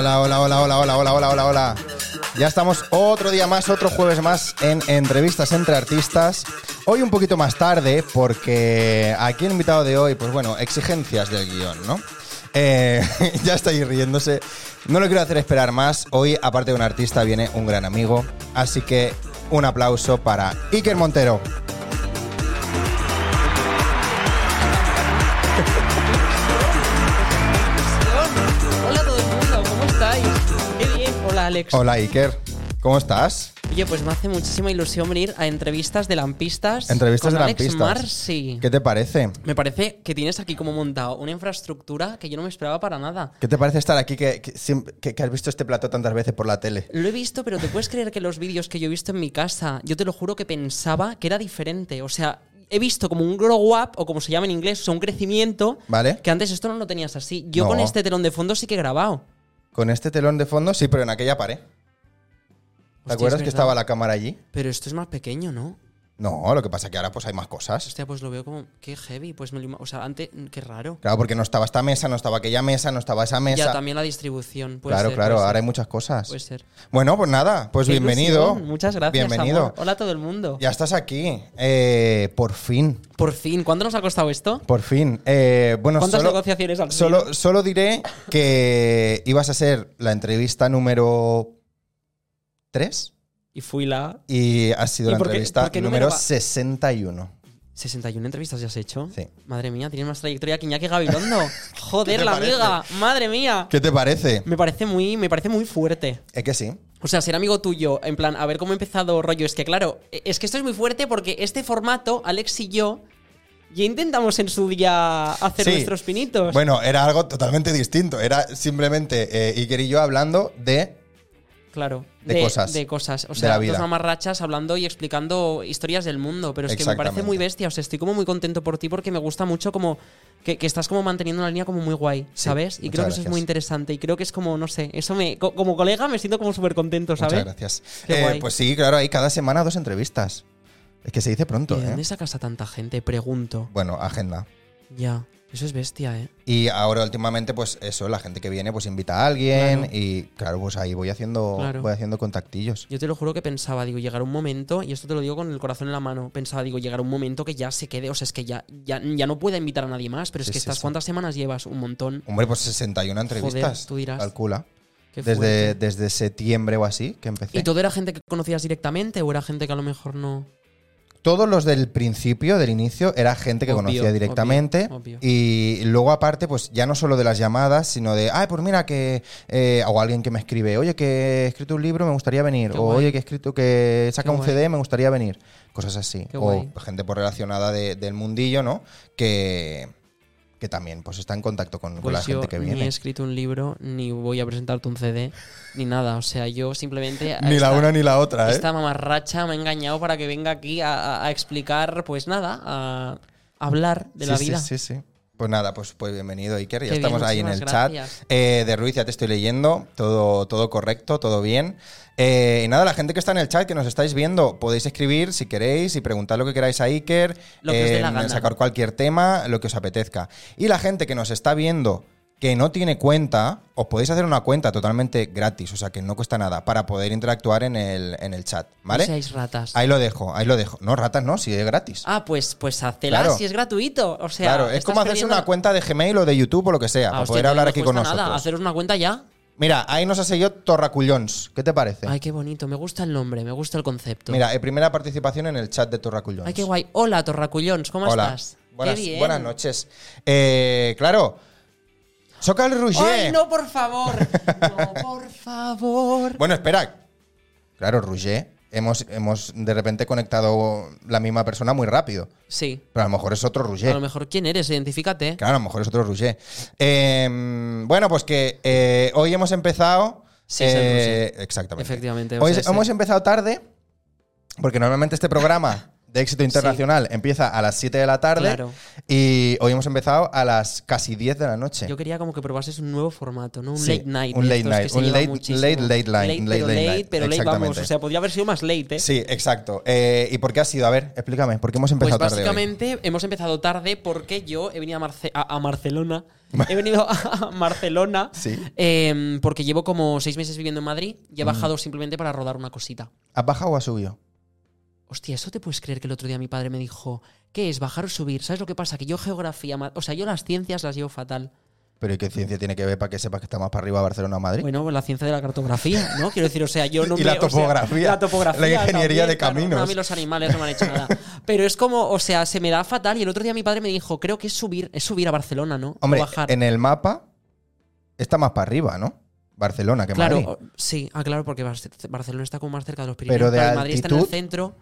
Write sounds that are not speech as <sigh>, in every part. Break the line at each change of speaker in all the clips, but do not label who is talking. hola, hola, hola, hola, hola, hola, hola. Ya estamos otro día más, otro jueves más en entrevistas entre artistas. Hoy un poquito más tarde porque aquí el invitado de hoy, pues bueno, exigencias del guión, ¿no? Eh, <laughs> ya está ahí riéndose. No lo quiero hacer esperar más. Hoy, aparte de un artista, viene un gran amigo. Así que un aplauso para Iker Montero.
Hola a todo el mundo, ¿cómo estáis? Qué bien. Hola Alex.
Hola Iker, ¿cómo estás?
Oye, pues me hace muchísima ilusión venir a entrevistas de lampistas.
Entrevistas
con
de
Alex
lampistas.
Marsi.
¿Qué te parece?
Me parece que tienes aquí como montado una infraestructura que yo no me esperaba para nada.
¿Qué te parece estar aquí que, que siempre- que- que has visto este plato tantas veces por la tele?
Lo he visto, pero te puedes creer que los vídeos que yo he visto en mi casa, yo te lo juro que pensaba que era diferente. O sea, he visto como un grow up, o como se llama en inglés, o sea, un crecimiento.
¿Vale?
Que antes esto no lo tenías así. Yo
No.
con este telón de fondo sí que he grabado.
Con este telón de fondo, sí, pero en aquella pared. ¿Te
Hostia,
acuerdas
es
que
verdad.
estaba la cámara allí?
Pero esto es más pequeño, ¿no?
No, lo que pasa es que ahora pues hay más cosas.
Hostia, pues lo veo como. Qué heavy. Pues me lo ima- O sea, antes. mm, Qué raro.
Claro, porque no estaba esta mesa, no estaba aquella mesa, no estaba esa mesa.
Ya, también la distribución. Puede
claro,
ser,
claro,
puede
ahora hay
ser,
muchas cosas.
Puede ser.
Bueno, pues nada, pues
Qué
bienvenido.
ilusión, Muchas gracias.
Bienvenido.
amor. Hola a todo el mundo.
Ya estás aquí, eh, por fin.
Por fin, ¿cuánto nos ha costado esto?
Por fin. Eh, bueno,
¿Cuántas
solo,
negociaciones al
solo, solo diré que ibas a ser la entrevista número 3
Y fui la.
y has sido
¿Y
la
por qué-
entrevista
por qué número
número
va?
61.
61 entrevistas ya has hecho.
Sí.
Madre mía, tienes más trayectoria que Iñaki
<laughs>
Gabilondo.
¿Qué te
Joder, la
parece?
amiga. Madre mía.
¿Qué te parece?
Me parece muy, me parece muy fuerte.
Es ¿Eh, que sí.
O sea, ser amigo tuyo, en plan, a ver cómo he empezado rollo. Es que, claro, e- es que esto es muy fuerte porque este formato, Alex y yo, ya intentamos en su día hacer
Sí.
nuestros pinitos.
Bueno, era algo totalmente distinto. Era simplemente eh, Iker y yo hablando de.
Claro.
De cosas.
De cosas.
De
O sea,
la vida.
dos mamarrachas hablando y explicando historias del mundo. Pero es que me parece
Exactamente.
muy bestia. O sea, estoy como muy contento por ti porque me gusta mucho como que, que estás como manteniendo una línea como muy guay, ¿sabes? Y
muchas
creo que eso es
gracias.
muy interesante. Y creo que es como, no sé, eso me. co- Como colega me siento como súper contento, ¿sabes?
Muchas gracias.
Qué
Eh,
guay.
pues sí, claro, hay cada semana dos entrevistas. Es que se dice
¿Y
pronto,
de dónde
¿eh?
sacas a tanta gente? Pregunto.
Bueno, agenda.
Ya. Eso es bestia, ¿eh?
Y ahora últimamente, pues eso, la gente que viene, pues invita a alguien
Claro.
y claro, pues ahí voy haciendo,
Claro.
voy haciendo contactillos.
Yo te lo juro que pensaba, digo, llegar un momento, y esto te lo digo con el corazón en la mano, pensaba, digo, llegar un momento que ya se quede, o sea, es que ya, ya, ya no pueda invitar a nadie más, pero es
Sí,
que
sí,
estas
sí.
cuantas semanas llevas un montón.
Hombre, pues 61 entrevistas.
tú dirás.
Calcula.
Qué
Desde,
fuerte.
desde septiembre o así que empecé.
¿Y todo era gente que conocías directamente o era gente que a lo mejor no?
Todos los del principio, del inicio, era gente que
Obvio,
conocía directamente.
obvio, obvio.
Y luego, aparte, pues ya no solo de las llamadas, sino de, ay, pues mira que. eh, o alguien que me escribe, oye, que he escrito un libro, me gustaría venir.
Qué
o
guay.
oye, que he escrito, que saca
Qué
un
guay.
CD, me gustaría venir. Cosas así.
Qué
o
guay.
gente por relacionada de- del mundillo, ¿no? Que, que también, pues está en contacto con, con la
Pues yo
gente que
ni he
viene.
escrito un libro, ni voy a presentarte un CD, ni nada. O sea, yo simplemente. a esta-
<laughs> ni la ¿eh? otra,
Esta mamarracha me ha engañado para que venga aquí a, a- a explicar, pues nada, a hablar de
sí,
la
sí,
vida.
Sí, sí, Pues nada, pues, pues bienvenido Iker, ya
Qué bien,
estamos ahí en el
muchísimas gracias.
chat. Eh, de Ruiz ya te estoy leyendo, todo, todo correcto, todo bien. Eh, y nada, la gente que está en el chat, que nos estáis viendo, podéis escribir si queréis y preguntar lo que queráis a Iker, eh,
Lo que os dé la gana.
sacar cualquier tema, lo que os apetezca. Y la gente que nos está viendo que no tiene cuenta, os podéis hacer una cuenta totalmente gratis, o sea que no cuesta nada, para poder interactuar en el, en el chat, ¿vale?
No seáis ratas.
Ahí lo dejo, ahí lo dejo. No, ratas no, si es gratis.
Ah, pues, pues hacela
Claro.
si es gratuito. O sea,
claro, es
estás
como hacerse
perdiendo-
una cuenta de Gmail o de YouTube o lo que sea,
Ah,
para
hostia,
poder
que
hablar
no
aquí con
cuesta
nosotros.
Nada. Haceros una cuenta ya.
Mira, ahí nos ha seguido Torracullons. ¿Qué te parece?
Ay, qué bonito. Me gusta el nombre, me gusta el concepto.
Mira, eh, primera participación en el chat de Torracullons.
Ay, qué guay. Hola, Torracullons, ¿cómo
Hola.
estás?
Buenas,
qué bien.
buenas noches. Eh, claro. Soca el Rouget.
Ay, no, por
<laughs>
favor. No, por favor.
Bueno, espera. Claro, Rouget. Hemos, hemos de repente conectado la misma persona muy rápido.
Sí.
Pero a lo mejor es otro Rouget.
A lo mejor, ¿quién eres? Identifícate.
Claro, a lo mejor es otro Rouget. Eh, bueno, pues que eh, hoy hemos empezado.
Sí, es el
eh, exactamente.
Efectivamente, o
Hoy
sea,
hemos
sí.
empezado tarde, porque normalmente este programa de
<laughs>
éxito internacional empieza a las 7 de la tarde
Claro.
y hoy hemos empezado a las casi 10 de la noche.
Yo quería como que probases un nuevo formato, ¿no? Un
Sí,
late night.
un
de
late
estos que
night,
se
un
lleva
late-
muchísimo.
late- late night,
Late,
late-
pero
late
late,
night,
pero late, vamos.
exactamente.
O sea, podría haber sido más late, ¿eh?
Sí, exacto. Eh, ¿Y por qué ha sido? A ver, explícame, ¿por qué hemos
Pues
empezado tarde? hoy?
básicamente hemos empezado tarde porque yo he venido a, Marce- a, a
<laughs>
Barcelona. He venido a Barcelona
Sí.
em, porque llevo como seis meses viviendo en Madrid y he bajado simplemente para rodar una cosita.
¿Has bajado o has subido?
Hostia, ¿eso te puedes creer que el otro día mi padre me dijo, ¿qué es bajar o subir? ¿Sabes lo que pasa? Que yo geografía, ma- o sea, yo las ciencias las llevo fatal.
Pero ¿y qué ciencia tiene que ver para que sepas que está más para arriba Barcelona o Madrid?
Bueno, pues la ciencia de la cartografía, ¿no? Quiero decir, o sea, yo no
¿Eh? <laughs> Y la
me- o sea,
topografía,
la topografía.
la ingeniería de
claro,
caminos.
no, a mí los animales no me han hecho nada. Pero es como, o sea, se me da fatal. Y el otro día mi padre me dijo, creo que es subir, es subir a Barcelona, ¿no? O
Hombre,
bajar.
en el mapa está más para arriba, ¿no? Barcelona que
claro,
Madrid.
o- sí, ah, claro, porque Bar- Barcelona está como más cerca de los Pirineos.
Pero de
claro, Madrid está en el
altitud.
centro.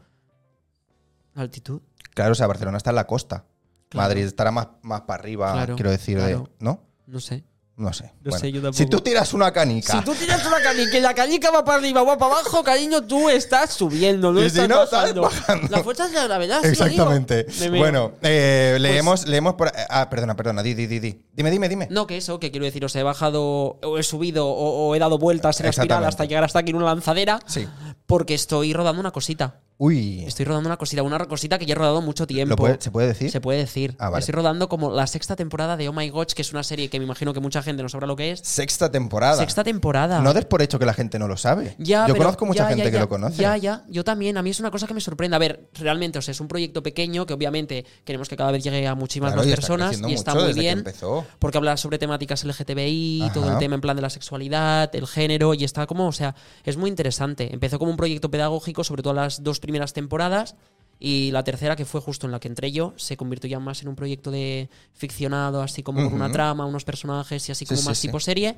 Altitud.
Claro, o sea, Barcelona está en la costa.
Claro.
Madrid estará más, más para arriba,
Claro,
quiero decir, de-
claro.
¿no?
No sé.
No sé.
No sé, yo
si
tampoco.
tú tiras una canica <laughs>
Si tú tienes una canica y la canica va para arriba o va para abajo, cariño, tú estás subiendo, no
Y si
estás
no, estás
bajando.
bajando.
La fuerza de la gravedad, sí,
Exactamente.
digo. Me meo.
bueno, eh,
Pues
leemos, leemos por. Ah, perdona, perdona, di, di, di, di. Dime, dime, dime.
No, que eso, que quiero decir, o sea, he bajado, o he subido, o, o he dado vueltas en la espiral
Exactamente.
hasta llegar hasta aquí en una lanzadera.
Sí.
Porque estoy rodando una cosita.
Uy.
Estoy rodando una cosita, una cosita que ya he rodado mucho tiempo.
¿Lo puede- ¿Se puede decir?
Se puede decir.
Ah, vale.
Estoy rodando como la sexta temporada de Oh My Gosh, que es una serie que me imagino que mucha gente no sabrá lo que es.
Sexta temporada.
Sexta temporada.
No des por hecho que la gente no lo sabe.
Ya,
Yo
pero-
conozco mucha
ya,
gente
ya,
que
ya.
lo conoce.
Ya, ya, yo también. A mí es una cosa que me sorprende. A ver, realmente, o sea, es un proyecto pequeño que obviamente queremos que cada vez llegue a muchísimas
Claro,
más
y está
personas
creciendo
y está
mucho
muy
desde que
bien.
empezó.
Porque habla sobre temáticas LGTBI,
Ajá.
todo el tema en plan de la sexualidad, el género, y está como, o sea, es muy interesante. Empezó como un proyecto pedagógico, sobre todo las dos primeras temporadas, y la tercera, que fue justo en la que entré yo, se convirtió ya más en un proyecto de ficcionado, así como con una
Ujú.
trama, unos personajes y así
Sí,
como
sí,
más
sí.
tipo serie.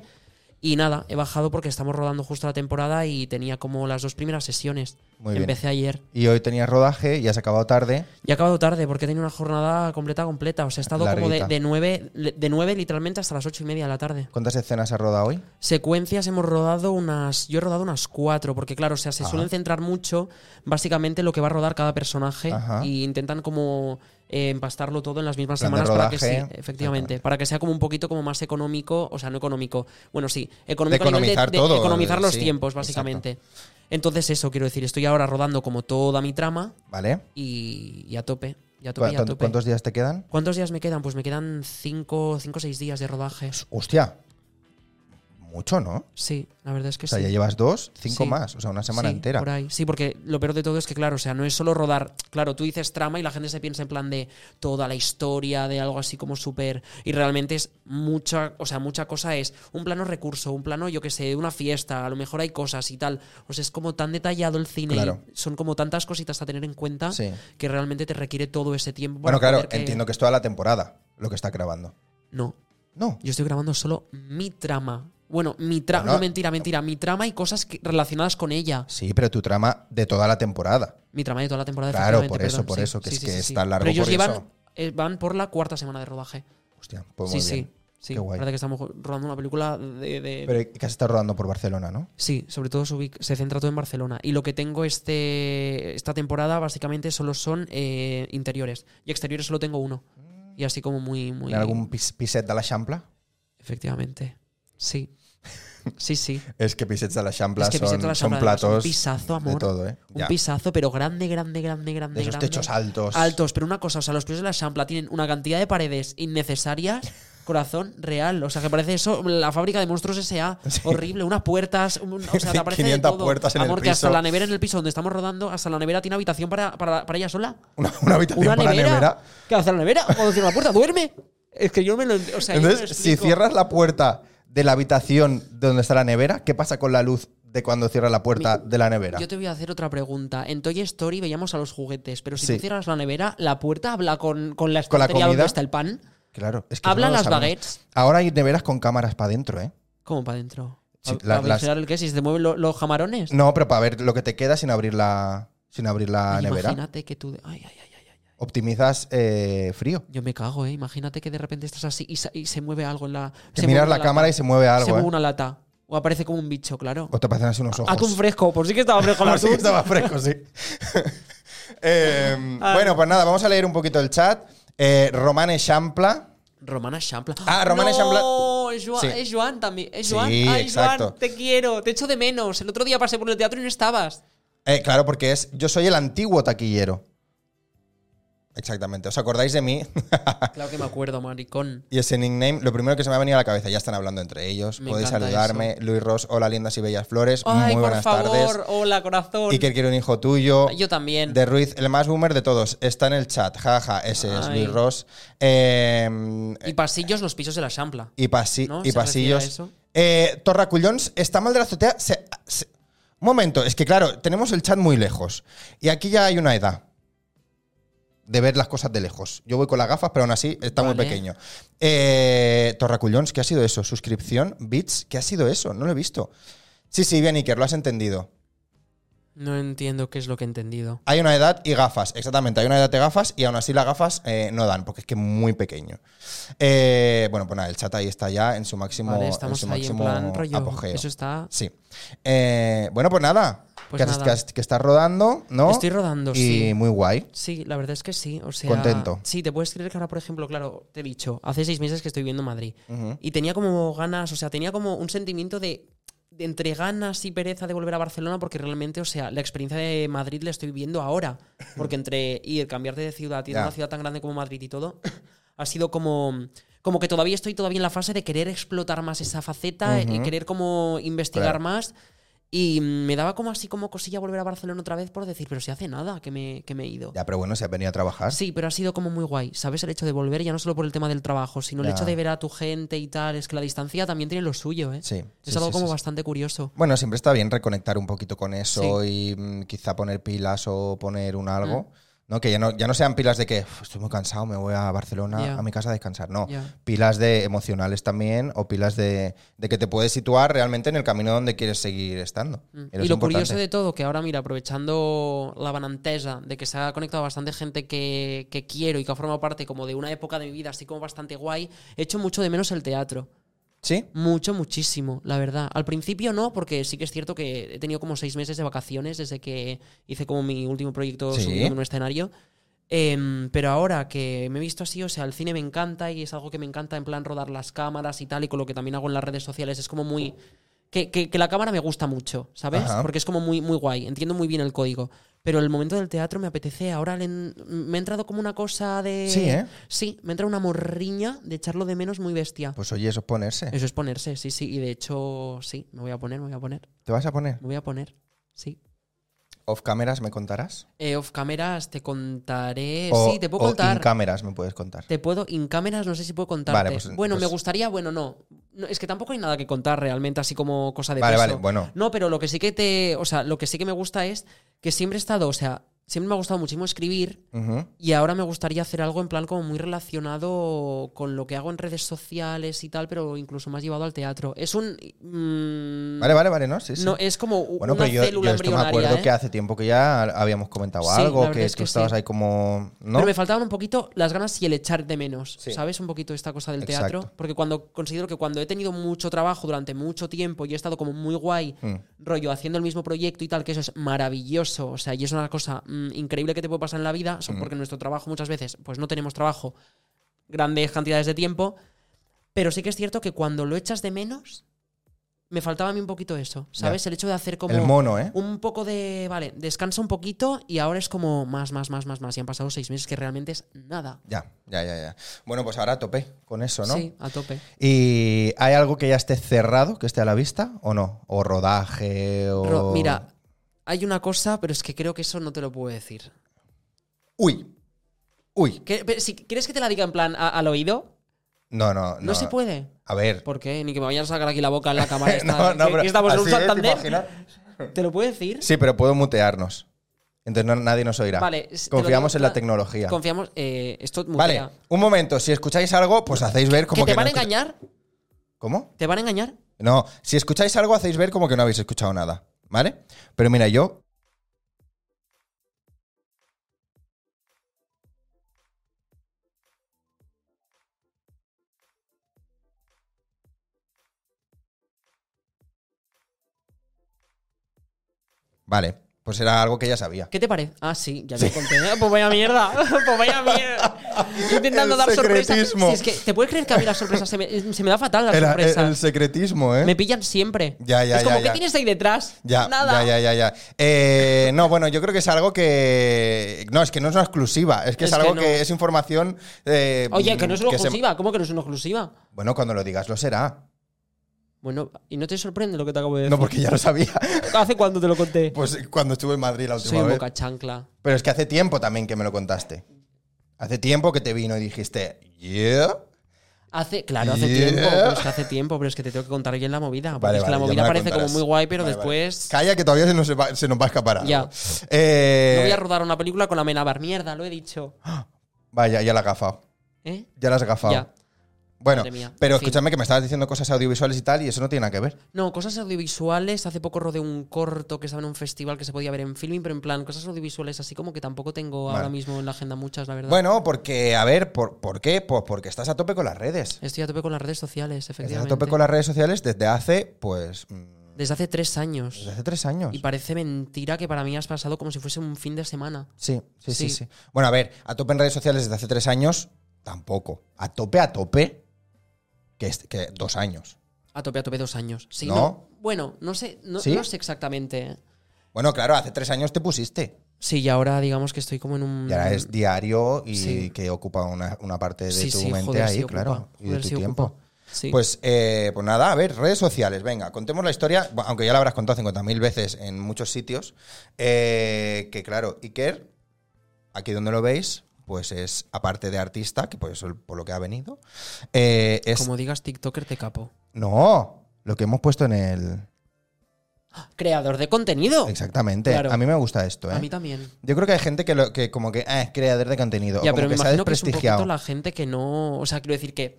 Y nada, he bajado porque estamos rodando justo la temporada y tenía como las dos primeras sesiones.
Muy bien.
Empecé ayer.
Y hoy tenías rodaje y has acabado tarde.
Y he acabado tarde porque he tenido una jornada completa, completa. O sea, he estado
Larguita.
como de, de, nueve, de nueve literalmente hasta las ocho y media de la tarde.
¿Cuántas escenas has rodado hoy?
Secuencias hemos rodado unas. Yo he rodado unas cuatro, porque claro, o sea, se
Ajá.
suelen centrar mucho básicamente en lo que va a rodar cada personaje
Ajá.
y intentan como eh, empastarlo todo en las mismas
Plan de
semanas para que sí,
rodaje,
efectivamente,
exactamente.
para que sea como un poquito como más económico, o sea, no económico, bueno, sí, económico
De
a nivel
economizar todo,
economizar los
sí,
tiempos básicamente. Entonces eso quiero decir, estoy ahora rodando como toda mi trama
¿Vale?
y, y a tope, y a
¿Cu-
tope, y a tope.
¿Cuántos días te quedan?
¿Cuántos días me quedan? Pues me quedan cinco, cinco o seis días de rodaje.
Pues Hostia. Mucho, ¿no?
Sí, la verdad es que
O sea,
sí.
ya llevas dos, cinco
Sí.
más, o sea, una semana
Sí,
entera.
por ahí. Sí, porque lo peor de todo es que, claro, o sea, no es solo rodar. Claro, tú dices trama y la gente se piensa en plan de toda la historia, de algo así como súper. Y realmente es mucha, o sea, mucha cosa es un plano recurso, un plano, yo que sé, de una fiesta, a lo mejor hay cosas y tal. O sea, es como tan detallado el cine, y
Claro.
son como tantas cositas a tener en cuenta
Sí.
que realmente te requiere todo ese tiempo.
Bueno,
para
claro,
poder que-
entiendo que es toda la temporada lo que está grabando.
No,
No.
yo estoy grabando solo mi trama. Bueno, mi trama.
Bueno.
no, mentira, mentira. Mi trama y cosas que- relacionadas con ella.
Sí, pero tu trama de toda la temporada.
Mi trama de toda la temporada.
Claro,
efectivamente,
por eso,
perdón,
por
sí,
eso, que
sí,
es
sí,
que
sí,
es
sí.
tan largo
Pero ellos
por
llevan,
eso.
eh, van por la cuarta semana de rodaje.
Hostia, pues
sí,
muy
sí,
bien.
sí.
Qué guay.
Parece que estamos rodando una película de... de-
Pero que has estado rodando por Barcelona, ¿no?
sí, sobre todo se, ubica- se centra todo en Barcelona. Y lo que tengo este esta temporada básicamente solo son eh, interiores. Y exteriores solo tengo uno. Y así como muy... muy
¿En algún pis- piset de la Champla?
Efectivamente.
<laughs>
Sí. Sí, sí.
Es que pisets de la Champla
Es que
son,
pisets de la
son
Champla, además,
platos
un pisazo, amor.
de todo, ¿eh?
Un
Ya.
pisazo, pero grande, grande, grande, grande.
de esos
grande.
techos altos.
Altos, pero una cosa, o sea, los pisos de la Champla tienen una cantidad de paredes innecesarias,
<laughs>
corazón real. O sea, que parece eso, la fábrica de monstruos S.A. Horrible, unas puertas, un- o sea, te aparece de
500
todo.
puertas en el
Amor, que hasta
piso.
la nevera en el piso donde estamos rodando, hasta la nevera tiene habitación para, para, para ella sola.
Una, una habitación
¿Una
para
nevera?
nevera.
¿Qué hace la nevera? Cuando cierra la puerta, duerme. Es que yo no me lo ent- o sea, yo no lo
Entonces, si
explico.
cierras la puerta de la habitación de donde está la nevera, ¿qué pasa con la luz de cuando cierras la puerta de la nevera?
Yo te voy a hacer otra pregunta. En Toy Story veíamos a los juguetes, pero si
Sí.
tú cierras la nevera, ¿la puerta habla con, con la
Con la
estantería donde
comida.
está el pan?
Claro, es que eso
¿Hablan
no lo
las
sabemos.
baguettes?
Ahora hay neveras con cámaras para adentro, ¿eh?
¿Cómo para adentro?
Sí,
¿Para
la- las-
vigilar el qué? ¿Si se te mueven lo- los jamarones?
No, pero para ver lo que te queda sin abrir la, sin abrir la Ah, nevera.
Imagínate que tú... de- Ay, ay, ay, ay, ay.
Optimizas eh, frío.
Yo me cago, ¿eh? Imagínate que de repente estás así y, sa- y se mueve algo en la...
Que
se
miras
mueve
la
una
cámara y
lata.
se mueve algo.
Se
¿eh?
mueve una lata. O aparece como un bicho, claro.
O te aparecen así unos ojos. <laughs>
Atún fresco. Por sí que estaba fresco la <laughs>
Ahora sí que
atún.
estaba fresco, sí. Eh, bueno, pues nada, vamos a leer un poquito el chat. Eh, Romane Champla.
Romana Champla.
Ah, Romana Champla.
No, es Joan,
Sí.
es Joan también. Es
Sí,
Joan. Ay,
exacto.
Joan, te quiero, te echo de menos. El otro día pasé por el teatro y no estabas.
Eh, claro, porque es yo soy el antiguo taquillero. Exactamente. ¿Os acordáis de mí? Ah.
Claro que me acuerdo, maricón.
y ese nickname, lo primero que se me ha venido a la cabeza, ya están hablando entre ellos.
Me
Podéis
encanta
saludarme. Luis Ross, hola lindas y bellas flores.
Ay,
Muy
por
buenas
favor,
tardes.
hola, corazón.
Y que quiero un hijo tuyo.
Yo también.
De Ruiz, el más boomer de todos. Está en el chat. Jaja, ese es
Ay.
Luis Ross. Eh,
Y pasillos, los pisos de la champla.
y, pasi-
¿No?
y
¿Se refiere a
pasillos.
eso?
Eh, Torracullons está mal de la azotea. Se- se- Un momento, es que claro, tenemos el chat muy lejos. Y aquí ya hay una edad de ver las cosas de lejos. Yo voy con las gafas, pero aún así está muy
Vale.
pequeño. Eh, Torracullons, ¿qué ha sido eso? ¿Suscripción? ¿Bits? ¿Qué ha sido eso? No lo he visto. Sí, sí, bien, Iker, lo has entendido.
No entiendo qué es lo que he entendido.
Hay una edad y gafas, exactamente. Hay una edad de gafas y aún así las gafas eh, no dan, porque es que es muy pequeño. Eh, bueno, pues nada, el chat ahí está ya en su máximo,
Vale,
en
estamos
su
ahí en
máximo
plan rollo.
apogeo.
Eso está.
Sí. Eh, bueno, pues nada.
Pues
que,
nada.
que has- que estás rodando, ¿no?
Estoy rodando,
y
sí.
muy guay.
Sí, la verdad es que sí. O sea,
Contento.
Sí, te puedes creer que ahora, por ejemplo, claro, te he dicho, hace seis meses que estoy viviendo en Madrid.
Ujú.
Y tenía como ganas, o sea, tenía como un sentimiento de, de entre ganas y pereza de volver a Barcelona porque realmente, o sea, la experiencia de Madrid la estoy viviendo ahora. Porque entre ir, cambiarte de ciudad, ir
Ya.
a una ciudad tan grande como Madrid y todo, ha sido como... Como que todavía estoy todavía en la fase de querer explotar más esa faceta y
Ujú.
querer como investigar
Claro.
más. Y me daba como así como cosilla volver a Barcelona otra vez por decir, pero si hace nada que me, que me he ido.
Ya, pero bueno, si has venido a trabajar.
Sí, pero ha sido como muy guay, ¿sabes? El hecho de volver, ya no solo por el tema del trabajo, sino
Ya.
el hecho de ver a tu gente y tal. Es que la distancia también tiene lo suyo, ¿eh?
Sí,
Es
sí,
algo
sí,
como
sí, sí.
bastante curioso.
Bueno, siempre está bien reconectar un poquito con eso y mm, quizá poner pilas o poner un algo.
Mm.
¿no? Que ya no, ya no sean pilas de que "Uf, estoy muy cansado, me voy a Barcelona,
Ya.
a mi casa a descansar. No,
Ya.
pilas de emocionales también o pilas de, de que te puedes situar realmente en el camino donde quieres seguir estando. Eso
Mm. Y
es
lo
importante.
curioso de todo, que ahora, mira, aprovechando la banantesa de que se ha conectado bastante gente que, que quiero y que ha formado parte como de una época de mi vida, así como bastante guay, he hecho mucho de menos el teatro.
¿Sí?
Mucho, muchísimo, la verdad. Al principio no, porque sí que es cierto que he tenido como seis meses de vacaciones desde que hice como mi último proyecto
Sí.
subido en un escenario. Em, pero ahora que me he visto así, o sea, el cine me encanta y es algo que me encanta en plan rodar las cámaras y tal, y con lo que también hago en las redes sociales, es como muy... Que, que- que la cámara me gusta mucho, ¿sabes?
Ajá.
Porque es como muy, muy guay, entiendo muy bien el código. Pero el momento del teatro me apetece, ahora le en- me ha entrado como una cosa de...
Sí, ¿eh?
Sí, me entra una morriña de echarlo de menos muy bestia.
Pues oye, eso es ponerse.
Eso es ponerse, sí, sí. Y de hecho, sí, me voy a poner, me voy a poner.
¿Te vas a poner?
Me voy a poner, sí.
¿Off cameras me contarás?
Eh, off cameras te contaré.
O-
Eh, sí, te puedo
o
contar.
in cámaras me puedes contar.
te puedo, in cámaras no sé si puedo contarte.
Vale, pues-
bueno, me
pues-
gustaría, bueno, no. No, Es que tampoco hay nada que contar realmente, así como cosa de
Vale,
peso.
vale, bueno.
No, pero lo que sí que te. O sea, lo que sí que me gusta es que siempre he estado, o sea, siempre me ha gustado muchísimo escribir.
Ujú.
Y ahora me gustaría hacer algo en plan como muy relacionado con lo que hago en redes sociales y tal, pero incluso más llevado al teatro. Es un... mm,
Vale, vale, vale, ¿no? Sí, sí.
No, es como u-
Bueno,
una
pero yo,
célula
yo esto me
embrionaria.
acuerdo
¿eh?
que hace tiempo que ya habíamos comentado
Sí, la
algo,
verdad
que
es
tú
que
estabas
sí.
ahí como. ¿No?
Pero me faltaban un poquito las ganas y el echar de menos,
Sí.
¿sabes? Un poquito esta cosa del
Exacto.
teatro. Porque cuando considero que cuando he tenido mucho trabajo durante mucho tiempo y he estado como muy guay,
Mm.
rollo, haciendo el mismo proyecto y tal, que eso es maravilloso, o sea, y es una cosa mm, increíble que te puede pasar en la vida, son porque en nuestro trabajo muchas veces, pues no tenemos trabajo grandes cantidades de tiempo, pero sí que es cierto que cuando lo echas de menos, me faltaba a mí un poquito eso, ¿sabes? El hecho de hacer como
El mono, ¿eh?
un poco de, vale, descansa un poquito y ahora es como más, más, más, más, más. Y han pasado seis meses que realmente es nada.
Ya, ya, ya, ya. Bueno, pues ahora a tope con eso, ¿no?
Sí, a tope.
¿Y hay algo que ya esté cerrado, que esté a la vista o no? ¿O rodaje? O...
Ro- mira, hay una cosa, pero es que creo que eso no te lo puedo decir.
Uy. Uy.
Que- pero si quieres que te la diga en plan a- al oído,
No, no, no.
no, se puede.
A ver. <laughs>
¿Por qué? Ni que me vayan a sacar aquí la boca en la cámara. esta,
No, no,
que-
pero
que estamos en un
así, ¿eh? ¿Te
Santander.
imaginas?
¿Te lo puedo decir?
Sí, pero puedo mutearnos. Entonces no- nadie nos oirá.
Vale, es- te lo
Confiamos
digo,
en la
claro.
tecnología.
Confiamos. eh, esto
vale,
mutea.
un momento. Si escucháis algo, pues hacéis ver como
¿Que
que.
te van a
no escu-
engañar?
¿Cómo?
¿Te van a engañar?
No, si escucháis algo, hacéis ver como que no habéis escuchado nada. ¿Vale? Pero mira, yo. Vale, pues Pues era algo que ya sabía.
¿Qué te parece? Ah, sí, ya me conté. Ah, Pues
<laughs>
vaya mierda. Pues vaya mierda. Yo Intentando
El
dar sorpresas.
secretismo.
Si es que, ¿te puedes creer que a mí las sorpresas se me, se me da fatal las
Era el,
sorpresas?
el secretismo, ¿eh?
Me pillan siempre.
Ya, ya,
es como,
ya,
¿qué
ya.
tienes ahí detrás?
Ya,
Nada.
ya, ya, ya, ya. Eh, no, bueno, yo creo que es algo que. No, es que no es una exclusiva. Es que es,
Es que
algo que,
no.
es información. eh,
Oye, que no es una
se-
exclusiva. ¿Cómo que no es una exclusiva?
Bueno, cuando lo digas lo será.
Bueno, ¿y no te sorprende lo que te acabo de decir?
No, porque Pues, ya lo sabía. <laughs>
¿Hace cuándo te lo conté?
Pues cuando estuve en Madrid la
Soy
última vez.
boca chancla.
Pero es que hace tiempo también que me lo contaste. Hace tiempo que te vino y dijiste, yeah.
Hace, claro, hace
Yeah.
tiempo, pero es que hace tiempo, pero es que te tengo que contar bien la movida. Porque
Vale,
es
vale,
que
ya
la
me
movida parece como
contarás.
muy guay, pero
Vale, vale.
después
Calla, que todavía se nos va, se nos va a escapar. algo.
Ya.
Eh,
no voy a rodar una película con Amenábar. Mierda, lo he dicho.
Vaya, ya la has gafado.
¿Eh?
Ya la has gafado.
Ya.
Bueno,
Madre mía,
pero
en fin.
escúchame que me estabas diciendo cosas audiovisuales y tal, y eso no tiene nada que ver.
No, cosas audiovisuales. Hace poco rodé un corto que estaba en un festival que se podía ver en filming, pero en plan, cosas audiovisuales así como que tampoco tengo
Vale.
ahora mismo en la agenda muchas, la verdad.
Bueno, porque, a ver, ¿por, por qué? Pues porque estás a tope con las redes.
Estoy a tope con las redes sociales,
Estás a
efectivamente.
tope con las redes sociales desde hace, pues, mm,
Desde hace tres años.
desde hace tres años.
Y parece mentira que para mí has pasado como si fuese un fin de semana.
Sí, sí, sí,
Sí.
sí. Bueno, a ver, a tope en redes sociales desde hace tres años, tampoco. A tope, a tope, que, es- que dos años.
A tope, a tope dos años. Sí,
¿No?
¿no? Bueno, no sé, no,
¿Sí?
no sé exactamente.
Bueno, claro, hace tres años te pusiste.
Sí, y ahora digamos que estoy como en un.
Y ahora es diario y
Mm. Sí.
que ocupa una, una parte de
Sí,
tu
sí,
mente
joder,
ahí,
sí ocupa,
claro. Y de
joder,
tu
sí
tiempo.
ocupa. Sí.
Pues, eh, pues nada, a ver, redes sociales, venga, contemos la historia, bu- aunque ya la habrás contado 50.000 veces en muchos sitios, eh, que claro, Iker, aquí donde lo veis, pues es, aparte de artista, que por eso por lo que ha venido, eh, es...
Como digas TikToker, te capo.
No, lo que hemos puesto en el...
Creador de contenido.
Exactamente,
Oh, Claro.
a mí me gusta esto, ¿eh?
A mí también.
Yo creo que hay gente que, lo, que como que ah, es creador de contenido, o
ya,
como
pero me
que se ha
imagino que es un
desprestigiado.
poquito la gente que no. O sea, quiero decir que.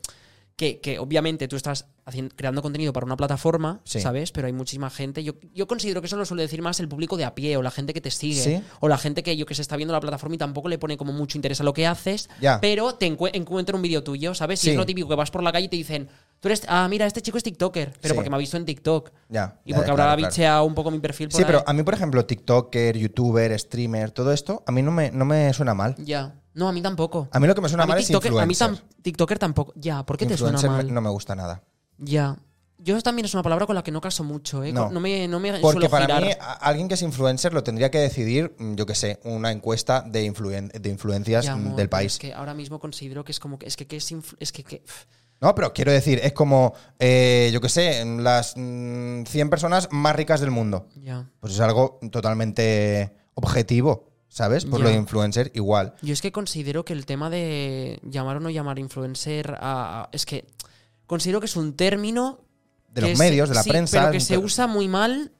Que, que obviamente tú estás haciendo, creando contenido para una plataforma,
Sí.
¿sabes? Pero hay muchísima gente. Yo, yo considero que eso lo suele decir más el público de a pie o la gente que te sigue.
Sí.
O la gente que yo que se está viendo la plataforma y tampoco le pone como mucho interés a lo que haces.
Ya.
Pero te encuentran encuentra un vídeo tuyo, ¿sabes? Y
Sí.
es lo típico que vas por la calle y te dicen, tú eres. Ah, mira, este chico es TikToker. Pero
Sí.
porque me ha visto en TikTok.
Ya,
Y
ya,
porque
ya,
habrá
claro, claro.
bicheado un poco mi perfil por
Sí, pero
ahí.
a mí, por ejemplo, TikToker, YouTuber, streamer, todo esto, a mí no me, no me suena mal.
Ya. No, a mí tampoco.
A mí lo que me suena
A mí,
mal es
TikToker, a mí
influencer.
tam- TikToker tampoco. Ya, ¿por qué te suena
Influencer me-
mal?
no me gusta nada.
Ya. Yo también es una palabra con la que no caso mucho, ¿eh?
No.
No, me, no me
Porque
suelo
para
girar.
mí, a- alguien que es influencer lo tendría que decidir, mm, yo qué sé, una encuesta de, influen- de influencias
Ya,
mm,
amor,
del
pero
país.
Es que ahora mismo considero que es como que es que, que es, influ- es que, que- pf,
No, pero quiero decir, es como, eh, yo qué sé, las mm, 100 personas más ricas del mundo.
ya.
Pues es algo totalmente objetivo, ¿sabes? Por
Ya.
lo de influencer, igual.
Yo es que considero que el tema de llamar o no llamar influencer a, a- es que considero que es un término
De
que
los
se-
medios, de la
sí,
prensa.
pero que se
pero-
usa muy mal,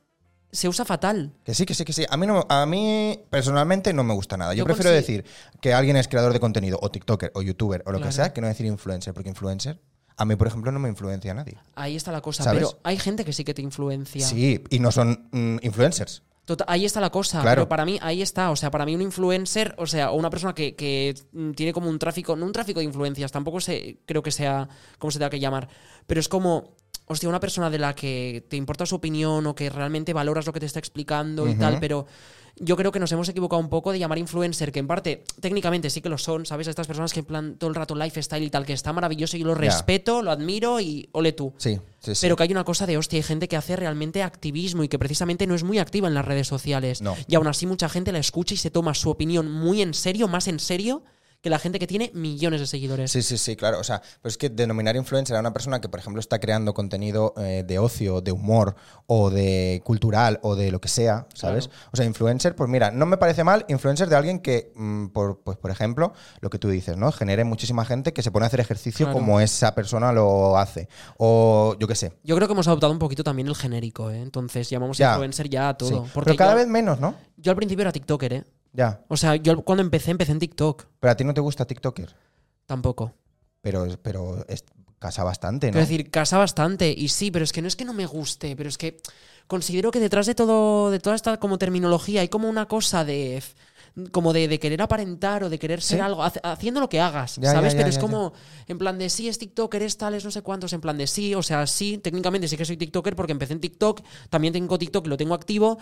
se usa fatal.
Que sí, que sí, que sí. A mí, no, a mí personalmente no me gusta nada. Yo,
Yo
prefiero
consi-
decir que alguien es creador de contenido, o TikToker, o YouTuber, o lo que
Claro.
sea, que no decir influencer, porque influencer, a mí, por ejemplo, no me influencia a nadie.
Ahí está la cosa,
¿Sabes?
pero hay gente que sí que te influencia.
Sí, y no son mm, influencers.
Tota- ahí está la cosa,
Claro.
pero para mí ahí está, o sea, para mí un influencer, o sea, o una persona que, que, mm, tiene como un tráfico, no un tráfico de influencias, tampoco sé, creo que sea, ¿cómo se tenga que llamar? Pero es como, hostia, una persona de la que te importa su opinión o que realmente valoras lo que te está explicando y
Ujú.
tal, pero yo creo que nos hemos equivocado un poco de llamar influencer, que en parte técnicamente sí que lo son, ¿sabes? Estas personas que en plan todo el rato lifestyle y tal, que está maravilloso y yo lo
Ya.
respeto, lo admiro y ole tú.
Sí, sí, sí.
Pero que hay una cosa de hostia, hay gente que hace realmente activismo y que precisamente no es muy activa en las redes sociales.
No.
Y aún así mucha gente la escucha y se toma su opinión muy en serio, más en serio que la gente que tiene millones de seguidores.
Sí, sí, sí, claro. O sea, pero es que denominar influencer a una persona que, por ejemplo, está creando contenido eh, de ocio, de humor, o de cultural, o de lo que sea, ¿sabes? O sea, influencer, pues mira, no me parece mal influencer de alguien que, mm, por, pues, por ejemplo, lo que tú dices, ¿no? Genere muchísima gente que se pone a hacer ejercicio
Claro.
como esa persona lo hace. O yo qué sé.
Yo creo que hemos adoptado un poquito también el genérico, ¿eh? Entonces llamamos
Ya.
influencer ya a todo.
Sí.
Porque
Pero cada
yo,
vez menos, ¿no?
yo al principio era TikToker, ¿eh?
Ya.
O sea, yo cuando empecé, empecé en TikTok.
Pero a ti no te gusta TikToker.
Tampoco.
Pero, pero es- casa bastante, ¿no?
Quiero decir, casa bastante. Y sí, pero es que no es que no me guste, pero es que considero que detrás de todo, de toda esta como terminología, hay como una cosa de, como de, de querer aparentar o de querer ser
Sí.
algo, hace- haciendo lo que hagas,
Ya,
¿sabes?
ya, ya,
Pero es
ya,
como, en plan de sí, es TikToker, es tales, no sé cuántos, en plan de sí, o sea, sí, técnicamente sí que soy TikToker porque empecé en TikTok, también tengo TikTok, lo tengo activo.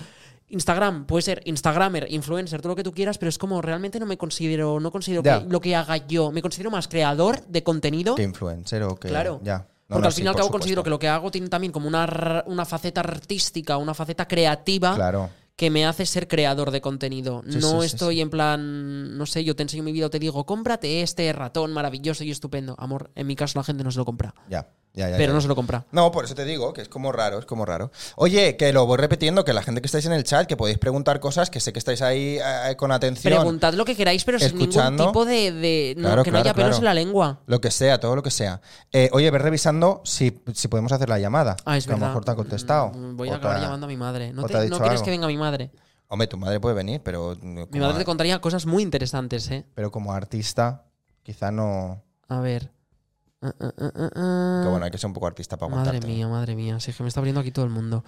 Instagram, puede ser Instagramer, influencer, todo lo que tú quieras, pero es como realmente no me considero, no considero
Ya.
que lo que haga yo, me considero más creador de contenido
Que influencer o que.
Claro.
Ya. No,
Porque
no,
al
sí,
fin y al
por
cabo
supuesto.
considero que lo que hago tiene también como una, r- una faceta artística, una faceta creativa
Claro.
que me hace ser creador de contenido.
Sí,
no
sí, sí,
estoy en plan, no sé, yo te enseño mi vida, te digo, cómprate este ratón maravilloso y estupendo. Amor, en mi caso la gente no se lo compra.
Ya. Ya, ya.
Pero
ya.
no se lo compra.
No, por eso te digo que es como raro, es como raro. Oye, que lo voy repitiendo, que la gente que estáis en el chat, que podéis preguntar cosas, que sé que estáis ahí eh, con atención.
Preguntad lo que queráis, pero sin ningún
Escuchando.
tipo de... de- no,
Claro,
que
claro,
no haya pelos
claro.
en la lengua.
Lo que sea, todo lo que sea. Eh, oye, ve revisando si, si podemos hacer la llamada.
Ah, es
que a
verdad.
lo mejor te ha contestado.
Mm, Voy
o
a
te
acabar
ha-
llamando a mi madre. No,
o te
te-
ha
no
dicho
quieres
algo.
que venga mi madre.
Hombre, tu madre puede venir, pero. mm,
Mi
como
madre
a-
te contaría cosas muy interesantes, ¿eh?
Pero como artista, quizá no.
A ver. Ah, ah, ah, ah,
Que
ah.
bueno, hay que ser un poco artista para
Madre
aguantarte.
mía, madre mía. Si es que me está abriendo aquí todo el mundo.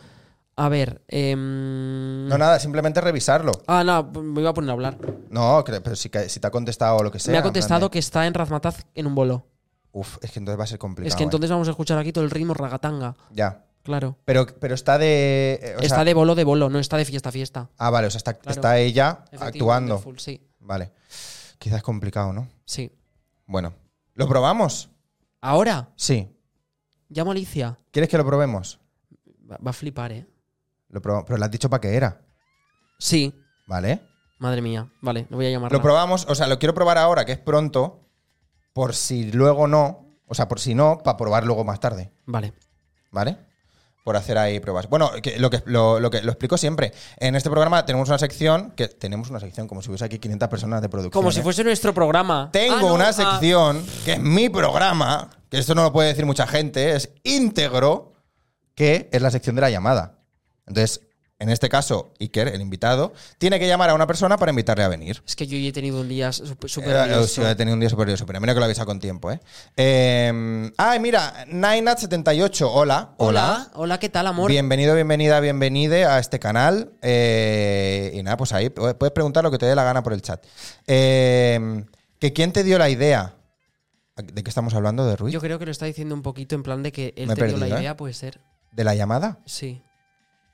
A ver. em,
No, nada, simplemente revisarlo.
Ah, no, me iba a poner a hablar.
No, que- pero si, que- si te ha contestado o lo que sea.
me ha
en plan
contestado
de-
que está en Razmataz en un bolo.
Uf, es que entonces va a ser complicado.
es que
¿eh?
entonces vamos a escuchar aquí todo el ritmo ragatanga.
Ya.
Claro.
Pero, pero está de. eh, o
está
sea-
de bolo de bolo, no está de fiesta fiesta.
Ah, vale, o sea, está,
Claro.
está ella
Efectivamente,
actuando.
full, sí,
Vale. Quizás es complicado, ¿no?
sí.
Bueno. ¿Lo probamos?
Ahora,
Sí.
llamo a Alicia.
¿Quieres que lo probemos?
Va, va a flipar, ¿eh?
Lo probamos. Pero le has dicho para qué era.
Sí.
¿Vale?
Madre mía. Vale, lo voy a llamar.
Lo probamos, o sea, lo quiero probar ahora, que es pronto, por si luego no, o sea, por si no, para probar luego más tarde,
Vale.
¿vale? Por hacer ahí pruebas. Bueno, que lo, que, lo, lo que lo explico siempre. En este programa tenemos una sección, que tenemos una sección como si hubiese aquí 500 personas de producción.
Como si
¿eh?
fuese nuestro programa.
Tengo
Ah, no,
una
ah,
sección, que es mi programa, que esto no lo puede decir mucha gente, es íntegro, que es la sección de la llamada. Entonces, en este caso, Iker, el invitado, tiene que llamar a una persona para invitarle a venir.
Es que yo ya he tenido un día súper. súper
Eh, eh,
lioso.
sí, he tenido un día súper lioso, pero menos que lo avisa con tiempo, ¿eh? Eh, ay, mira, Nineat78, hola.
Hola, hola, ¿qué tal, amor?
Bienvenido, bienvenida, bienvenide a este canal. Eh, y nada, pues ahí pu- puedes preguntar lo que te dé la gana por el chat. Eh, ¿que ¿Quién te dio la idea? ¿De qué estamos hablando? ¿De Ruiz?
Yo creo que lo está diciendo un poquito en plan de que él
Me he
te dio la
perdido, ¿eh?
idea, puede ser.
¿De la llamada?
Sí.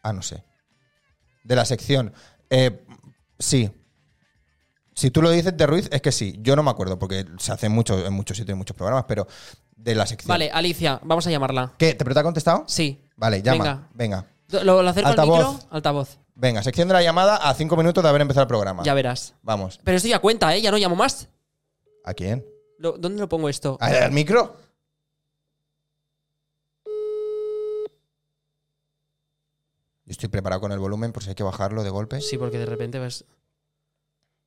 Ah, no sé. De la sección. Eh, sí. Si tú lo dices de Ruiz, es que sí. Yo no me acuerdo, porque se hace mucho, en muchos sitios, en muchos programas, pero de la sección.
Vale, Alicia, vamos a llamarla.
¿Qué? ¿Te, ¿Pero te ha contestado?
Sí.
Vale, llama. Venga. venga.
Do- Lo, lo acerco al
Altavoz.
micro, altavoz.
sección de la llamada a cinco minutos de haber empezado el programa.
Ya verás.
Vamos.
Pero esto ya cuenta, ¿eh? Ya no llamo más.
¿A quién?
Lo- ¿Dónde lo pongo esto?
¿Al, al micro? Yo estoy preparado con el volumen por si hay que bajarlo de golpe.
Sí, porque de repente vas.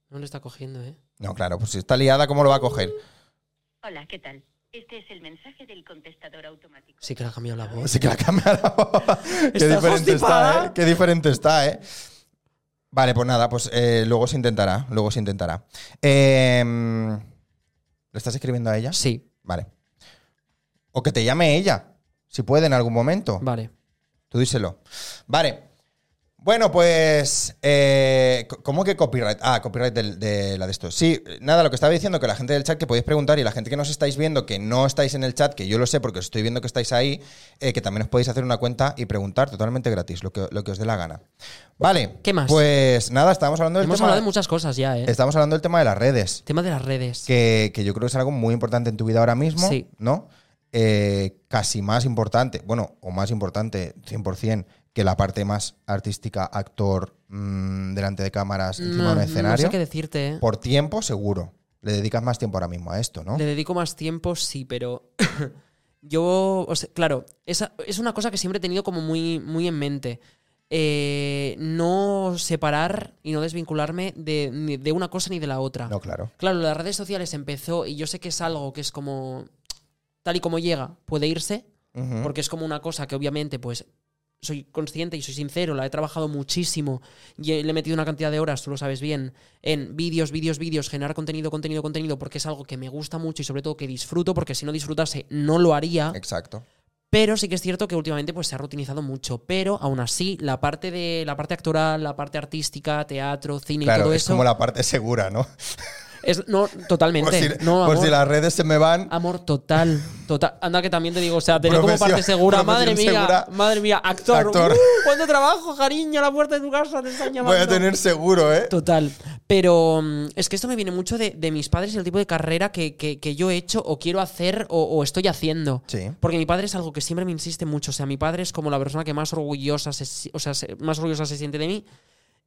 No lo está cogiendo, ¿eh?
No, claro, pues si está liada, ¿cómo lo va a coger?
Hola, ¿qué tal? Este es el mensaje del contestador automático.
Sí que le ha cambiado la voz.
Así Pues que la cámara. <laughs> Qué diferente
Está
está,
constipada.
¿eh? Qué diferente está, ¿eh? Vale, pues nada, pues eh, luego se intentará. Luego se intentará. Eh, ¿Le estás escribiendo a ella?
Sí,
Vale. O que te llame ella, si puede en algún momento.
vale.
Tú díselo. Vale. Bueno, pues. eh, co- ¿Cómo que copyright? Ah, copyright del- de, la de esto. Sí, nada, lo que estaba diciendo, que la gente del chat que podéis preguntar y la gente que nos estáis viendo, que no estáis en el chat, que yo lo sé porque os estoy viendo que estáis ahí, eh, que también os podéis hacer una cuenta y preguntar totalmente gratis, lo que, lo que os dé la gana. Vale.
¿Qué más?
Pues nada, estábamos hablando del
Hemos
tema.
hablado de muchas cosas ya, ¿eh?
Estamos hablando del tema de las redes
Tema de las redes.
que, que yo creo que es algo muy importante en tu vida ahora mismo,
Sí.
¿no? Eh, casi más importante, bueno, o más importante, 100%, que la parte más artística, actor, mm, delante de cámaras, encima de
Mm, No,
un
no
escenario.
sé qué decirte, ¿eh?
Por tiempo, seguro. Le dedicas más tiempo ahora mismo a esto, ¿no?
Le dedico más tiempo, sí, pero <coughs> yo, o sea, claro, esa, es una cosa que siempre he tenido como muy, muy en mente. Eh, no separar y no desvincularme de, ni de una cosa ni de la otra.
No, claro.
Claro, las redes sociales empezó y yo sé que es algo que es como, tal y como llega, puede irse,
Ujú.
porque es como una cosa que obviamente pues soy consciente y soy sincero, la he trabajado muchísimo y he- le he metido una cantidad de horas, tú lo sabes bien, en vídeos, vídeos, vídeos, generar contenido, contenido, contenido, porque es algo que me gusta mucho y sobre todo que disfruto, porque si no disfrutase no lo haría,
Exacto.
Pero sí que es cierto que últimamente pues, se ha rutinizado mucho. Pero aún así, la parte de la parte actoral, la parte artística, teatro, cine y
Claro,
todo
es
eso.
como la parte segura, ¿no? <laughs>
es- no,
Por
totalmente.
si,
no,
por
amor,
si las redes se me van.
amor total. Total. Anda que también te digo, o sea, tener como
Profesión-
parte segura. Madre mía,
profesión segura.
madre mía, actor.
Actor.
Uh, ¿Cuánto trabajo, cariño? A la puerta de tu casa te están llamando.
Voy a tener seguro, ¿eh?
Total. Pero mm, es que esto me viene mucho de, de mis padres y el tipo de carrera que, que- que yo he hecho o quiero hacer o, o estoy haciendo.
Sí.
Porque mi padre es algo que siempre me insiste mucho. O sea, mi padre es como la persona que más orgullosa se, si- o sea, se- más orgullosa se siente de mí.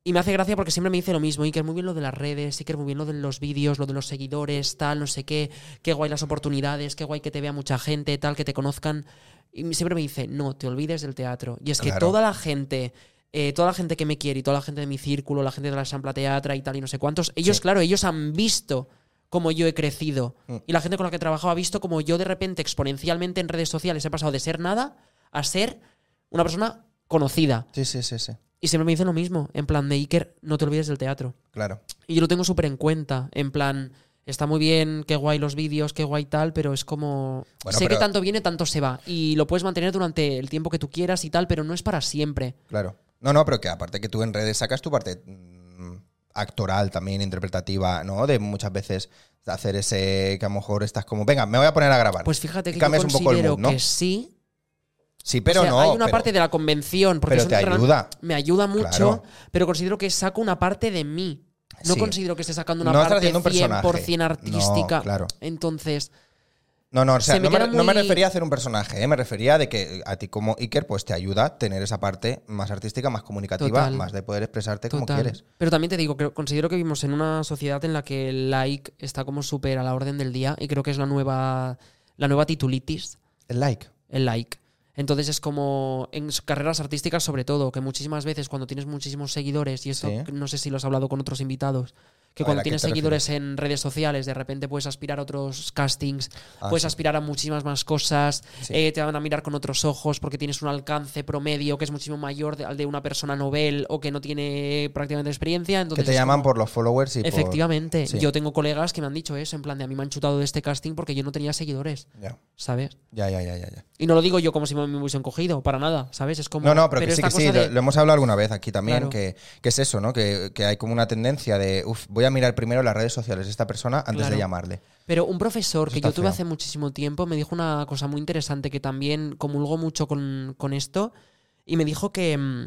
Y me hace gracia porque siempre me dice lo mismo. Iker, muy bien lo de las redes, Iker, muy bien lo de los vídeos, lo de los seguidores, tal, no sé qué. Qué guay las oportunidades, qué guay que te vea mucha gente, tal, que te conozcan. Y siempre me dice, no, te olvides del teatro. Y es que
Claro.
toda la gente, eh, toda la gente que me quiere y toda la gente de mi círculo, la gente de la Asamblea Teatra y tal y no sé cuántos, ellos,
Sí. Mm.
claro, ellos han visto cómo yo he crecido. Y la gente con la que he trabajado ha visto cómo yo de repente exponencialmente en redes sociales he pasado de ser nada a ser una persona conocida.
Sí, sí, sí, sí.
Y siempre me dicen lo mismo, en plan de Iker, no te olvides del teatro.
Claro.
Y yo lo tengo súper en cuenta, en plan, está muy bien, qué guay los vídeos, qué guay tal, pero es como...
Bueno,
sé
pero-
que tanto viene, tanto se va. Y lo puedes mantener durante el tiempo que tú quieras y tal, pero no es para siempre.
Claro. No, no, pero que aparte que tú en redes sacas tu parte mm, actoral también, interpretativa, ¿no? De muchas veces hacer ese que a lo mejor estás como, venga, me voy a poner a grabar.
Pues fíjate que yo
cambias un poco el
considero
mood, ¿no?
que sí,
Sí, pero
O sea,
no.
Hay una
pero-
parte de la convención. Porque
pero
es un
te
gran-
ayuda.
Me ayuda mucho,
Claro.
pero considero que saco una parte de mí. No
Sí.
considero que esté sacando una
No estás
parte
haciendo un personaje.
100% artística.
No, claro.
Entonces,
No, no, o sea,
se me
no, me,
queda
no me
muy-
refería a hacer un personaje, ¿eh? me refería de que a ti como Iker, pues te ayuda a tener esa parte más artística, más comunicativa,
Total.
más de poder expresarte como
total.
quieres.
Pero también te digo, que considero que vivimos en una sociedad en la que el like está como súper a la orden del día y creo que es la nueva, la nueva titulitis.
El like.
el like. Entonces es como en s- carreras artísticas sobre todo, que muchísimas veces cuando tienes muchísimos seguidores, y esto
Sí.
que no sé si lo has hablado con otros invitados, que
A ver, ¿a
cuando
qué
tienes
te
seguidores en redes sociales de repente puedes aspirar a otros castings,
Ah,
puedes
sí.
aspirar a muchísimas más cosas,
Sí.
eh, te van a mirar con otros ojos porque tienes un alcance promedio que es muchísimo mayor de- al de una persona novel o que no tiene prácticamente experiencia.
Que
Entonces
te
es
llaman
como-
por los followers y por-
Efectivamente,
Sí.
yo tengo colegas que me han dicho eso, en plan de a mí me han chutado de este casting porque yo no tenía seguidores,
Ya,
¿sabes?
ya, ya, ya, ya. ya.
Y no lo digo yo como si me me hubiesen cogido, para nada, ¿sabes? Es como.
No, no, pero, que sí,
esta
que sí,
cosa
lo-
de-
lo hemos hablado alguna vez aquí también,
Claro.
que, que es eso, ¿no? Que, que hay como una tendencia de, uff, voy a mirar primero las redes sociales de esta persona antes
Claro.
de llamarle.
Pero un profesor
Eso
que
está
yo tuve
feo.
hace muchísimo tiempo me dijo una cosa muy interesante que también comulgó mucho con, con esto. Y me dijo que. mm,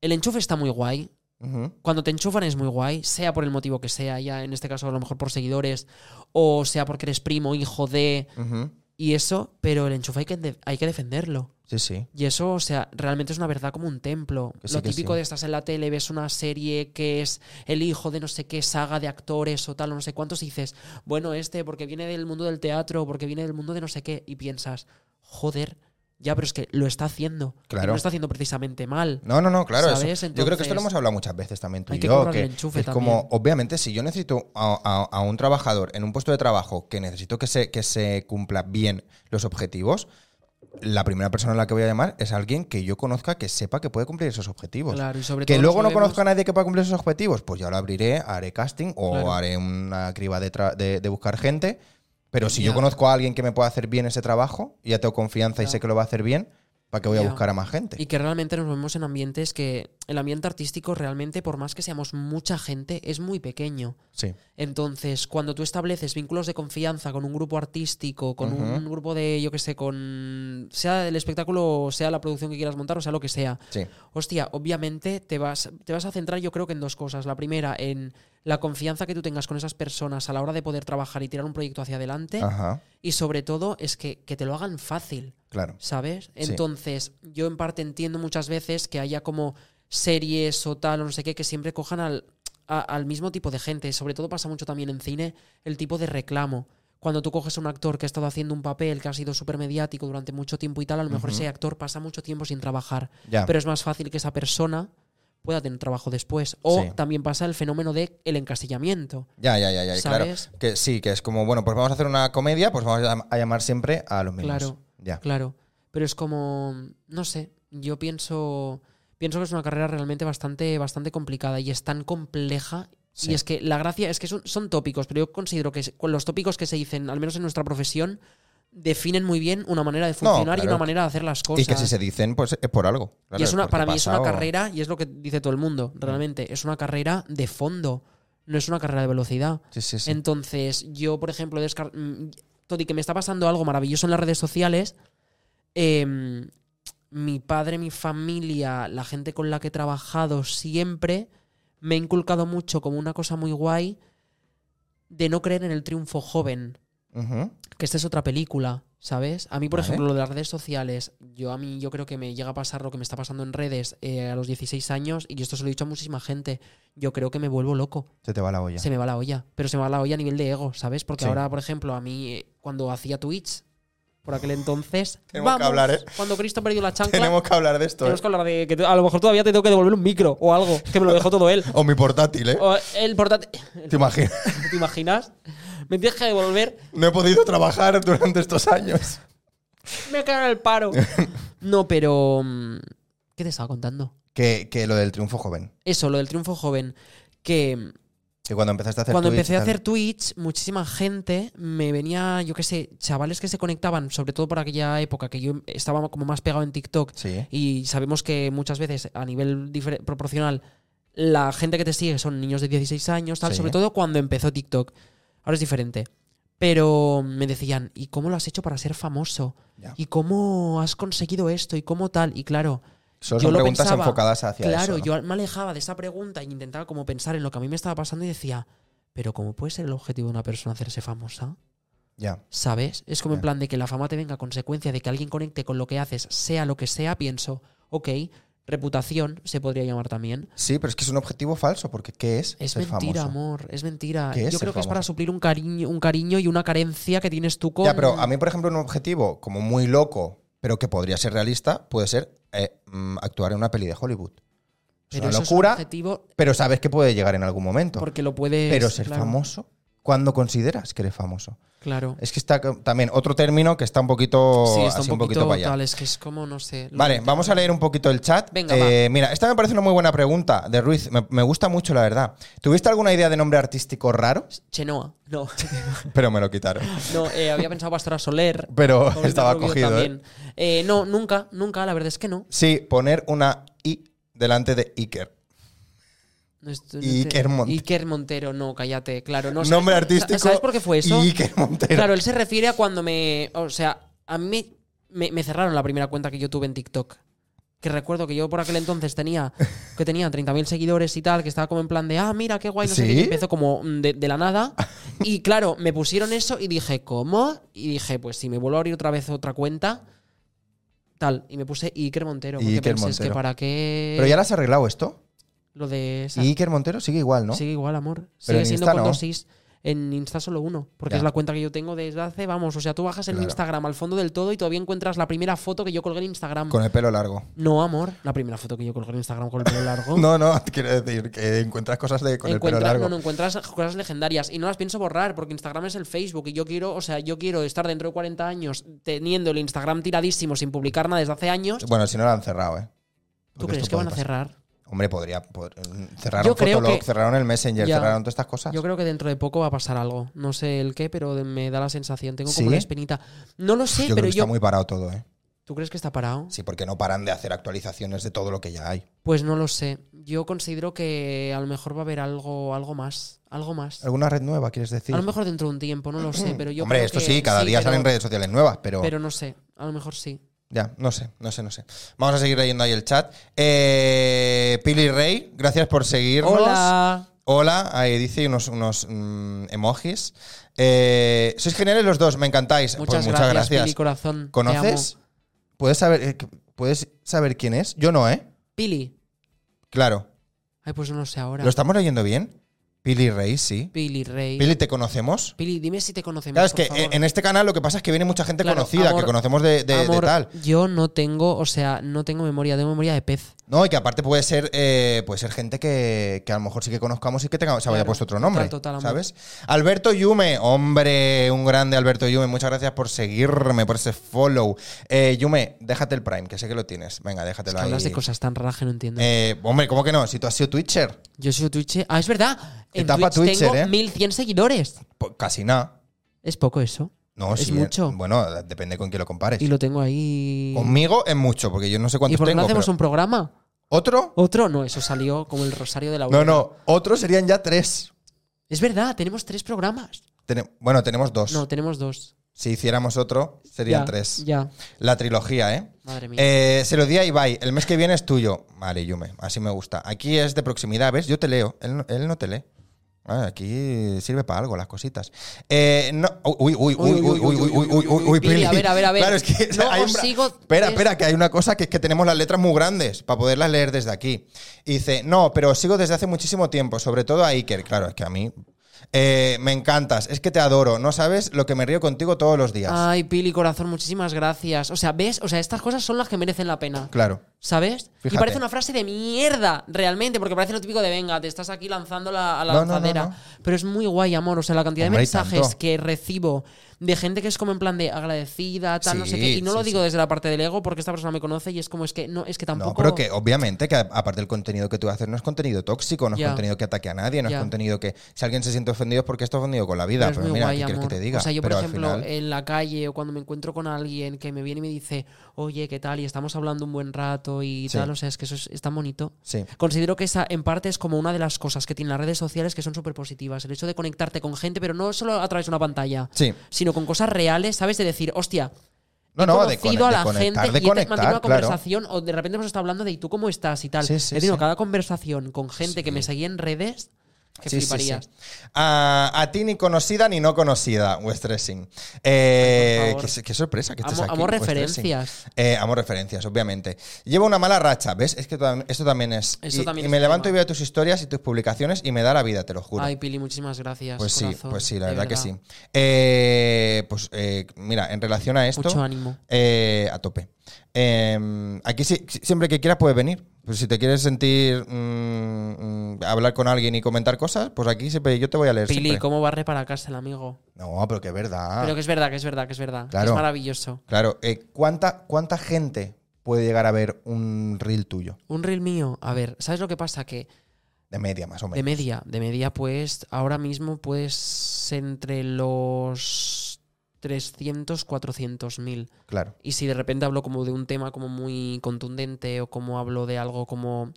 el enchufe está muy guay.
Ujú.
Cuando te enchufan es muy guay, sea por el motivo que sea, ya en este caso a lo mejor por seguidores, o sea porque eres primo, hijo de.
Ujú.
Y eso, pero el enchufe hay que, de- hay que defenderlo.
Sí, sí.
Y eso, o sea, realmente es una verdad como un templo.
Que sí,
lo
que
típico
sí.
de estás en la tele, ves una serie que es el hijo de no sé qué saga de actores o tal, o no sé cuántos, y dices, bueno, este, porque viene del mundo del teatro, porque viene del mundo de no sé qué, y piensas, joder, ya, pero es que lo está haciendo. Y
Claro.
no lo está haciendo precisamente mal.
No, no, no, claro.
¿Sabes?
eso- yo creo que esto
Entonces,
lo hemos hablado muchas veces también tú
hay
y
que
yo.
currarle
Que
el enchufe
es como,
también.
obviamente, si yo necesito a, a- a un trabajador en un puesto de trabajo que necesito que se, que se cumpla bien los objetivos, la primera persona a la que voy a llamar es alguien que yo conozca que sepa que puede cumplir esos objetivos.
Claro, y sobre
pues, que
todo
luego no
nos volvemos-
conozca a nadie que pueda cumplir esos objetivos, pues ya lo abriré, haré casting o
Claro.
haré una criba de, tra- de- de buscar gente. Pero si yo
Ya.
conozco a alguien que me pueda hacer bien ese trabajo, ya tengo confianza y
Ya.
sé que lo va a hacer bien, ¿para qué voy a
Ya.
buscar a más gente?
Y que realmente nos vemos en ambientes que el ambiente artístico realmente, por más que seamos mucha gente, es muy pequeño.
Sí.
Entonces, cuando tú estableces vínculos de confianza con un grupo artístico, con un grupo de, yo qué sé, con. sea el espectáculo, sea la producción que quieras montar, o sea lo que sea.
Sí.
Hostia, obviamente te vas, te vas a centrar, yo creo que en dos cosas. La primera, en la confianza que tú tengas con esas personas a la hora de poder trabajar y tirar un proyecto hacia adelante.
Ajá.
Y sobre todo, es que, que te lo hagan fácil.
Claro.
¿Sabes? Entonces, yo en parte entiendo muchas veces que haya como series o tal, o no sé qué, que siempre cojan al, a- al mismo tipo de gente. Sobre todo pasa mucho también en cine el tipo de reclamo. Cuando tú coges a un actor que ha estado haciendo un papel que ha sido súper mediático durante mucho tiempo y tal, a lo mejor ese actor pasa mucho tiempo sin trabajar.
Ya.
Pero es más fácil que esa persona pueda tener trabajo después. O
Sí.
también pasa el fenómeno de el encasillamiento.
ya, ya, ya, ya,
¿Sabes?
claro. Que sí, que es como, bueno, pues vamos a hacer una comedia, pues vamos a llam- a llamar siempre a los mismos.
Claro.
Ya.
Claro, pero es como, no sé, yo pienso, pienso que es una carrera realmente bastante, bastante complicada y es tan compleja.
Sí.
Y es que la gracia es que son, son tópicos, pero yo considero que es- con los tópicos que se dicen, al menos en nuestra profesión, definen muy bien una manera de funcionar y
claro.
una manera de hacer las cosas.
Y que si se dicen, pues es por algo.
Y
Claro,
es una,
porque
para mí es
pasa Mm.
una
o-
carrera, y es lo que dice todo el mundo, realmente, es una carrera de fondo, no es una carrera de velocidad.
Sí, sí, sí.
Entonces, yo, por ejemplo, descar- mm, Toti, que me está pasando algo maravilloso en las redes sociales. em, mi padre, mi familia, la gente con la que he trabajado siempre, me ha inculcado mucho como una cosa muy guay de no creer en el triunfo joven
Ujú.
que esta es otra película, ¿sabes? A mí, por
Vale.
ejemplo, lo de las redes sociales, yo a mí yo creo que me llega a pasar lo que me está pasando en redes eh, a los 16 años, y yo esto se lo he dicho a muchísima gente, yo creo que me vuelvo loco,
Se te va la olla.
se me va la olla, pero se me va la olla a nivel de ego, ¿sabes? Porque
Sí.
ahora, por ejemplo, a mí eh, cuando hacía Twitch, por aquel entonces,
<laughs> Tenemos que hablar, ¿eh?
cuando Cristo perdió la chancla,
<laughs> Tenemos que hablar de esto.
tenemos
¿eh?
que hablar de que a lo mejor todavía te tengo que devolver un micro o algo, que me lo dejó todo él.
O mi portátil, ¿eh?
O el portátil, <laughs>
¿Te imaginas? <laughs>
¿te imaginas? Me tienes que devolver
No he podido trabajar durante estos años.
Me cago en el
<laughs>
paro. No, pero. mm, ¿Qué te estaba contando?
Que, que lo del triunfo joven.
Eso, lo del triunfo joven. Que mm,
Que cuando empezaste a hacer
cuando
Twitch,
empecé a
tal-
hacer Twitch, muchísima gente me venía, yo qué sé, chavales que se conectaban, sobre todo por aquella época que yo estaba como más pegado en TikTok.
Sí.
Y sabemos que muchas veces, a nivel difer- proporcional, la gente que te sigue son niños de 16 años, tal,
Sí.
sobre todo cuando empezó TikTok. Ahora es diferente. Pero me decían, ¿y cómo lo has hecho para ser famoso?
Ya.
¿Y cómo has conseguido esto? ¿Y cómo tal? Y claro,
Solo
yo
son
lo
preguntas
pensaba,
enfocadas hacia
claro,
eso. ¿no?
yo me alejaba de esa pregunta e intentaba como pensar en lo que a mí me estaba pasando y decía, pero ¿cómo puede ser el objetivo de una persona hacerse famosa?
Ya.
¿Sabes? Es como en
Ya.
plan de que la fama te venga a consecuencia de que alguien conecte con lo que haces, sea lo que sea, pienso, ok, reputación se podría llamar también.
Sí, pero es que es un objetivo falso, porque ¿qué es,
Es
ser
mentira,
famoso?
amor, es mentira.
¿Qué
Yo
es
creo
ser
que es para
famoso?
suplir un cariño, un cariño y una carencia que tienes tú con...
Ya, pero a mí, por ejemplo, un objetivo como muy loco, pero que podría ser realista, puede ser eh, mm, actuar en una peli de Hollywood. Es
Pero
una
eso
locura,
es un objetivo
pero sabes que puede llegar en algún momento.
porque lo puedes...
pero ser
claro,
famoso, ¿cuándo consideras que eres famoso?
Claro.
Es que está co- también otro término que está un poquito,
Sí, está
así,
un poquito,
para allá.
tal, es que es como, no sé. lo-
Vale, vamos a leer un poquito el chat.
Venga,
Eh, Mira, esta me parece una muy buena pregunta de Ruiz. Me, me gusta mucho, la verdad. ¿Tuviste alguna idea de nombre artístico
<laughs>
raro?
Chenoa.
<laughs>
No,
Pero me lo quitaron.
no eh, había pensado Pastora Soler.
Pero <laughs>
Paulina
estaba
este Rubio
cogido. ¿eh?
también. Eh, no, nunca, nunca, la verdad es que no.
Sí, poner una I delante de Iker.
No estoy-
Y
no te-
Iker Montero.
Iker Montero, no, cállate, claro. No,
nombre
<laughs> ¿sabes por-
artístico.
¿Sabes por qué fue eso?
Y Iker Montero.
Claro, eh. él se refiere a cuando me. O sea, a mí me, me cerraron la primera cuenta que yo tuve en TikTok. Que recuerdo que yo por aquel entonces tenía que tenía 30.000 seguidores y tal, que estaba como en plan de, ah, mira, qué guay, no sé qué,
¿Sí?
y empezó como mm, de, de la nada. Y claro, me pusieron eso y dije, ¿cómo? Y dije, pues si me vuelvo a abrir otra vez otra cuenta, tal. Y me puse Iker Montero, porque
Iker
pensé, es que
Montero.
para qué
Pero ya las has arreglado esto.
lo de esa-
Y Iker Montero sigue igual, ¿no?
Sigue igual, amor.
Pero en
Sigue siendo
Insta
con
no.
dos is. En Insta solo uno, porque
Ya.
es la cuenta que yo tengo desde hace, vamos, o sea, tú bajas en
Claro.
Instagram al fondo del todo y todavía encuentras la primera foto que yo colgué en Instagram.
Con el pelo largo.
No, amor, la primera foto que yo colgué en Instagram con el pelo largo.
<laughs> No, no, quiero decir que encuentras cosas de con el pelo
Encuentras-
largo.
No, no, encuentras cosas legendarias y no las pienso borrar porque Instagram es el Facebook y yo quiero, o sea, yo quiero estar dentro de 40 años teniendo el Instagram tiradísimo sin publicar nada desde hace años.
Bueno, si no la han cerrado, ¿eh?
¿Tú
Porque
crees
esto
que van a
puede pasar.
cerrar?
Hombre, podría. pod- cerraron
Yo creo
Fotolog,
que-
cerraron el Messenger,
Ya.
cerraron todas estas cosas.
Yo creo que dentro de poco va a pasar algo. No sé el qué, pero de- me da la sensación. Tengo
¿Sí?
como la espinita. No lo sé,
Yo creo
pero
que
yo.
está muy parado todo, ¿eh?
¿Tú crees que está parado?
Sí, porque no paran de hacer actualizaciones de todo lo que ya hay.
Pues no lo sé. Yo considero que a lo mejor va a haber algo, algo más. Algo más.
¿Alguna red nueva, quieres decir?
A lo mejor dentro de un tiempo, no lo sé. Pero yo
Hombre,
creo
esto
que-
sí, cada día
pero-
salen redes sociales nuevas, pero,
Pero no sé. A lo mejor sí.
ya, no sé, no sé, no sé. Vamos a seguir leyendo ahí el chat. Eh, Pili Rey, gracias por seguirnos.
Hola.
Hola, ahí dice unos, unos mm, emojis. Eh, sois geniales los dos, me encantáis.
Muchas,
Pues muchas
gracias,
gracias.
Pili Corazón. Te
¿Conoces?
amo.
¿Puedes saber, eh, ¿Puedes saber quién es? Yo no, ¿eh?
Pili.
Claro.
Ay, pues no lo sé ahora.
¿Lo estamos leyendo bien? Pili Rey, sí.
Pili Rey. Pili.
Pili, ¿te conocemos?
dime si te conocemos.
Claro, es
por
que
favor.
en en este canal lo que pasa es que viene mucha gente
Claro,
conocida,
amor,
que conocemos de, de- de
Amor,
tal.
Yo no tengo, o sea, no tengo memoria, tengo memoria de pez.
No, y que aparte puede ser, eh, puede ser gente que, que a lo mejor sí que conozcamos y que tenga, se haya
Claro,
puesto otro nombre.
total, total, amor.
¿Sabes? Alberto Yume, hombre, un grande Alberto Yume, muchas gracias por seguirme, por ese follow. Eh, Yume, déjate el Prime, que sé que lo tienes. Venga,
Es
déjatelo
que
ahí.
hablas de cosas tan raras que no entiendo.
Eh, hombre, ¿cómo que no? Si tú has sido Twitcher,
Yo soy Twitch. Ah, es verdad. En
Etapa
Twitch tengo
Twitcher, ¿eh?
1100 seguidores.
pues casi nada.
Es poco eso.
No,
Es
sí, eh,
mucho.
Bueno, depende con quién lo compares.
Y lo tengo ahí.
Conmigo es mucho, porque yo no sé
¿Y
cuántos
por qué no
tengo.
hacemos
pero-
un programa?
¿Otro?
¿Otro? No, eso salió como el Rosario de la
No,
Aurora.
no, otro serían ya tres.
Es verdad, tenemos tres programas.
Tene- bueno, tenemos dos.
No, tenemos dos.
Si hiciéramos otro, serían
Ya,
tres.
Ya,
La trilogía, ¿eh?
madre mía.
Eh, se lo di a Ibai, el mes que viene es tuyo. Vale, Yume, así me gusta. Aquí es de proximidad, ¿ves? Yo te leo, él, no- él no te lee. Ah, aquí sirve para algo las cositas. Eh, no, uy, uy, uy, uy, uy, uy, uy, uy, uy, uy, uy,
Pili,
Pili.
a ver, a ver, a ver.
Claro, es que
No
hay
os
un bra-
sigo-
Espera,
es-
espera, que hay una cosa que es que tenemos las letras muy grandes para poderlas leer desde aquí. Y dice, no, pero os sigo desde hace muchísimo tiempo, sobre todo a Iker. Claro, es que a mí eh, me encantas, es que te adoro. No sabes lo que me río contigo todos los días.
Ay, Pili, corazón, muchísimas gracias. O sea, ¿ves? O sea, estas cosas son las que merecen la pena.
Claro.
¿Sabes?
Fíjate.
Y parece una frase de mierda, realmente, porque parece lo típico de venga, te estás aquí lanzando la, a la
No, no, no,
lanzadera.
no.
Pero es muy guay, amor. O sea, la cantidad
Hombre, y
de mensajes
tanto.
que recibo de gente que es como en plan de agradecida, tal, no sé
Sí,
qué. Y no
sí,
lo digo
sí.
desde la parte del ego, porque esta persona me conoce y es como es que no, es que tampoco.
No, pero que obviamente que a- aparte el contenido que tú haces no es contenido tóxico, no es
Ya.
contenido que ataque a nadie, no
Ya.
es contenido que si alguien se siente ofendido es porque está ofendido con la vida,
Pero es
pero,
muy
mira,
guay,
¿qué quieres que
amor.
te diga?
O sea, yo, por
Pero al
ejemplo, eh,
final-
en la calle o cuando me encuentro con alguien que me viene y me dice, oye, ¿qué tal? Y estamos hablando un buen rato y
Sí.
tal, o sea, es que eso es, es tan bonito.
sí.
Considero que esa, en parte, es como una de las cosas que tienen las redes sociales que son súper positivas. El hecho de conectarte con gente, pero no solo a través de una pantalla,
Sí.
sino con cosas reales, ¿sabes? De decir, hostia,
No,
he
no, de,
conocido
cone-
a
de
la gente
conectar, de
y he te- mantenido
conectar, claro.
una conversación o de repente hemos estado hablando de ¿y tú cómo estás? y tal.
Sí, sí,
he tenido
sí.
cada conversación con gente
Sí.
que me seguía en redes que
Sí, sí,
fliparías.
sí. A, a ti ni conocida ni no conocida, West Dressing. Eh,
Ay, por
qué,
favor.
se- qué sorpresa que estés
Amo-
aquí.
amo
West Dressing.
referencias.
Eh, amo referencias, obviamente. Llevo una mala racha, ¿ves? Es que tam- esto también es.
Eso
y, y
también es
me
un
levanto y
tema.
veo tus historias y tus publicaciones y me da la vida, te lo juro.
Ay, Pili, muchísimas gracias.
Pues sí,
corazón,
pues sí, la
de
verdad, que sí. Eh, pues eh, mira, en relación a esto,
Mucho ánimo.
eh, a tope. Eh, aquí sí- siempre que quieras puedes venir. Pues si te quieres sentir mm, mm, hablar con alguien y comentar cosas, pues aquí siempre yo te voy a leer.
Pili,
siempre.
¿cómo barre para casa el amigo?
No, pero que es verdad.
Pero que es verdad, que es verdad, que es verdad.
Claro.
Es maravilloso.
Claro, eh, ¿cuánta, ¿cuánta gente puede llegar a ver un reel tuyo?
Un reel mío, a ver, ¿sabes lo que pasa? Que
De media, más o menos.
de media, de media, pues ahora mismo, pues entre los 300, 400 mil.
claro.
Y si de repente hablo como de un tema como muy contundente o como hablo de algo como...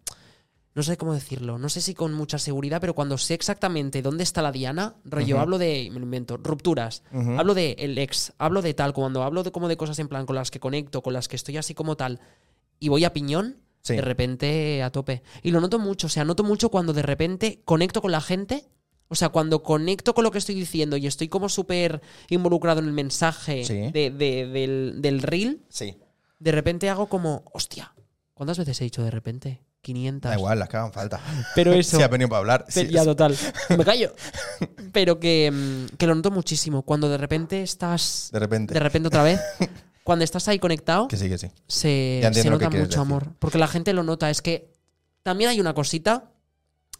No sé cómo decirlo, no sé si con mucha seguridad, pero cuando sé exactamente dónde está la diana, rollo,
Ujú.
hablo de, me lo invento, rupturas,
Ujú.
hablo de el ex, hablo de tal, cuando hablo de como de cosas en plan con las que conecto, con las que estoy así como tal, y voy a piñón,
Sí.
de repente a tope. Y lo noto mucho, o sea, noto mucho cuando de repente conecto con la gente, o sea, cuando conecto con lo que estoy diciendo y estoy como súper involucrado en el mensaje
Sí.
de- de- del, del reel,
Sí.
de repente hago como, hostia, ¿cuántas veces he dicho de repente? 500.
Da igual, las que hagan
<laughs>
falta. <laughs>
Pero eso,
Sí, ha venido para hablar.
pe-
Sí,
ya
sí.
total,
<laughs>
me callo. Pero que, mm, que lo noto muchísimo, cuando de repente estás,
De repente.
de repente otra
<laughs>
vez, cuando estás ahí conectado,
Que sí, que sí.
se,
Ya entiendo
se
lo que
nota mucho
quieres decir.
amor. Porque la gente lo nota. Es que también hay una cosita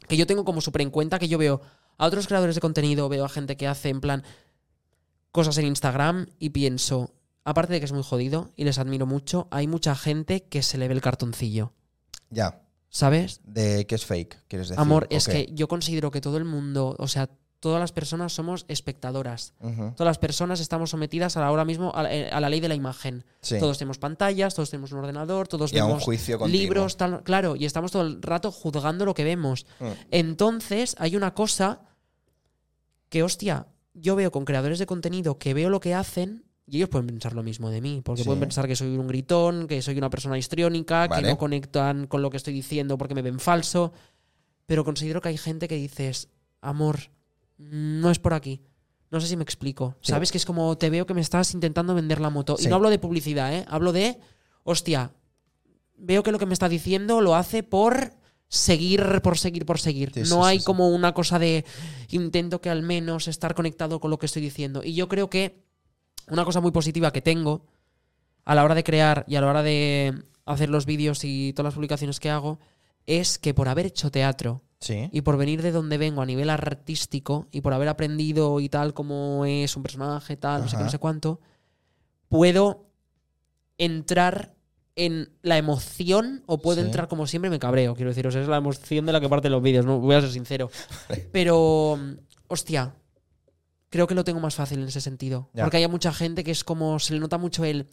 que yo tengo como súper en cuenta, que yo veo a otros creadores de contenido, veo a gente que hace en plan cosas en Instagram y pienso, aparte de que es muy jodido y les admiro mucho, hay mucha gente que se le ve el cartoncillo.
Ya.
¿Sabes?
De que es fake, quieres decir.
Amor, es
Ok.
que yo considero que todo el mundo, o sea, todas las personas somos espectadoras.
Ujú.
Todas las personas estamos sometidas a- ahora mismo a, la- eh, a la ley de la imagen.
Sí.
Todos tenemos pantallas, todos tenemos un ordenador, todos
Y a un
vemos
juicio continuo.
libros, tal- claro, y estamos todo el rato juzgando lo que vemos.
Mm.
Entonces, hay una cosa que, hostia, yo veo con creadores de contenido que veo lo que hacen y ellos pueden pensar lo mismo de mí, porque
Sí.
pueden pensar que soy un gritón, que soy una persona histriónica,
Vale.
que no conectan con lo que estoy diciendo porque me ven falso, pero considero que hay gente que dices, amor, no es por aquí. No sé si me explico.
Sí.
Sabes que es como te veo que me estás intentando vender la moto.
Sí.
Y no hablo de publicidad, ¿eh? Hablo de, hostia, veo que lo que me está diciendo lo hace por seguir, por seguir, por seguir.
Sí,
no
sí,
hay
sí, sí.
como una cosa de intento que al menos estar conectado con lo que estoy diciendo. Y yo creo que una cosa muy positiva que tengo a la hora de crear y a la hora de hacer los vídeos y todas las publicaciones que hago es que por haber hecho teatro
Sí.
y por venir de donde vengo a nivel artístico y por haber aprendido y tal como es un personaje, tal, no sé qué,
Ajá.
no sé cuánto, puedo entrar en la emoción o puedo
Sí.
entrar como siempre me cabreo, quiero deciros, es
<laughs>
la emoción de la que parten los vídeos, no voy a ser sincero. Pero hostia, creo que lo tengo más fácil en ese sentido.
Ya.
Porque hay mucha gente que es como, se le nota mucho el...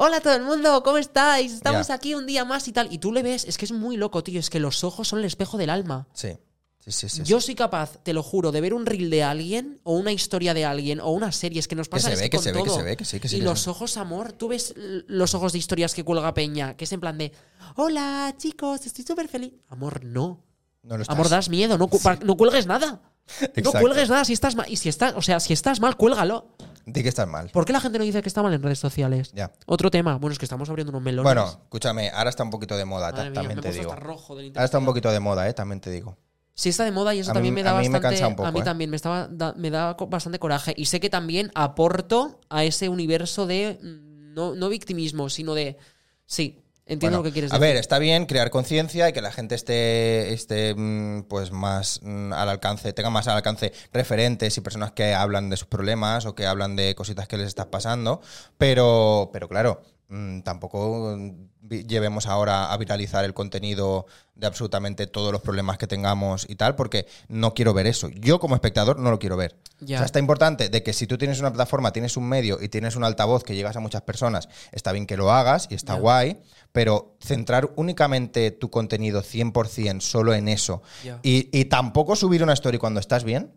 Hola a todo el mundo, ¿cómo estáis? Estamos
Ya.
aquí un día más y tal. Y tú le ves, es que es muy loco, tío. Es que los ojos son el espejo del alma.
Sí, sí, sí. sí,
Yo
sí.
soy capaz, te lo juro, de ver un reel de alguien o una historia de alguien o unas series que nos pasa
se
es
ve, que
con
se ve, que
todo.
se ve, que sí, que sí,
Y
que
los
sí.
ojos, amor, tú ves l- los ojos de historias que cuelga Peña, que es en plan de, hola chicos, estoy súper feliz. Amor, no.
No lo estás.
Amor, das miedo, no, cu- pa- no cuelgues nada. No
Exacto.
cuelgues nada si estás mal. Y si estás, o sea, si estás mal, cuélgalo.
Di que estás mal.
¿Por qué la gente no dice que está mal en redes sociales?
Ya.
Otro tema, bueno, es que estamos abriendo unos melones.
Bueno, escúchame, ahora está un poquito de moda, ta-
Madre mía, me he
también te
puesto
digo.
hasta rojo del
Ahora está un poquito de moda, eh, también te digo.
Sí, está de moda y eso
A
también
mí-
me da
a mí me
bastante.
cansa un poco,
a mí
¿eh?
también me, estaba, da- me da co- bastante coraje. Y sé que también aporto a ese universo de. mm, No, no victimismo, sino de. Sí, entiendo
Bueno,
lo que quieres
a
decir.
ver, está bien crear conciencia y que la gente esté, esté mm, pues más mm, al alcance, tenga más al alcance referentes y personas que hablan de sus problemas o que hablan de cositas que les está pasando, pero, pero claro, mm, tampoco mm, vi- llevemos ahora a viralizar el contenido de absolutamente todos los problemas que tengamos y tal, porque no quiero ver eso. Yo como espectador no lo quiero ver.
Ya.
O sea, está importante de que si tú tienes una plataforma, tienes un medio y tienes un altavoz que llegas a muchas personas, está bien que lo hagas y está
Ya.
guay, pero centrar únicamente tu contenido 100% solo en eso
Ya.
y, y tampoco subir una story cuando estás bien,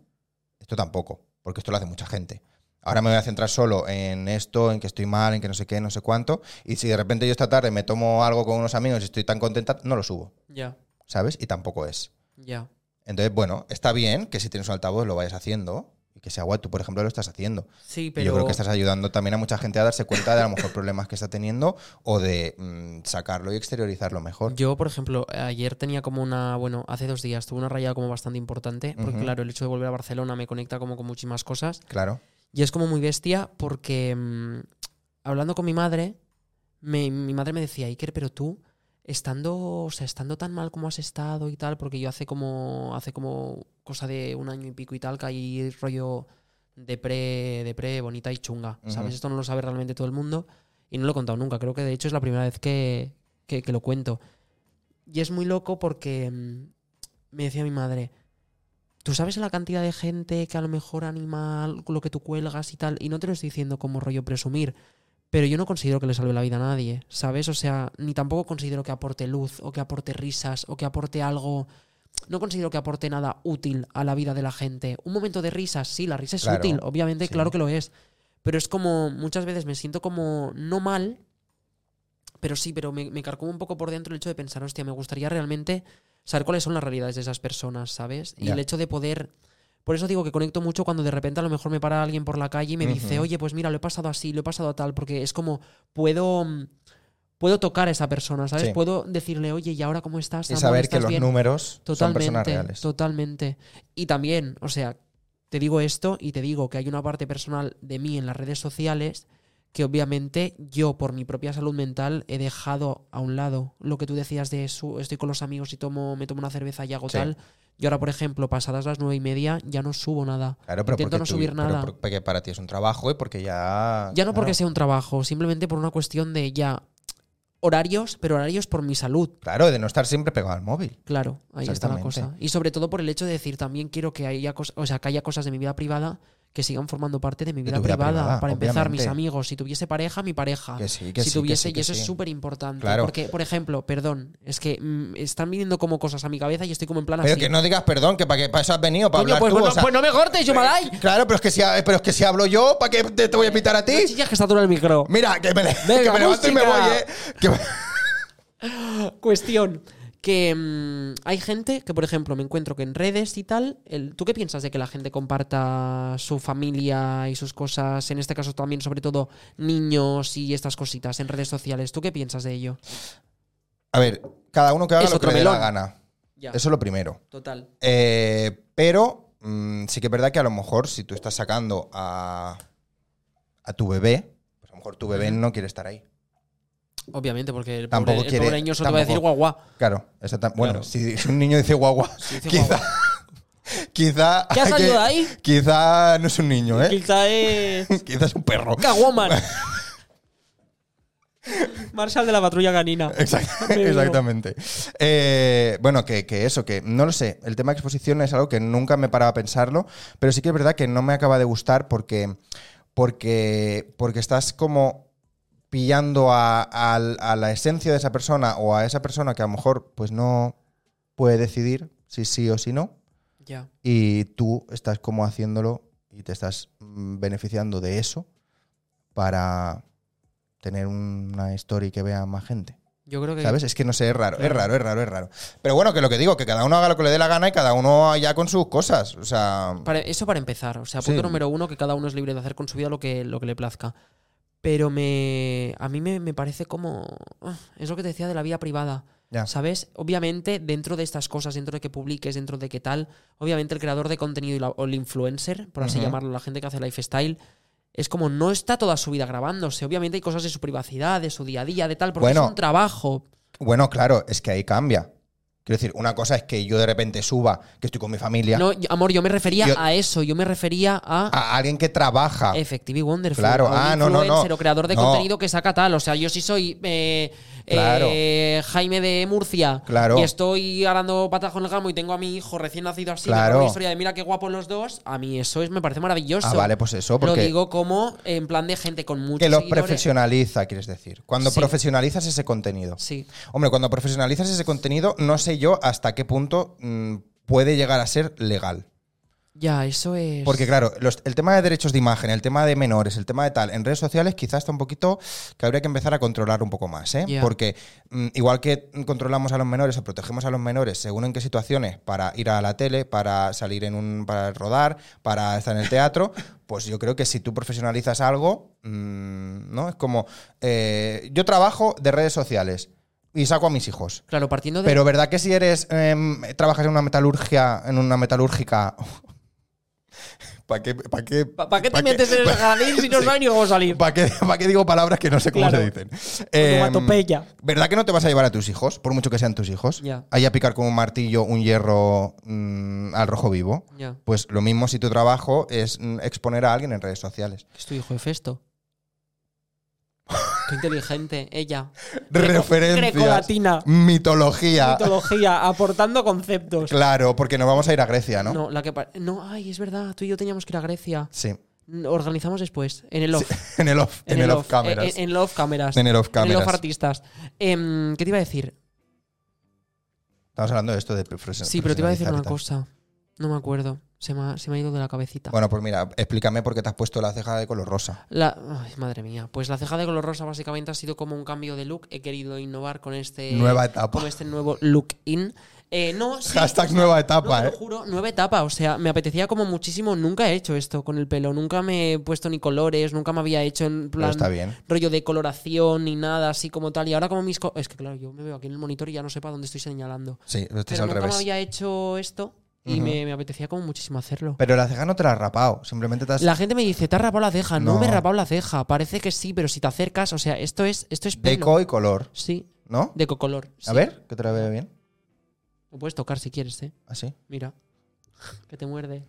esto tampoco, porque esto lo hace mucha gente. Ahora me voy a centrar solo en esto, en que estoy mal, en que no sé qué, no sé cuánto. Y si de repente yo esta tarde me tomo algo con unos amigos y estoy tan contenta, no lo subo,
Ya,
¿sabes? Y tampoco es.
ya.
Entonces, bueno, está bien que si tienes un altavoz lo vayas haciendo y que sea guay. Tú, por ejemplo, lo estás haciendo.
Sí,
Y
pero.
Yo creo que estás ayudando también a mucha gente a darse cuenta de a lo mejor problemas que está teniendo o de mm, sacarlo y exteriorizarlo mejor.
Yo, por ejemplo, ayer tenía como una. Bueno, hace dos días tuve una rayada como bastante importante. Porque,
Ujú.
claro, el hecho de volver a Barcelona me conecta como con muchísimas cosas.
Claro.
Y es como muy bestia porque mm, hablando con mi madre, me- mi madre me decía, Iker, pero tú, estando, o sea, estando tan mal como has estado y tal, porque yo hace como, hace como cosa de un año y pico y tal, caí rollo de pre, de pre bonita y chunga. ¿Sabes?
Ujú.
Esto no lo sabe realmente todo el mundo y no lo he contado nunca. Creo que de hecho es la primera vez que, que- que lo cuento. Y es muy loco porque mm, me decía mi madre, ¿Tú sabes la cantidad de gente que a lo mejor anima al- lo que tú cuelgas y tal? Y no te lo estoy diciendo como rollo presumir, pero yo no considero que le salve la vida a nadie, ¿sabes? O sea, ni tampoco considero que aporte luz o que aporte risas o que aporte algo... No considero que aporte nada útil a la vida de la gente. Un momento de risas, sí, la risa es
Claro,
útil, obviamente,
sí.
claro que lo es. Pero es como, muchas veces me siento como no mal, pero sí, pero me, me carcome un poco por dentro el hecho de pensar, hostia, me gustaría realmente saber cuáles son las realidades de esas personas, ¿sabes? Y
Ya.
el hecho de poder. Por eso digo que conecto mucho cuando de repente a lo mejor me para alguien por la calle y me dice,
Ujú.
oye, pues mira, lo he pasado así, lo he pasado a tal, porque es como, puedo. mm, Puedo tocar a esa persona, ¿sabes?
Sí.
Puedo decirle, oye, ¿y ahora cómo estás?
Y
amor?
saber que
¿Estás
los
bien?".
números son
Totalmente,
personas reales.
totalmente. Y también, o sea, te digo esto y te digo que hay una parte personal de mí en las redes sociales que obviamente yo por mi propia salud mental he dejado a un lado lo que tú decías de su, estoy con los amigos y tomo, me tomo una cerveza y hago
Sí.
tal. Yo ahora, por ejemplo, pasadas las nueve y media ya no subo nada.
Claro, pero
Intento
porque
no
tú-
subir
pero
nada.
por- porque para ti es un trabajo y porque ya.
Ya no
Ah, claro,
porque sea un trabajo, simplemente por una cuestión de ya horarios, pero horarios por mi salud.
Claro, de no estar siempre pegado al móvil.
Claro, ahí está la
Exactamente.
cosa. Y sobre todo por el hecho de decir también quiero que haya cosas, o sea, que haya cosas de mi vida privada que sigan formando parte de mi
De
vida,
tu vida
privada.
privada,
Para empezar, mis
obviamente.
amigos. Si tuviese pareja, mi pareja.
Que sí, que
si
sí, que
tuviese,
sí, que
y eso
sí.
es súper importante.
Claro.
Porque, por ejemplo, perdón, es que mm, están viniendo como cosas a mi cabeza y estoy como en plan
Pero
así.
que no digas perdón, que para eso has venido, para
Ah, Coño,
hablar
pues,
tú.
bueno,
o sea,
pues no me cortes, Yumalay.
Claro, pero es que si, pero es que si hablo yo, ¿para qué te, te voy a invitar a ti?
No chillas que está duro el micro.
Mira, que me,
Venga,
que me levanto y me
música.
voy, ¿eh? Que me-
Cuestión. Que mm, hay gente que, por ejemplo, me encuentro que en redes y tal. el- ¿Tú qué piensas de que la gente comparta su familia y sus cosas? En este caso también, sobre todo, niños y estas cositas en redes sociales. ¿Tú qué piensas de ello?
A ver, cada uno que haga
Es
lo que
otro
le dé la
melón.
gana.
Ya,
Eso es lo primero.
total.
Eh, pero mm, sí que es verdad que a lo mejor si tú estás sacando a, a tu bebé, pues a lo mejor tu bebé
Ujú.
no quiere estar ahí.
Obviamente, porque el
Tampoco
pobre, el
quiere-
pobre niño solo te va a decir
tampoco-
guau guau.
Claro, exacta- bueno,
Claro.
si un niño dice guagua,
Si dice
quizá,
guau, guau.
<laughs> quizá,
¿Qué ha
hay que-
salido de ahí?
quizá no es un <laughs> niño, <laughs> ¿eh?
Quizá es.
<laughs> quizá es un perro.
Catwoman. Marshall de la patrulla canina.
Exact-
Me veo.
exactamente. Eh, bueno, que, que eso, que no lo sé. El tema de exposición es algo que nunca me paraba a pensarlo, pero sí que es verdad que no me acaba de gustar porque, porque, porque estás como pillando a, al- a la esencia de esa persona o a esa persona que a lo mejor pues no puede decidir si sí o si no
Ya.
y tú estás como haciéndolo y te estás mm, beneficiando de eso para tener una story que vea más gente.
Yo creo que.
¿Sabes? Es que no sé, es raro,
Claro.
es raro, es raro, es raro. Pero bueno, que lo que digo, que cada uno haga lo que le dé la gana y cada uno ya con sus cosas. O sea,
Para- eso para empezar. O sea, punto
Sí.
número uno, que cada uno es libre de hacer con su vida lo que, lo que le plazca. Pero me. A mí me, me parece como. ah, Es lo que te decía de la vida privada.
ya.
¿Sabes? Obviamente, dentro de estas cosas, dentro de que publiques, dentro de qué tal, obviamente el creador de contenido y la- o el influencer, por así
Ujú.
llamarlo, la gente que hace lifestyle, es como no está toda su vida grabándose. Obviamente hay cosas de su privacidad, de su día a día, de tal, porque
Bueno.
es un trabajo.
Bueno, claro, es que ahí cambia. Quiero decir, una cosa es que yo de repente suba, que estoy con mi familia,
No, yo- amor, yo me refería
Yo-
a eso, yo me refería a.
a alguien que trabaja.
Effective y Wonderful.
Ah. Claro,
a un
ah, no, no, no.
influencer o creador de
No.
contenido que saca tal. O sea, yo sí soy eh,
Claro.
eh, Jaime de Murcia
Claro.
y estoy arando patajo en el gamo y tengo a mi hijo recién nacido así. me
Claro.
acuerdo de la historia de mira qué guapos los dos. A mí eso es, me parece maravilloso.
Ah, vale, pues eso,
Lo
porque-
digo como en plan de gente con muchos
que lo
seguidores.
profesionaliza, quieres decir. Cuando
Sí.
profesionalizas ese contenido.
Sí.
Hombre, cuando profesionalizas ese contenido, no sé yo hasta qué punto mm, puede llegar a ser legal.
Ya, eso es.
Porque claro, los- el tema de derechos de imagen, el tema de menores, el tema de tal, en redes sociales quizás está un poquito que habría que empezar a controlar un poco más, ¿eh?
Ya.
Porque mm, igual que controlamos a los menores o protegemos a los menores según en qué situaciones, para ir a la tele, para salir en un, para rodar, para estar en el teatro, <laughs> pues yo creo que si tú profesionalizas algo, mm, ¿no? Es como, eh, yo trabajo de redes sociales y saco a mis hijos.
Claro, partiendo de.
Pero verdad que si eres em, trabajas en una metalurgia, en una metalúrgica, <laughs> ¿para qué, pa' qué,
¿Para qué te
pa'
metes en el jardín si
<laughs>
no
Sí.
sabes ni cómo salir?
pa' qué- pa' qué digo palabras que no sé cómo
Claro.
se dicen? Em,
Onomatopeya.
¿Verdad que no te vas a llevar a tus hijos, por mucho que sean tus hijos?
Ya.
Ahí a picar con un martillo un hierro mm, al rojo vivo.
Ya.
Pues lo mismo si tu trabajo es mm, exponer a alguien en redes sociales.
Es tu hijo de Festo. Qué inteligente, ella.
Referencias,
Grecolatina.
mitología.
Mitología, aportando conceptos.
Claro, porque nos vamos a ir a Grecia, ¿no?
No, la que pa- no, ay, es verdad, tú y yo teníamos que ir a Grecia.
Sí. <laughs>
Mm, Organizamos después, en el off.
En el off, en, el off, cameras.
eh, En, en Love Cámaras.
En el off
En el
cámaras.
off Artistas. Em, ¿Qué te iba a decir?
Estamos hablando de esto de profesional.
Sí, pero te iba a decir una cosa. No me acuerdo. Se me ha, se me ha ido de la cabecita.
Bueno, pues mira, explícame por qué te has puesto la ceja de color rosa.
La, ay, madre mía. Pues la ceja de color rosa básicamente ha sido como un cambio de look. He querido innovar con este.
Nueva etapa.
Con este nuevo look in. Eh, no, sí,
<laughs> Hashtag nueva
No,
etapa,
te
¿eh?
lo juro, nueva etapa. O sea, me apetecía como muchísimo. Nunca he hecho esto con el pelo. Nunca me he puesto ni colores, nunca me había hecho en
Pero
plan
está bien.
rollo de coloración ni nada así como tal. Y ahora como mis... co- es que claro, yo me veo aquí en el monitor y ya no sé para dónde estoy señalando.
Sí, pero este es
Pero
al
nunca
revés.
me había hecho esto y
Ujú.
me, me apetecía como muchísimo hacerlo.
Pero la ceja no te la has rapado, simplemente te has.
la gente me dice, ¿te has rapado la ceja? No,
No.
me he rapado la ceja. Parece que sí, pero si te acercas, o sea, esto es, esto es pelo.
Deco y color,
Sí,
¿no?
deco color.
A
sí.
ver, que te la vea bien.
Lo puedes tocar si quieres, ¿eh?
Así.
Mira. <laughs> que te muerde.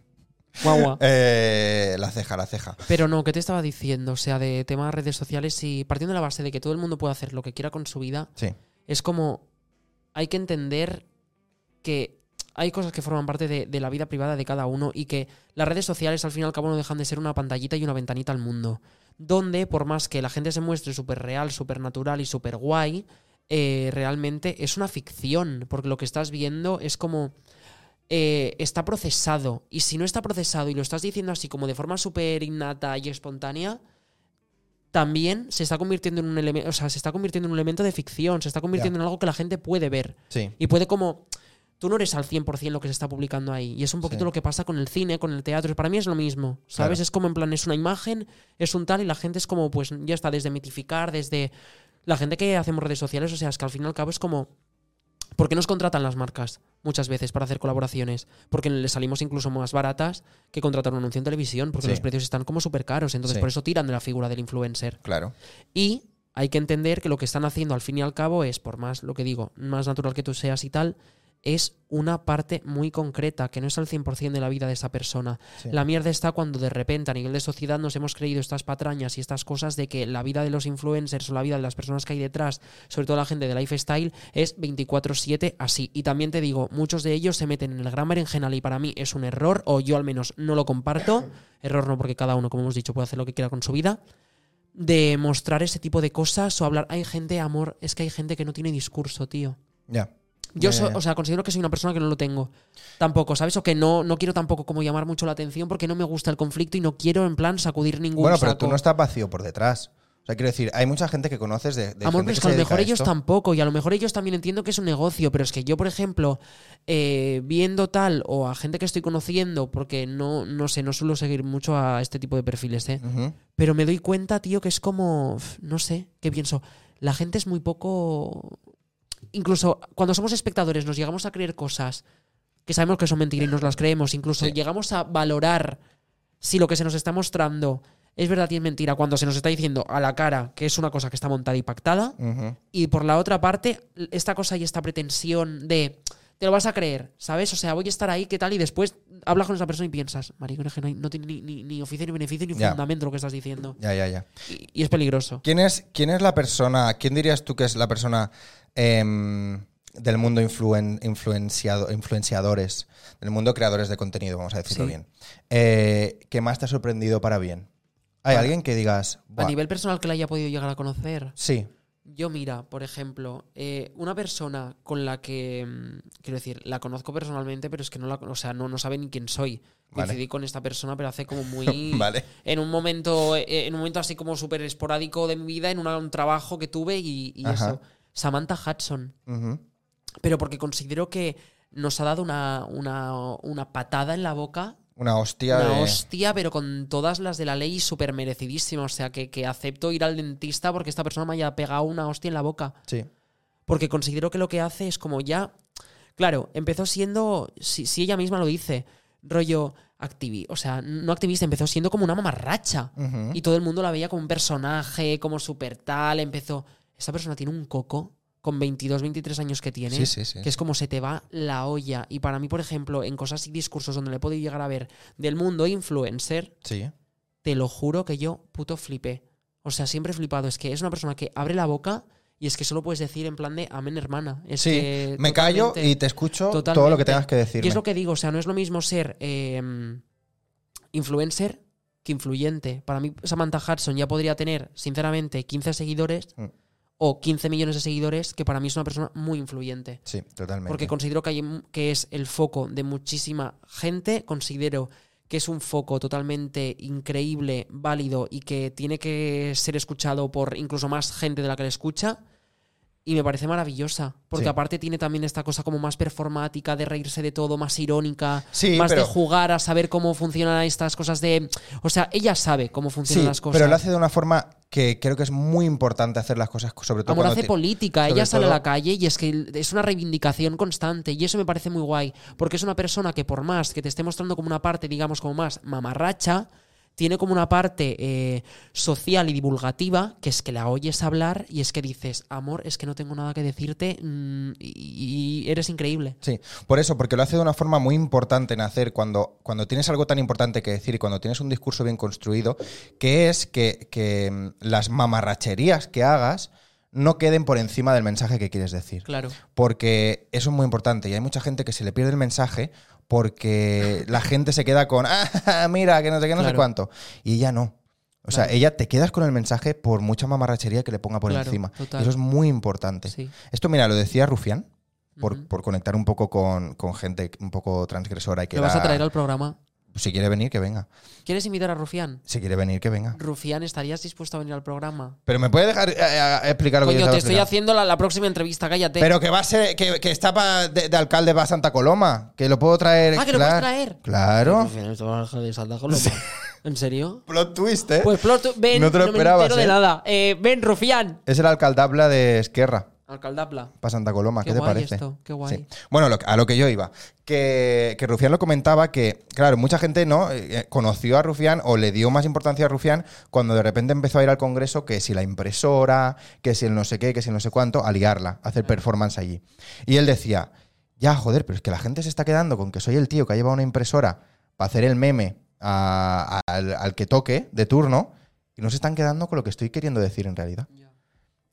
Guagua.
Eh, la ceja, la ceja.
Pero no, ¿qué te estaba diciendo? O sea, de temas redes sociales y partiendo de la base de que todo el mundo puede hacer lo que quiera con su vida,
Sí.
es como hay que entender que hay cosas que forman parte de, de la vida privada de cada uno y que las redes sociales al fin y al cabo no dejan de ser una pantallita y una ventanita al mundo. Donde, por más que la gente se muestre súper real, súper natural y súper guay, eh, realmente es una ficción, porque lo que estás viendo es como eh, está procesado. Y si no está procesado y lo estás diciendo así como de forma súper innata y espontánea, también se está convirtiendo en un elemento. O sea, se está convirtiendo en un elemento de ficción, se está convirtiendo en algo que la gente puede ver.
Sí.
Y puede como. Tú no eres al 100% lo que se está publicando ahí. Y es un poquito
Sí.
lo que pasa con el cine, con el teatro. Para mí es lo mismo. ¿Sabes?
Claro.
Es como en plan, es una imagen, es un tal, y la gente es como, pues ya está, desde mitificar, desde. La gente que hacemos redes sociales, o sea, es que al fin y al cabo es como. ¿Por qué nos contratan las marcas muchas veces para hacer colaboraciones? Porque les salimos incluso más baratas que contratar un anuncio en televisión, porque
Sí.
los precios están como súper caros. Entonces,
Sí.
por eso tiran de la figura del influencer.
Claro.
Y hay que entender que lo que están haciendo al fin y al cabo es, por más lo que digo, más natural que tú seas y tal, es una parte muy concreta, que no es al 100% de la vida de esa persona.
Sí.
La mierda está cuando de repente a nivel de sociedad nos hemos creído estas patrañas y estas cosas de que la vida de los influencers o la vida de las personas que hay detrás, sobre todo la gente de lifestyle, es 24/7 así. Y también te digo, muchos de ellos se meten en el gran berenjenal y para mí es un error, o yo al menos no lo comparto, error no porque cada uno, como hemos dicho, puede hacer lo que quiera con su vida, de mostrar ese tipo de cosas o hablar, hay gente, amor, es que hay gente que no tiene discurso, tío.
Ya. Ya,
Yo,
ya,
so-
ya.
o sea, considero que soy una persona que no lo tengo. Tampoco, ¿sabes? O que no, no quiero tampoco como llamar mucho la atención porque no me gusta el conflicto y no quiero, en plan, sacudir ningún
Bueno, pero
saco.
tú no estás vacío por detrás. O sea, quiero decir, hay mucha gente que conoces de. de
Amor,
gente
pero es
se
que a lo
dedica
mejor ellos
esto.
tampoco, y a lo mejor ellos también entiendo que es un negocio, pero es que yo, por ejemplo, eh, viendo tal o a gente que estoy conociendo, porque no, no sé, no suelo seguir mucho a este tipo de perfiles, ¿eh?
Ujú.
Pero me doy cuenta, tío, que es como, f- no sé, que pienso, la gente es muy poco... Incluso cuando somos espectadores nos llegamos a creer cosas que sabemos que son mentiras y nos las creemos. Incluso
Sí.
llegamos a valorar si lo que se nos está mostrando es verdad y es mentira cuando se nos está diciendo a la cara que es una cosa que está montada y pactada.
Ujú.
Y por la otra parte, l- esta cosa y esta pretensión de te lo vas a creer, ¿sabes? O sea, voy a estar ahí, ¿qué tal? Y después hablas con esa persona y piensas, maricón, es que no, hay- no tiene ni, ni, ni oficio, ni beneficio, ni
Ya.
fundamento lo que estás diciendo.
Ya, ya, ya.
Y, y es peligroso.
¿Quién es, ¿Quién es la persona, quién dirías tú que es la persona em, del mundo influen- influenciado, influenciadores, del mundo creadores de contenido, vamos a decirlo
Sí.
bien, eh, que más te ha sorprendido para bien? ¿Hay
Para-
alguien que digas,
A
"Buah,
nivel personal que la haya podido llegar a conocer,
sí,
yo mira, por ejemplo, eh, una persona con la que, mm, quiero decir, la conozco personalmente, pero es que no la, o sea, no, no sabe ni quién soy.
Vale.
Coincidí con esta persona, pero hace como muy...
<laughs> vale,
En un momento, eh, en un momento así como súper esporádico de mi vida, en una- un trabajo que tuve y, y
Ajá.
eso. Samantha Hudson.
ujú,
Pero porque considero que nos ha dado una, una, una patada en la boca
una hostia
una
de...
hostia, pero con todas las de la ley súper merecidísima. O sea, que, que acepto ir al dentista porque esta persona me haya pegado una hostia en la boca.
Sí,
Porque considero que lo que hace es como ya. Claro, empezó siendo. Si, si ella misma lo dice, rollo activi. O sea, no activista, empezó siendo como una mamarracha.
ujú.
Y todo el mundo la veía como un personaje, como súper tal. Empezó. Esta persona tiene un coco con 22, 23 años que tiene
sí, sí, sí.
que es como se te va la olla. Y para mí, por ejemplo, en cosas y discursos donde le puedo llegar a ver del mundo influencer,
Sí.
te lo juro que yo puto flipé. O sea, siempre he flipado. Es que es una persona que abre la boca y es que solo puedes decir en plan de amén, hermana. Es
Sí,
que
me callo
totalmente-
y te escucho todo lo
totalmente.
que tengas que
y
decirme.
es lo que digo, o sea, no es lo mismo ser eh, influencer que influyente. Para mí, Samantha Hudson ya podría tener, sinceramente, 15 seguidores
Mm.
o 15 millones de seguidores, que para mí es una persona muy influyente.
Sí, totalmente.
Porque considero que, hay, mu- que es el foco de muchísima gente, considero que es un foco totalmente increíble, válido y que tiene que ser escuchado por incluso más gente de la que le escucha. Y me parece maravillosa, porque
Sí.
aparte tiene también esta cosa como más performática, de reírse de todo, más irónica,
Sí,
más de
pero-
jugar a saber cómo funcionan estas cosas de... O sea, ella sabe cómo funcionan
Sí,
las cosas.
pero lo hace de una forma que creo que es muy importante hacer las cosas, sobre todo
Amor
cuando
hace
te-
política,
sobre
ella sale a
todo-
la calle y es que es una reivindicación constante y eso me parece muy guay, porque es una persona que por más que te esté mostrando como una parte, digamos, como más mamarracha, tiene como una parte eh, social y divulgativa, que es que la oyes hablar y es que dices, amor, es que no tengo nada que decirte mm, y, y eres increíble.
Sí, por eso, porque lo hace de una forma muy importante en hacer cuando, cuando tienes algo tan importante que decir y cuando tienes un discurso bien construido, que es que, que, mm, las mamarracherías que hagas no queden por encima del mensaje que quieres decir.
Claro.
Porque eso es muy importante y hay mucha gente que se le pierde el mensaje
<laughs>
porque la gente se queda con, ah, mira, que no sé qué, no sé
Claro.
cuánto. Y ella no. O sea,
Claro.
ella te quedas con el mensaje por mucha mamarrachería que le ponga por
Claro,
encima.
total.
Eso es muy importante.
Sí.
Esto, mira, lo decía Rufián, por,
Ujú.
por conectar un poco con, con gente un poco transgresora y que
Le vas
era-
a traer al programa.
Si quiere venir, que venga.
¿Quieres invitar a Rufián?
Si quiere venir, que venga.
Rufián, ¿estarías dispuesto a venir al programa?
Pero me puede dejar eh, eh, explicar lo que yo
Coño,
estaba
te estoy
explicando?
haciendo la, la próxima entrevista, cállate.
Pero que va a ser, que, que está pa- de, de alcalde va a Santa Coloma, que lo puedo traer.
Ah, que lo
claro.
puedes traer.
Claro.
Rufián, esto va a dejar de saltar con lo malo. ¿En serio?
Plot twist, ¿eh?
Pues plot, tu- ven,
No te lo
me
esperabas,
entero de
¿eh?
nada. Eh, ven, Rufián.
Es el alcaldabla de Esquerra.
Alcaldapla.
para Santa Coloma,
Qué
Ah, ¿qué, te
guay
parece?
esto, qué guay.
Bueno, lo que- a lo que yo iba, que, que Rufián lo comentaba que, claro, mucha gente no Eh, eh, conoció a Rufián o le dio más importancia a Rufián cuando de repente empezó a ir al Congreso que si la
Ah.
impresora, que si el no sé qué, que si el no sé cuánto, a liarla, a hacer performance allí. Y él decía, ya, joder, pero es que la gente se está quedando con que soy el tío que ha llevado una impresora para hacer el meme a- a- al, al que toque de turno y no se están quedando con lo que estoy queriendo decir en realidad.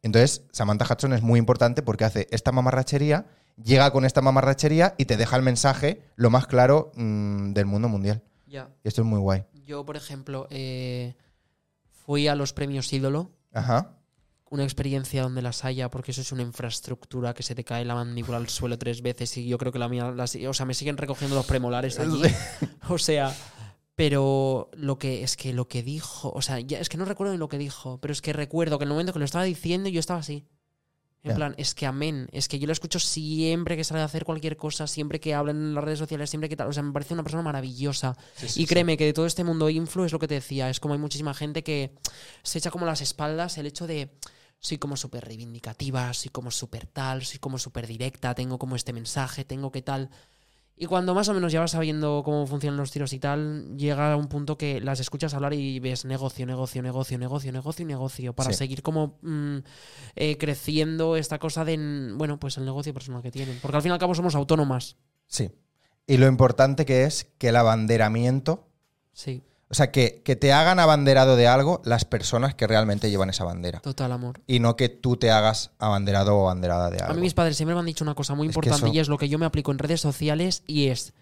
Entonces, Samantha Hudson es muy importante porque hace esta mamarrachería, llega con esta mamarrachería y te deja el mensaje lo más claro mm, del mundo mundial.
Ya.
Y esto es muy guay.
Yo, por ejemplo, eh, fui a los premios ídolo,
Ajá.
una experiencia donde las haya, porque eso es una infraestructura que se te cae la mandíbula al suelo tres veces y yo creo que la mía, las- o sea, me siguen recogiendo los premolares allí. <laughs> o sea, pero lo que es que lo que dijo, o sea, ya, es que no recuerdo ni lo que dijo, pero es que recuerdo que en el momento que lo estaba diciendo yo estaba así. En
Ya.
plan, es que amén, es que yo lo escucho siempre que sale a hacer cualquier cosa, siempre que hablan en las redes sociales, siempre que tal, o sea, me parece una persona maravillosa. Y créeme que de todo este mundo influ es lo que te decía, es como hay muchísima gente que se echa como las espaldas el hecho de soy como súper reivindicativa, soy como súper tal, soy como súper directa, tengo como este mensaje, tengo que tal. Y cuando más o menos ya vas sabiendo cómo funcionan los tiros y tal, llega a un punto que las escuchas hablar y ves negocio, negocio, negocio, negocio, negocio y negocio, para
Sí.
seguir como mm, eh, creciendo esta cosa de, mm, bueno, pues el negocio personal que tienen. Porque al fin y al cabo somos autónomas.
Sí. Y lo importante que es que el abanderamiento,
Sí,
o sea, que, que te hagan abanderado de algo las personas que realmente llevan esa bandera.
total amor.
Y no que tú te hagas abanderado o abanderada de algo.
A mí mis padres siempre me han dicho una cosa muy
Es que
importante
eso-
y es lo que yo me aplico en redes sociales y es,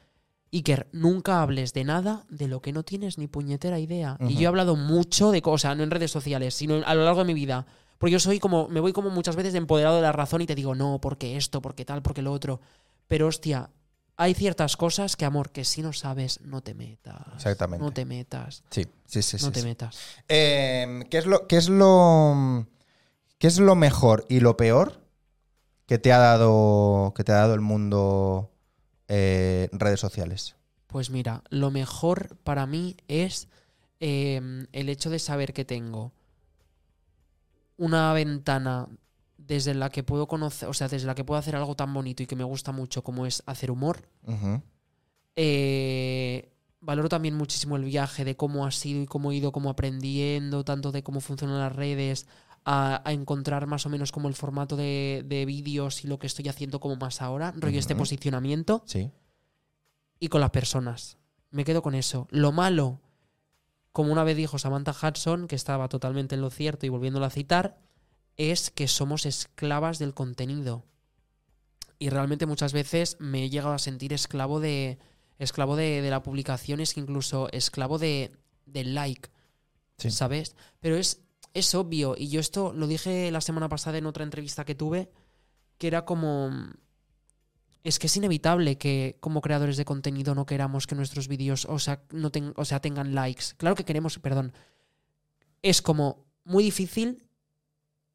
Iker, nunca hables de nada de lo que no tienes ni puñetera idea. Y yo he
Ujú.
hablado mucho de cosas, no en redes sociales, sino a lo largo de mi vida. Porque yo soy como, me voy como muchas veces de empoderado de la razón y te digo, no, porque esto, porque tal, porque lo otro. Pero hostia, hay ciertas cosas que, amor, que si no sabes, no te metas.
Exactamente.
No te metas.
Sí, sí, sí.
no
sí,
te
sí.
metas.
Eh, ¿qué, es lo, qué es lo, ¿Qué es lo mejor y lo peor que te ha dado, que te ha dado el mundo eh, redes sociales?
Pues mira, lo mejor para mí es eh, el hecho de saber que tengo una ventana desde la que puedo conocer, o sea, desde la que puedo hacer algo tan bonito y que me gusta mucho como es hacer humor.
Ujú,
Eh, valoro también muchísimo el viaje de cómo ha sido y cómo he ido, cómo aprendiendo, tanto de cómo funcionan las redes, a, a encontrar más o menos como el formato de, de vídeos y lo que estoy haciendo como más ahora, rollo este
Ujú.
posicionamiento
Sí.
y con las personas. Me quedo con eso. Lo malo, como una vez dijo Samantha Hudson, que estaba totalmente en lo cierto y volviéndola a citar, es que somos esclavas del contenido. Y realmente muchas veces me he llegado a sentir esclavo de. esclavo de, de la publicación, es que incluso esclavo de, del like.
Sí.
¿Sabes? Pero es, es obvio. Y yo esto lo dije la semana pasada en otra entrevista que tuve, que era como es que es inevitable que como creadores de contenido no queramos que nuestros vídeos o sea, no ten- o sea, tengan likes. Claro que queremos, perdón. Es como muy difícil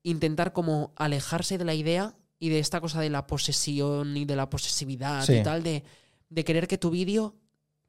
intentar como alejarse de la idea y de esta cosa de la posesión y de la posesividad
Sí.
y tal, de, de querer que tu vídeo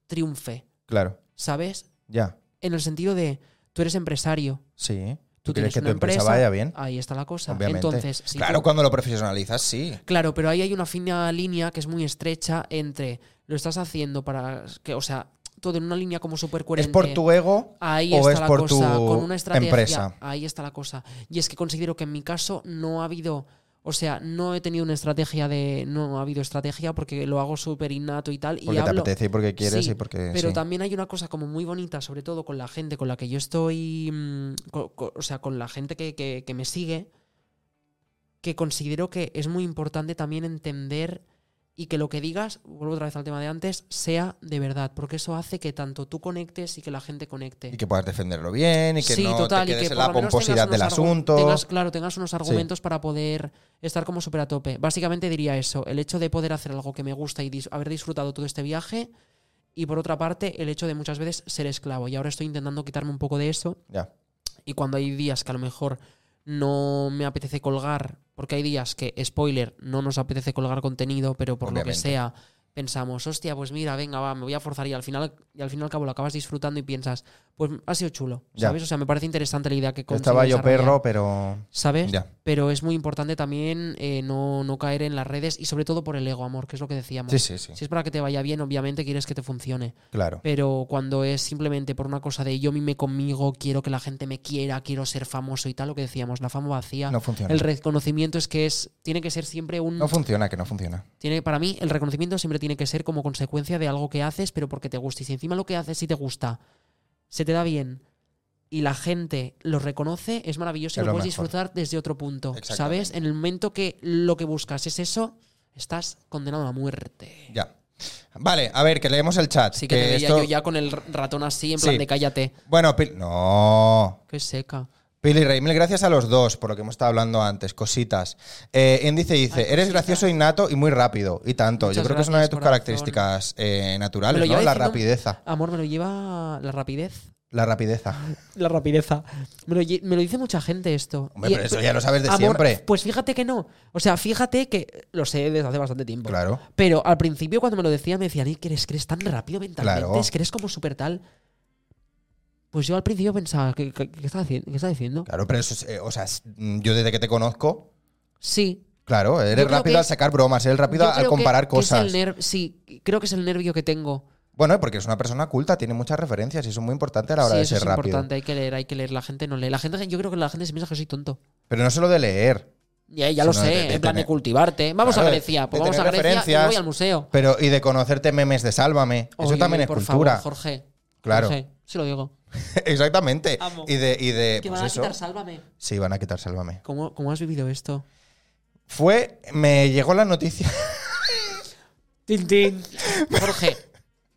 triunfe,
Claro,
¿sabes?
ya.
En el sentido de, tú eres empresario,
Sí.
tú,
quieres
tienes
que
una
tu empresa vaya bien?
Ahí está la cosa.
Obviamente.
Entonces, si
claro,
tú-
cuando lo profesionalizas, sí.
Claro, pero ahí hay una fina línea que es muy estrecha entre lo estás haciendo para que, o sea, todo en una línea como súper
¿Es
coherente.
por tu ego
Ahí
o
está
es
la
por tu
cosa, con una estrategia.
empresa?
Ahí está la cosa. Y es que considero que en mi caso no ha habido, o sea, no he tenido una estrategia de, no ha habido estrategia porque lo hago súper innato y tal. y
Porque te
hablo,
apetece y porque quieres
Sí,
y porque.
pero
sí.
también hay una cosa como muy bonita, sobre todo con la gente con la que yo estoy, mm, co- co- o sea, con la gente que, que- que me sigue, que considero que es muy importante también entender y que lo que digas, vuelvo otra vez al tema de antes, sea de verdad, porque eso hace que tanto tú conectes y que la gente conecte.
Y que puedas defenderlo bien y que no te quedes en
por
la
lo menos
pomposidad
tengas
del
unos argu-
asunto.
tengas, claro, tengas unos argumentos para poder estar como súper a tope. Básicamente diría eso, el hecho de poder hacer algo que me gusta y dis- haber disfrutado todo este viaje y por otra parte el hecho de muchas veces ser esclavo. Y ahora estoy intentando quitarme un poco de eso
Ya.
y cuando hay días que a lo mejor no me apetece colgar, porque hay días que, spoiler, no nos apetece colgar contenido, pero por lo
Obviamente.
que sea, pensamos, hostia, pues mira, venga, va, me voy a forzar y al final y al fin y al cabo lo acabas disfrutando y piensas, pues ha sido chulo,
Ya.
¿sabes? O sea, me parece interesante la idea que consigue
Estaba yo
desarrollar.
perro, pero.
¿Sabes?
Ya.
Pero es muy importante también eh, no, no caer en las redes y sobre todo por el ego, amor, que es lo que decíamos.
Sí, sí, sí.
Si es para que te vaya bien, obviamente quieres que te funcione.
Claro.
Pero cuando es simplemente por una cosa de yo mime conmigo, quiero que la gente me quiera, quiero ser famoso y tal, lo que decíamos, la fama vacía.
No funciona.
El reconocimiento es que es tiene que ser siempre un
No funciona, que no funciona.
tiene para mí el reconocimiento siempre tiene que ser como consecuencia de algo que haces, pero porque te gusta y si encima lo que haces sí te gusta, se te da bien y la gente lo reconoce, es maravilloso y
Es
lo,
lo
puedes
mejor.
disfrutar desde otro punto,
Exactamente.
¿sabes? En el momento que lo que buscas es eso, estás condenado a muerte.
Ya. Vale, a ver, que leemos el chat.
Así que te veía
Eh, esto-
yo ya con el ratón así, en
Sí.
plan de cállate.
Bueno, Pil- no.
Qué seca.
Pili Rey, mil gracias a los dos por lo que hemos estado hablando antes, cositas. Eh, Índice dice,
Ay,
eres
cositas.
gracioso innato y muy rápido, y tanto. Yo
Muchas
creo que es una de
gracias,
tus
corazón.
características eh, naturales,
Me lo
¿no? La
lleva diciendo-
rapideza.
Amor, me lo lleva la rapidez.
La rapideza.
La rapideza. Me lo, lle- me lo dice mucha gente esto.
Hombre,
Y- eh,
pero eso ya lo sabes de
Amor,
siempre.
Pues fíjate que no. O sea, fíjate que lo sé desde hace bastante tiempo.
Claro.
Pero al principio cuando me lo decían me decían, "Ey, que eres, que eres tan rápido mentalmente,
Claro.
es que eres como súper tal. Pues yo al principio pensaba, ¿qué, qué- qué está, haci- qué está diciendo?
Claro, pero eso es, eh, o sea, es- mm, yo desde que te conozco,
Sí.
claro, eres
creo
rápido
que-
al sacar bromas, eres rápido
Yo
al
creo que-
comparar
que es
cosas.
el nerv- sí, creo que es el nervio que tengo.
bueno, porque es una persona culta, tiene muchas referencias y eso es muy importante a la hora
sí,
de
eso
ser
es
rápido.
importante, hay que leer, hay que leer. La gente no lee. La gente, yo creo que la gente se piensa que soy tonto.
Pero no solo de leer,
Ya, ya
Si
lo
no,
sé,
de- de
en plan de
tener-
cultivarte. Vamos
Claro,
a
de-
Grecia, pues
de
vamos a
tener
Grecia y
referencias.
voy al museo.
pero y de conocerte memes de Sálvame, eso
Oye,
también es
por
cultura. <laughs>
Favor, Jorge.
Claro.
Jorge, se lo digo.
Exactamente.
Amo.
Y de, y de
Que
pues
van a
eso.
quitar Sálvame.
Sí, van a quitar Sálvame.
¿Cómo, cómo has vivido esto?
Fue, me llegó la noticia, <laughs>
Jorge,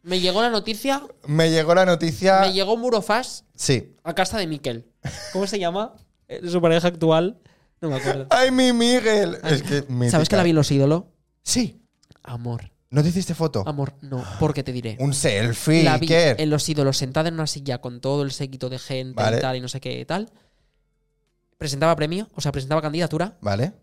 me llegó la noticia,
me llegó la noticia,
me llegó Murofas
sí.
a casa de Miquel. ¿Cómo se llama? Eh, Su pareja actual. No me acuerdo.
Ay, mi Miguel. Es que
¿Sabes que la vi en los ídolos?
Sí.
Amor.
¿No te hiciste foto?
Amor, no, porque te diré.
Un selfie,
la vi
Iker.
en los ídolos sentada en una silla con todo el séquito de gente
Vale.
y tal y no sé qué tal. Presentaba premio, o sea, presentaba candidatura
¿Vale?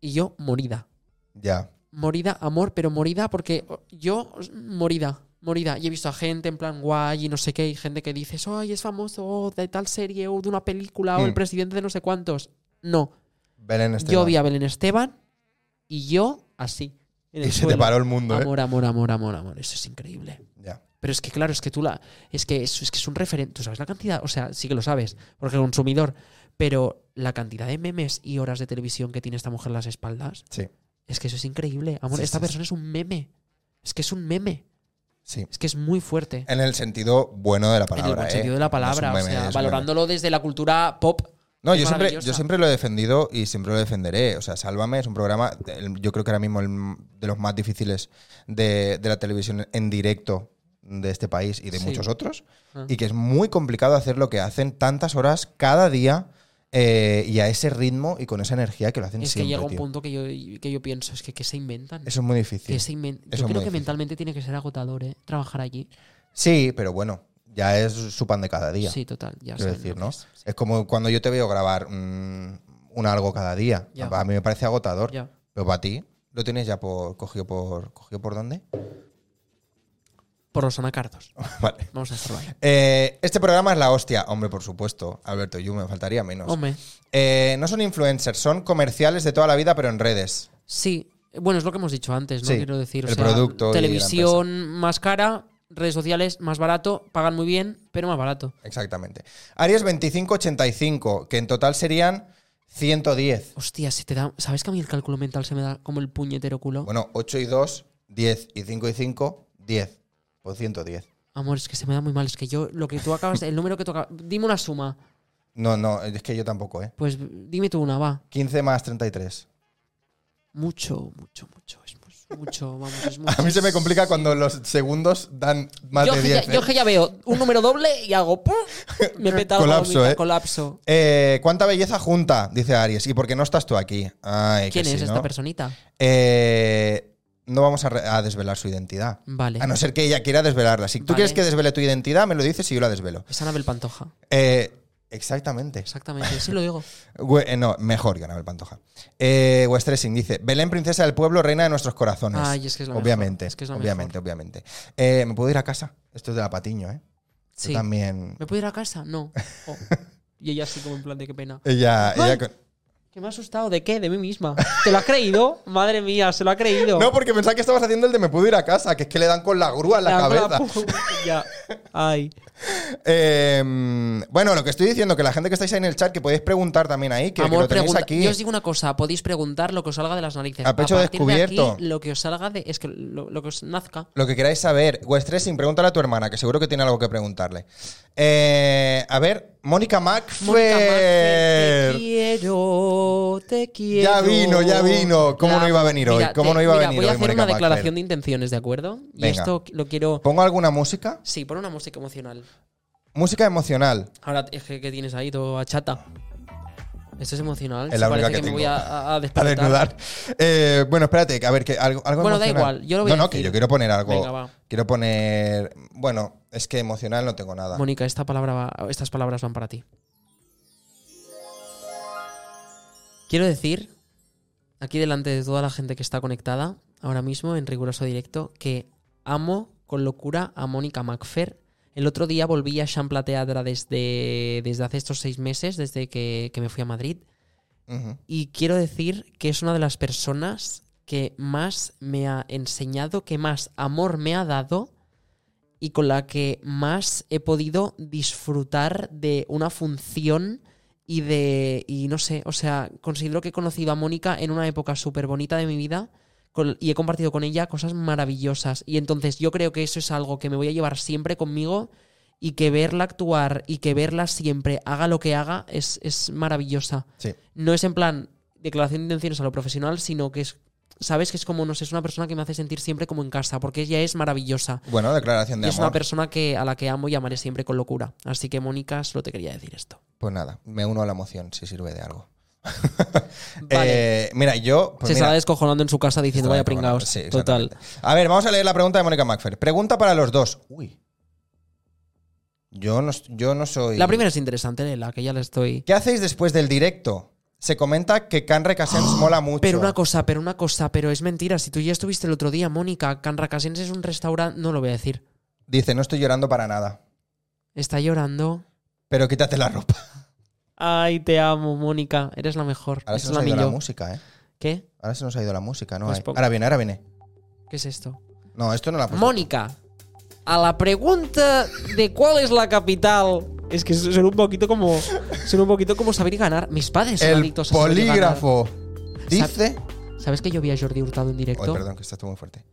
y yo morida.
Ya.
Morida, amor, pero morida porque yo, morida, morida. Y he visto a gente en plan guay y no sé qué, y gente que dices, ay, es famoso oh, de tal serie o de una película o el
Mm.
presidente de no sé cuántos. No,
Belén Esteban.
yo vi a Belén Esteban y yo así. en el
Y se
suelo.
te paró el mundo, ¿eh?
Amor, amor, amor, amor, amor. Eso es increíble.
Ya.
Pero es que, claro, es que tú la. Es que es, es que es un referente. Tú sabes la cantidad. O sea, sí que lo sabes, porque es consumidor. Pero la cantidad de memes y horas de televisión que tiene esta mujer en las espaldas,
Sí,
es que eso es increíble. Amor,
Sí,
esta
sí,
persona es un meme. Es que es un meme.
sí.
Es que es muy fuerte.
En el sentido bueno de la palabra.
en el buen
¿eh?
sentido de la palabra.
No es un meme,
o
es
sea,
un
valorándolo desde la cultura pop.
No,
Es
yo siempre,
maravillosa.
yo siempre lo he defendido y siempre lo defenderé. O sea, Sálvame es un programa, el- yo creo que ahora mismo el m- de los más difíciles de, de la televisión en directo de este país y de
Sí.
muchos otros.
Ah.
Y que es muy complicado hacer lo que hacen tantas horas cada día eh, y a ese ritmo y con esa energía que lo hacen
Es que
siempre.
llega un
tío.
punto que yo, que yo pienso, es que, que se inventan.
Eso es muy difícil.
que se inven-
es
yo
muy
creo que
difícil.
mentalmente tiene que ser agotador, ¿eh? Trabajar allí.
Sí, pero bueno, ya es su pan de cada día.
Sí, total. Ya
Quiero
saben
decir,
lo que
¿no?
es.
Es como cuando yo te veo grabar mm, un algo cada día.
Ya.
A mí me parece agotador.
Ya.
Pero para ti, ¿lo tienes ya por cogido por cogido por dónde? <laughs>
Por los anacardos.
vale.
Vamos a hacerlo ahí.
Eh, este programa es la hostia, hombre, por supuesto. Alberto Yu, me faltaría menos.
Hombre.
Eh, no son influencers, son comerciales de toda la vida, pero en redes.
Sí, bueno, es lo que hemos dicho antes, ¿no?
Sí,
Quiero decir, o
el
sea,
producto y la
televisión más cara, redes sociales más barato, pagan muy bien, pero más barato.
Exactamente. Aries 2585, que en total serían 110.
Hostia, se te da. ¿Sabes que a mí el cálculo mental se me da como el puñetero culo?
Bueno, 8 y 2, 10 y 5 y 5, 10. O 110.
Amor, es que se me da muy mal. Es que yo, lo que tú acabas, el número que toca. Dime una suma.
No, no, es que yo tampoco, ¿eh?
Pues dime tú una, va.
15 más 33.
Mucho, mucho, mucho. Es mu- mucho, vamos, es
<laughs> <laughs>
mucho.
A mí se me complica cuando los segundos dan más
yo,
de
que ya-
10. ¿eh?
yo que ya veo un número doble y hago ¡pum! Me peta
<laughs>
algo,
Colapso,
ahorita,
¿eh?
colapso.
Eh, ¿Cuánta belleza junta? Dice Aries. ¿Y por qué no estás tú aquí? Ay, que
¿Quién es
sí,
esta
¿no?
personita?
Eh, no vamos a, re- a desvelar su identidad.
Vale.
A Ah, no ser que ella quiera desvelarla. Si tú
Vale.
quieres que desvele tu identidad, me lo dices y yo la desvelo.
Es Anabel Pantoja.
Eh, Exactamente.
Exactamente, sí
<laughs>
lo digo.
Gue- eh, no, mejor que Anabel Pantoja. Eh, Westresing dice: Belén, princesa del pueblo, reina de nuestros corazones.
Ay, es que es la mejor.
obviamente,
Es que es la
obviamente, obviamente. Eh, ¿Me puedo ir a casa? Esto es de la Patiño, ¿eh? Yo
Sí.
también.
¿Me puedo ir a
<laughs>
casa? No. Oh. Y ella así como en plan de qué pena.
Ella, ella
Ay.
con-
¿Que me ha asustado? ¿De qué? De mí misma. ¿Te lo has creído? Madre mía, se lo ha creído.
No, porque pensaba que estabas haciendo el de me puedo ir a casa, que es que le dan con la grúa en la,
hago <laughs>
cabeza.
pu- ya. Ay.
Eh, bueno, lo que estoy diciendo, que la gente que estáis ahí en el chat, que podéis preguntar también ahí, que, que
Amor,
lo tenéis
pregunta-
aquí.
Yo os digo una cosa, podéis preguntar lo que os salga de las narices.
A pecho
partir de
descubierto.
aquí, lo que os salga de. Es que lo, lo que os nazca.
Lo que queráis saber, Westressing, pregúntale a tu hermana, que seguro que tiene algo que preguntarle. Eh, a ver, Mónica
Mónica Macfer,
Macfer.
Te quiero, te quiero.
Ya vino, ya vino. ¿Cómo no iba a venir hoy?
Mira,
¿Cómo
te-
no iba a
mira,
venir
Voy a
hoy,
hacer
Mónica
una declaración
Macfer?
de intenciones, ¿de acuerdo? Y
Venga.
esto lo quiero.
¿Pongo alguna música?
Sí, pon una música emocional.
Música emocional.
Ahora es que, que tienes ahí todo chata. Esto es emocional.
Es
Sí,
la única
parece
que
que,
tengo.
me voy a, a- a
<laughs> A
despertar.
desnudar. Eh, bueno, espérate, a ver, que algo, algo
Bueno, da
emocional.
igual, yo lo voy
No,
a
no,
decir.
que yo quiero poner algo.
Venga, va.
Quiero poner. Bueno, es que emocional no tengo nada.
Mónica, esta palabra va- estas palabras van para ti. Quiero decir, aquí delante de toda la gente que está conectada ahora mismo en riguroso directo, que amo con locura a Mónica Macfer. El otro día volví a Champla Teatra desde, desde hace estos seis meses, desde que, que me fui a Madrid.
Ujú.
Y quiero decir que es una de las personas que más me ha enseñado, que más amor me ha dado y con la que más he podido disfrutar de una función y de, y no sé, o sea, considero que he conocido a Mónica en una época súper bonita de mi vida con- y he compartido con ella cosas maravillosas. Y entonces yo creo que eso es algo que me voy a llevar siempre conmigo y que verla actuar y que verla siempre, haga lo que haga, es, es maravillosa
Sí.
no es en plan declaración de intenciones a lo profesional, sino que es, sabes que es como, no sé, es una persona que me hace sentir siempre como en casa, porque ella es maravillosa.
Bueno, declaración
Y
de
es una
amor.
persona que, a la que amo y amaré siempre con locura. Así que, Mónica, solo te quería decir esto.
Pues nada, me uno a la emoción si sirve de algo.
Vale.
Eh, mira, yo. pues
Se
mira,
estaba descojonando en su casa diciendo, vaya
Estaba
pringaos.
Sí,
Total.
exactamente. A ver, vamos a leer la pregunta de Mónica Macfer. Pregunta para los dos. Uy. Yo no, yo no soy.
La primera es interesante, la que ya la estoy...
¿Qué hacéis después del directo? Se comenta que Canre
<gasps>
Cassens mola mucho.
Pero una cosa, pero una cosa, pero es mentira. Si tú ya estuviste el otro día, Mónica, Canracasens es un restaurante... No lo voy a decir.
Dice, no estoy llorando para nada.
Está llorando.
Pero quítate la ropa.
Ay, te amo, Mónica. Eres la mejor.
<laughs> Ahora
Es
se nos
la
ha ido la
millor.
música, ¿eh?
¿Qué?
Ahora se nos ha ido la música, ¿no?
Pues
hay.
poco.
ahora viene, ahora viene.
¿Qué es esto?
No, esto no la puedo.
Mónica, a la pregunta de cuál es la capital. Es que son un poquito como. Son un poquito como saber y ganar. Mis padres son
El
adictos a saber y ganar.
polígrafo dice.
¿Sabes que yo vi a Jordi Hurtado en directo?
Ay, perdón, que está estuvo muy fuerte.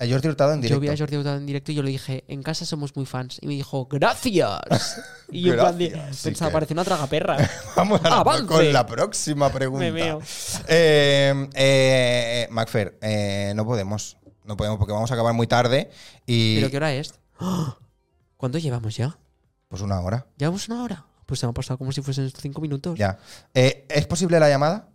A Jordi Hurtado en
Yo vi a
directo.
Jordi Hurtado en directo y yo le dije, en casa somos muy fans. Y me dijo,
<laughs>
gracias. Y yo en plan de,
Gracias, sí
pensaba,
que-
parece una tragaperra.
Vamos a la-
Avance.
con la próxima pregunta.
Me meo.
Eh, eh, Macfer, eh, no podemos. No podemos porque vamos a acabar muy tarde y.
¿Pero qué hora es? <gasps> ¡Ah! ¿Cuánto llevamos ya?
Pues una hora.
¿Llevamos una hora? Pues se me ha pasado como si fuesen cinco minutos.
Ya. Eh, ¿Es posible la llamada?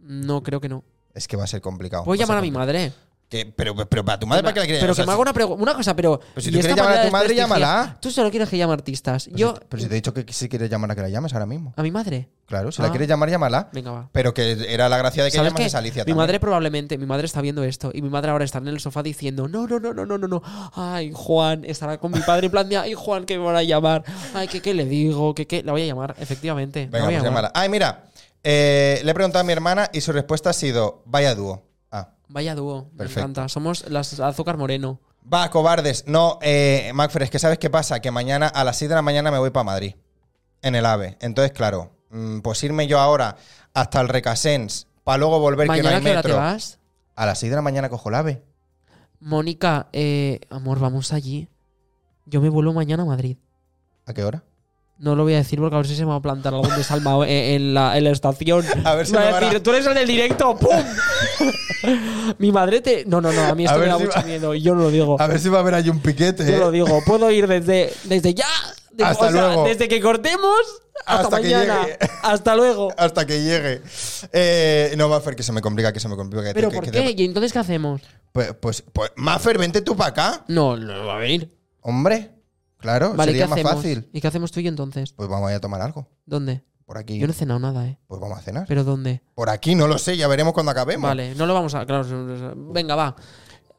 No, creo que no.
Es que va a ser complicado.
Voy
Va
a llamar a
ser
mi
complicado.
madre.
Que- pero, pero para tu madre, ¿para qué la quieres?
Pero
O sea,
que me
si-
haga una pregu- Una cosa, pero.
Pero si
¿y
tú quieres
esta
llamar a
manera
tu madre,
desprestigia?
llámala.
Tú solo quieres que llame artistas.
pero
Yo.
Pues si- pero si te he dicho que si quieres llamar a que la llames ahora mismo.
A mi madre.
Claro, si
Ah.
la quieres llamar, llámala.
Venga, va.
Pero que era la gracia de que
¿Sabes
llamas
qué?
a Alicia
mi
también.
madre probablemente, mi madre está viendo esto y mi madre ahora está en el sofá diciendo, no, no, no, no, no, no, no, ay, Juan, estará con mi padre en plan de, ay, Juan, que me van a llamar, ay, que qué le digo, que qué, la voy a llamar, efectivamente. la
Venga,
voy
pues
a llamar.
llámala. Ay, mira. eh, le he preguntado a mi hermana y su respuesta ha sido: vaya dúo. Ah.
Vaya dúo, me
Perfecto.
encanta, somos las azúcar moreno.
Va, cobardes. No, eh, Macfer, es que ¿sabes qué pasa? Que mañana a las 6 de la mañana me voy para Madrid. En el AVE. Entonces, claro, mm, pues irme yo ahora hasta el Recasens para luego volver que no
Mañana,
hay
¿qué hora te
metro.
vas?
A las 6 de la mañana cojo el AVE.
Mónica, eh, amor, vamos allí. Yo me vuelvo mañana a Madrid.
¿A qué hora?
No lo voy a decir porque a ver si se me va a plantar algún desalmado en, en la, en la estación.
A ver si
va
me van a-
decir, tú eres en el directo, ¡pum!
<laughs>
Mi madre te. No, no, no, a mí
A
esto me
ver
da
si
mucho
va-
miedo. Yo no lo digo.
ver si va a haber ahí un piquete.
Oh.
¿eh?
Yo lo digo. Puedo ir desde, desde ya. de-
Hasta
o sea,
luego.
Desde que cortemos hasta,
Hasta que
mañana.
llegue.
<laughs> hasta luego.
Hasta que llegue. Eh, no, Maffer, que se me complica, que se me complica. que-
¿Pero
que-
por
que-
qué? ¿Y entonces qué hacemos?
Pues, pues, pues, Maffer, vente tú para acá,
No, no va a venir.
hombre. Claro,
Vale,
sería
¿qué
más
hacemos?
fácil.
¿Y qué hacemos tú y yo entonces?
Pues vamos a ir a tomar algo.
¿Dónde?
Por aquí.
Yo no he cenado nada, ¿eh?
Pues vamos a cenar.
¿Pero dónde?
Por aquí, no lo sé, ya veremos cuando acabemos.
Vale, no lo vamos a. Claro, venga, va.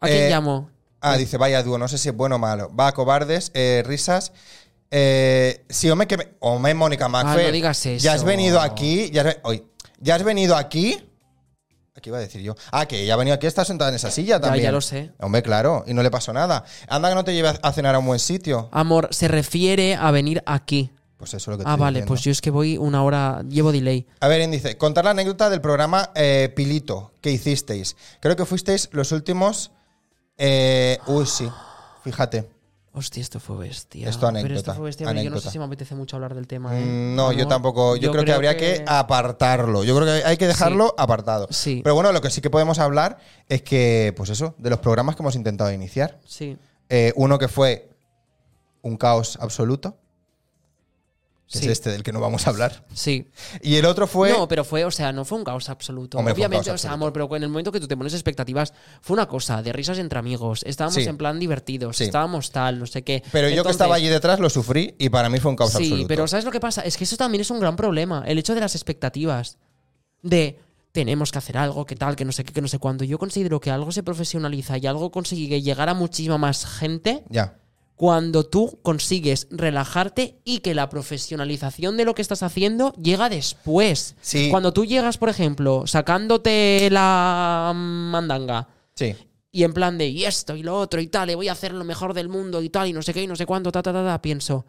¿A quién
Eh,
llamo?
Ah, dice, vaya dúo, no sé si es bueno o malo. Va, cobardes, eh, risas. Eh, sí, hombre, que me, hombre, Mónica McFer.
Ah, no digas
Ya has
eso.
venido aquí. Ya has, oye, ya has venido aquí. Aquí iba a decir yo. Ah, que ya ha venido aquí, está sentada en esa silla también.
ya lo sé.
Hombre, claro, y no le pasó nada. Anda que no te lleve a- a cenar a un buen sitio.
Amor, se refiere a venir aquí.
Pues eso es lo que te
Ah,
estoy
vale,
diciendo.
pues yo es que voy una hora. Llevo delay.
A ver, Ian dice, contar la anécdota del programa eh, Pilito que hicisteis. Creo que fuisteis los últimos. Eh, uy, sí. Fíjate.
Hostia, esto fue bestia.
Esto
Pero
anécdota,
esto fue bestia, pero yo no
anécdota.
sé si me apetece mucho hablar del tema. ¿eh?
Mm, No, yo
Amor,
tampoco. Yo, creo, que habría que... ah, apartarlo. Yo creo que hay que dejarlo apartado.
Sí.
Pero bueno, lo que sí que podemos hablar es que, pues eso, de los programas que hemos intentado iniciar.
Sí.
Eh, uno que fue un caos absoluto, que
Sí.
es este del que no vamos a hablar.
Sí.
Y el otro fue.
no, pero fue, o sea, no fue un caos absoluto.
Hombre, fue un
Obviamente,
caos
o sea,
absoluto.
amor, pero en el momento que tú te pones expectativas, fue una cosa de risas entre amigos. Estábamos
Sí.
en plan divertidos,
Sí.
estábamos tal, no sé qué.
pero yo que
Entonces,
estaba allí detrás lo sufrí y para mí fue un caos
Sí,
absoluto.
pero ¿sabes lo que pasa? Es que eso también es un gran problema, el hecho de las expectativas. De tenemos que hacer algo, que tal, que no sé qué, que no sé cuándo. Yo considero que algo se profesionaliza y algo consigue llegar a muchísima más gente
Ya.
cuando tú consigues relajarte y que la profesionalización de lo que estás haciendo llega después.
Sí.
Cuando tú llegas, por ejemplo, sacándote la mandanga
Sí.
y en plan de y esto y lo otro y tal, y voy a hacer lo mejor del mundo y tal, y no sé qué, y no sé cuánto, ta, ta, ta, ta, pienso,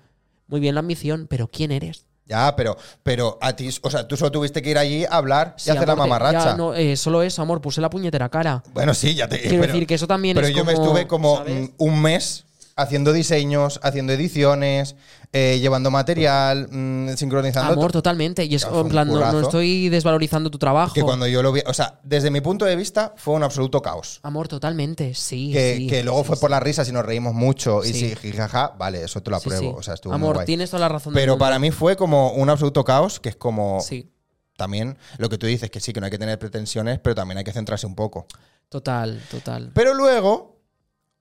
muy bien la ambición, pero ¿quién eres?
Ya, pero, pero a ti, o sea, tú solo tuviste que ir allí a hablar y
Sí,
hacer la
amor, te-
mamarracha.
ya, no, eh, solo eso, amor, puse la puñetera cara.
Bueno, sí, ya te
Quiero decir que eso también
pero
es
yo me
como,
estuve como mm,
¿sabes?
un mes haciendo diseños, haciendo ediciones, eh, llevando material, mm, sincronizando.
Amor,
to-
totalmente. Y es
Ya, fue
en
un
plan, no, no
currazo.
estoy desvalorizando tu trabajo.
que cuando yo lo vi, o sea, desde mi punto de vista fue un absoluto caos.
Amor, totalmente, sí.
Que,
sí.
que luego fue por las risas y nos reímos mucho y
Sí.
sí, jijaja, vale, eso te lo
Sí,
apruebo,
sí.
o sea, estuvo muy
Amor,
guay.
tienes toda la razón. del
Pero
mundo.
para mí fue como un absoluto caos, que es como
Sí,
también lo que tú dices, que sí, que no hay que tener pretensiones, pero también hay que centrarse un poco.
total, total.
Pero luego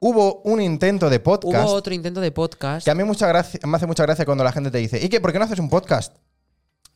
hubo un intento de podcast.
Hubo otro intento de podcast.
Que a mí mucha gracia, me hace mucha gracia cuando la gente te dice, ¿y qué? ¿Por qué no haces un podcast?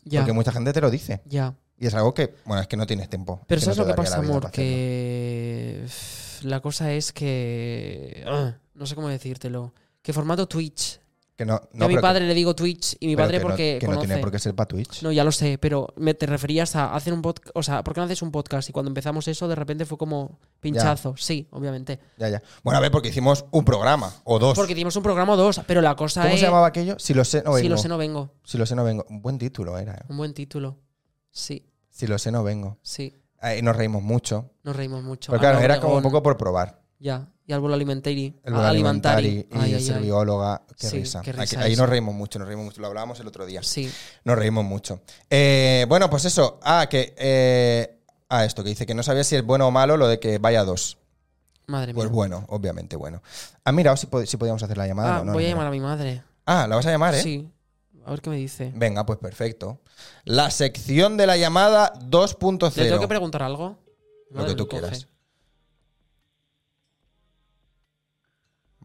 ya,
Porque mucha gente te lo dice.
ya.
Y es algo que, bueno, es que no tienes tiempo.
Pero
es
¿sabes
no
lo
te
que
daría
pasa,
la vida
amor?
para hacerlo.
Que pff, la cosa es que... ah, no sé cómo decírtelo. Que formato Twitch.
Que no,
Yo
no,
a mi
pero que-
padre le digo Twitch y mi
pero
padre
que no-
porque
Que no
conoce.
tiene por qué ser para Twitch.
No, ya lo sé, pero me te referías a hacer un podcast, o sea, ¿por qué no haces un podcast? Y cuando empezamos eso, de repente fue como pinchazo. Sí, obviamente.
Ya, ya. Bueno, a ver, porque hicimos un programa o dos.
Porque hicimos un programa o dos, pero la cosa
¿Cómo
es...
se llamaba aquello? Si lo sé, no vengo.
sí, lo sé, no vengo.
Si lo sé, no vengo. Un buen título era. eh.
Un buen título. Sí,
Si lo sé, no vengo.
sí.
Eh, y nos reímos mucho.
Nos reímos mucho.
Pero claro,
Ana
era como un
Obregón,
poco por probar.
Ya, y árbol alimentari.
El
ah,
alimentari y
Ay, ay,
ser
ay.
bióloga. Qué
Sí,
risa.
qué
Aquí-
risa
ahí
eso.
nos reímos mucho, nos reímos mucho. Lo hablábamos el otro día.
Sí,
Nos reímos mucho. Eh, bueno, pues eso. Ah, que. eh, ah, esto que dice que no sabía si es bueno o malo lo de que vaya dos.
madre mía.
Pues bueno, obviamente bueno. Ah, mira, si, pod- si podíamos hacer la llamada.
ah,
no, no,
voy a
mira.
llamar a mi madre.
Ah, la vas a llamar, ¿eh?
Sí, a ver qué me dice.
Venga, pues perfecto. La sección de la llamada
¿Le tengo que
2.0.
preguntar algo?
Lo
Madre,
que tú
coge.
quieras.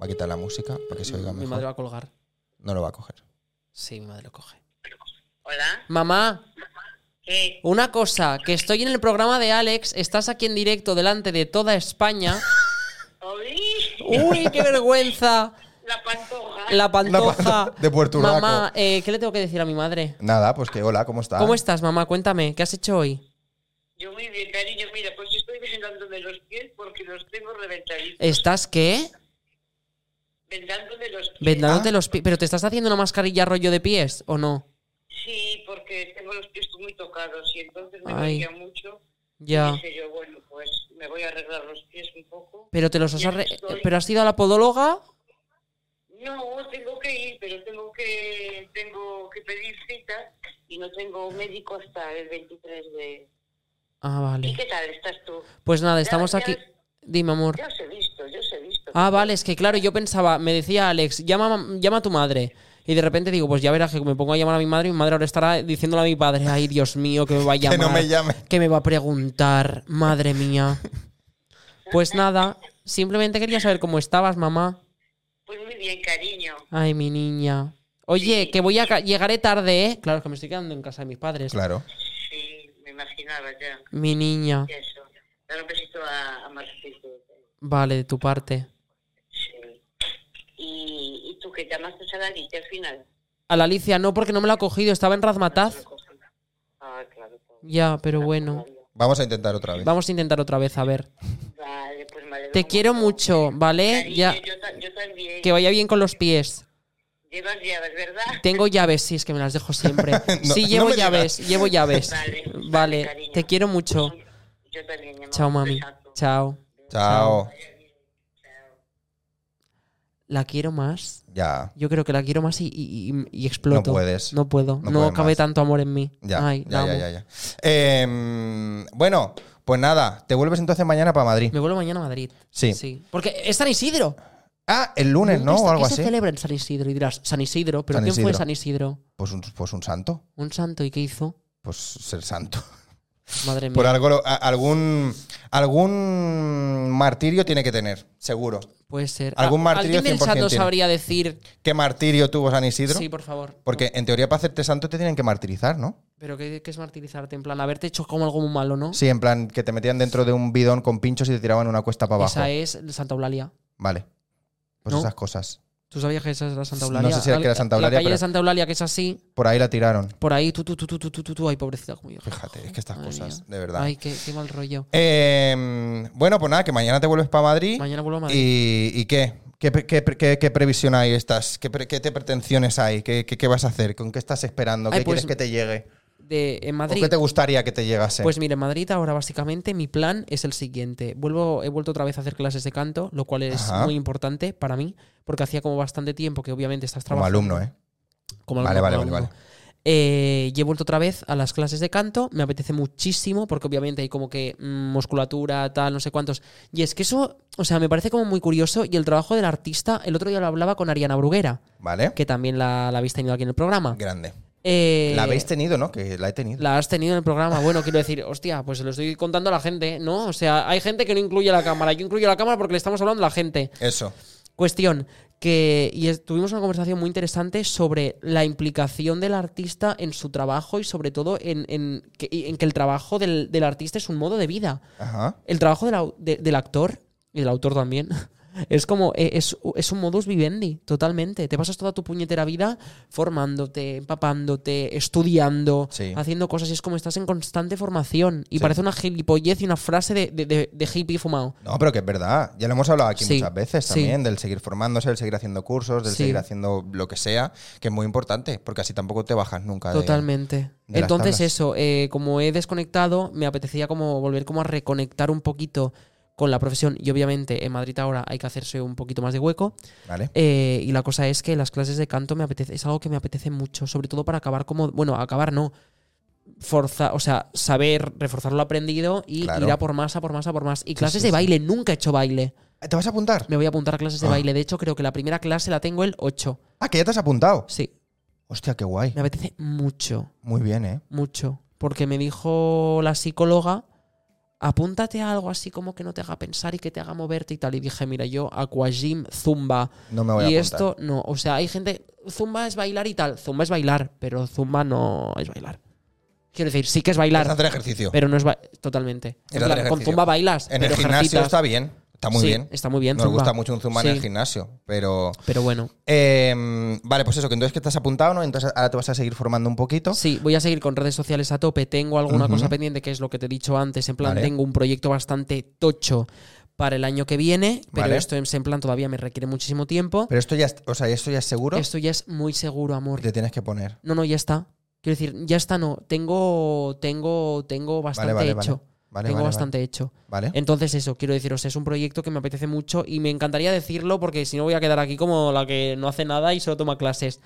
Va a quitar la música para que se oiga
Mi madre
mejor.
va a colgar.
No lo va a coger.
Sí, mi madre lo coge.
Hola.
Mamá,
¿Qué?
Una cosa, que estoy en el programa de Alex, estás aquí en directo delante de toda España.
<laughs>
¡Oli!
Uy, qué vergüenza.
La pantoja.
La pantoja.
<laughs> de Puerto Rico.
Mamá, eh, ¿qué le tengo que decir a mi madre?
Nada, pues que hola, ¿cómo estás?
¿Cómo estás, mamá? Cuéntame, ¿qué has hecho hoy?
Yo muy bien, cariño. Mira, pues yo estoy vendándome los pies porque los tengo reventaditos.
¿Estás qué?
Vendándome los pies.
Vendándote
Ah.
los pies. ¿Pero te estás haciendo una mascarilla rollo de pies o no?
Sí, porque tengo los pies muy tocados y entonces me
Ay. Ah.
dolía mucho. Y
Ya.
dije yo, bueno, pues me voy a arreglar los pies un poco.
¿Pero te los has
Ya
arre-
estoy.
¿Pero has ido a la podóloga?
No, tengo que ir, pero tengo que tengo que pedir cita y no tengo médico hasta el 23 de...
Ah,
¿Y
vale.
qué tal estás tú?
Pues nada, estamos
ya-
aquí. Dime, amor.
Ya os he visto, yo os he visto.
Ah, vale, es que claro, yo pensaba, me decía Alex, llama, llama a tu madre. Y de repente digo, pues ya verás que me pongo a llamar a mi madre y mi madre ahora estará diciéndole a mi padre, ay Dios mío, que me va
<laughs>
a
Que
llamar.
no me llame.
que me va a preguntar, madre
<laughs>
mía. Pues nada, simplemente quería saber cómo estabas, mamá.
Pues muy bien, cariño.
Ay, mi niña. Oye, que voy a ca- llegaré tarde, ¿eh? Claro, que me estoy quedando en casa de mis padres.
Claro.
Sí, me imaginaba ya.
Mi niña.
ya Eso. Dar un besito a, a Marcito.
Vale, de tu parte.
Sí. ¿Y, y tú que llamaste a la Lidia al final?
A la Alicia no, porque no me la ha cogido. Estaba en Razmataz.
Ah, claro. todo.
Ya, pero bueno.
Vamos a intentar otra vez.
Vamos a intentar otra vez, a ver.
Vale, pues me alegro
Te quiero mucho, ¿vale?
Cariño,
Ya.
Yo, ta- yo también.
Que vaya bien con los pies.
Llevas llaves, ¿verdad?
Tengo llaves, sí, es que me las dejo siempre.
<laughs> No,
sí,
no
llevo
me digas.
llaves, llevo llaves.
Vale,
Vale,
vale, cariño.
te quiero mucho.
Yo también. mi amor.
Chao, mami.
Besazo.
Chao.
Chao.
La quiero más.
Ya.
Yo creo que la quiero más y, y- y- y exploto.
No puedes.
No puedo.
No
No,
puedes
cabe
más.
tanto amor en mí.
Ya.
Ay,
ya,
la
ya,
amo.
ya, ya. Em, bueno, pues nada. Te vuelves entonces mañana para Madrid.
Me vuelvo mañana a Madrid.
Sí.
Porque es San Isidro.
Ah, el lunes, ¿no?
¿Qué
O
se-
algo
qué se
así.
celebra en San Isidro? Y dirás, San Isidro, pero
San
¿quién fue
Isidro.
San Isidro?
Pues un, pues un santo.
¿Un santo y qué hizo?
Pues ser santo.
Madre mía.
Por algo, lo- a- algún, algún martirio tiene que tener, seguro.
Puede ser.
algún
Ah,
martirio
¿Alguien del chat
100%
nos
tiene.
sabría decir?
¿Qué martirio tuvo San Isidro?
Sí, por favor.
Porque en teoría para hacerte santo te tienen que martirizar, ¿no?
Pero ¿qué, qué es martirizarte? En plan, haberte hecho como algo muy malo, ¿no?
Sí, en plan que te metían dentro de un bidón con pinchos y te tiraban una cuesta para abajo.
Esa es Santa Eulalia.
Vale. Pues
¿No?
esas cosas.
¿Tú sabías que esa es la Santa
No
Eulalia?
sé si era que era Santa
La
Eulalia,
calle
pero-
de Santa Eulalia, que es así,
Por ahí la tiraron.
por ahí, tú, tú, tú, tú, tú, tú, tú, tú, ay, pobrecita, como yo.
Fíjate, es que estas
Madre
cosas,
mía.
de verdad.
Ay, qué, qué mal rollo.
Em, bueno, pues nada, que mañana te vuelves para Madrid.
Mañana vuelvo a Madrid.
¿Y, y qué? ¿Qué, pre- qué pre- qué- qué previsión hay estas? ¿Qué, pre- qué te pretensiones hay? ¿Qué, qué, qué vas a hacer? ¿Con qué estás esperando? ¿Qué
Ay, pues-
quieres que te llegue?
De, en
¿O
Madrid.
qué te gustaría que te llegase?
Pues mire, en Madrid ahora básicamente mi plan es el siguiente. Vuelvo, he vuelto otra vez a hacer clases de canto, lo cual es
Ajá.
muy importante para mí, porque hacía como bastante tiempo que obviamente estás
Como
trabajando.
alumno, ¿eh?
como
Vale,
alumno,
vale,
como
vale,
alumno. Eh, y he vuelto otra vez a las clases de canto, me apetece muchísimo porque obviamente hay como que mm, musculatura, tal, no sé cuántos. Y es que eso, o sea, me parece como muy curioso y el trabajo del artista, el otro día lo hablaba con Ariana Bruguera,
¿Vale?
que también la, la habéis tenido aquí en el programa.
Grande.
Eh,
La habéis tenido, ¿no? Que la he tenido.
la has tenido en el programa. Bueno, quiero decir, hostia, pues se lo estoy contando a la gente, ¿no? O sea, hay gente que no incluye la cámara. Yo incluyo la cámara porque le estamos hablando a la gente.
Eso.
Cuestión, que y es- tuvimos una conversación muy interesante sobre la implicación del artista en su trabajo y sobre todo en, en que, y en que el trabajo del, del artista es un modo de vida.
Ajá.
El trabajo del, au- de- del actor y del autor también. <laughs> Es como, eh, es, es un modus vivendi, totalmente. Te pasas toda tu puñetera vida formándote, empapándote, estudiando,
Sí.
haciendo cosas. Y es como estás en constante formación. Y
Sí.
parece una gilipollez y una frase de, de, de- de hippie fumado.
No, pero que es verdad. Ya lo hemos hablado aquí
Sí,
muchas veces
sí.
también, del seguir formándose, del seguir haciendo cursos, del
Sí.
seguir haciendo lo que sea, que es muy importante, porque así tampoco te bajas nunca. de-
Totalmente.
de las
Entonces
tablas.
eso, eh, como he desconectado, me apetecía como volver como a reconectar un poquito con la profesión. Y obviamente en Madrid ahora hay que hacerse un poquito más de hueco.
¿Vale?
Eh, y la cosa es que las clases de canto me apetece, es algo que me apetece mucho, sobre todo para acabar como, bueno, acabar no, forza, o sea, saber, reforzar lo aprendido y
Claro.
ir a por más, a por más, a por más. Y clases
sí,
de
sí.
baile, nunca he hecho baile.
¿Te vas a apuntar?
Me voy a apuntar a clases de
Ah.
baile, de hecho creo que la primera clase la tengo el 8.
Ah, que ya te has apuntado.
Sí,
Hostia, qué guay.
me apetece mucho,
Muy bien, ¿eh?
mucho, porque me dijo la psicóloga, apúntate a algo así como que no te haga pensar y que te haga moverte y tal. Y dije, mira, yo, aquajim, zumba,
No me voy a
y
apuntar.
esto no, o sea, hay gente, Zumba es bailar y tal, Zumba es bailar, pero Zumba no es bailar. Quiero decir, sí que es
Es
bailar,
hacer ejercicio.
pero no es ba- totalmente.
Es
En
hacer
plan, con
ejercicio.
Zumba bailas,
en el
pero
gimnasio
ejercitas.
está bien. Está muy
Sí,
bien.
Está muy bien.
Nos
Zumba.
gusta mucho un zumba en el
Sí,
gimnasio, pero...
Pero bueno,
Eh, vale, pues eso, que entonces que estás apuntado, ¿no? Entonces ahora te vas a seguir formando un poquito.
sí, voy a seguir con redes sociales a tope. Tengo alguna
Ujú.
cosa pendiente que es lo que te he dicho antes. En plan,
Vale.
tengo un proyecto bastante tocho para el año que viene, pero
Vale.
esto es en plan todavía me requiere muchísimo tiempo.
Pero esto ya, es- o sea, esto ya es seguro.
Esto ya es muy seguro, amor.
Te tienes que poner.
No, no, ya está. Quiero decir, ya está, no. Tengo, tengo, tengo bastante
vale, vale.
hecho.
Vale,
tengo
vale,
bastante hecho.
Vale. Vale.
Entonces, eso, quiero deciros, es un proyecto que me apetece mucho y me encantaría decirlo porque si no voy a quedar aquí como la que no hace nada y solo toma clases.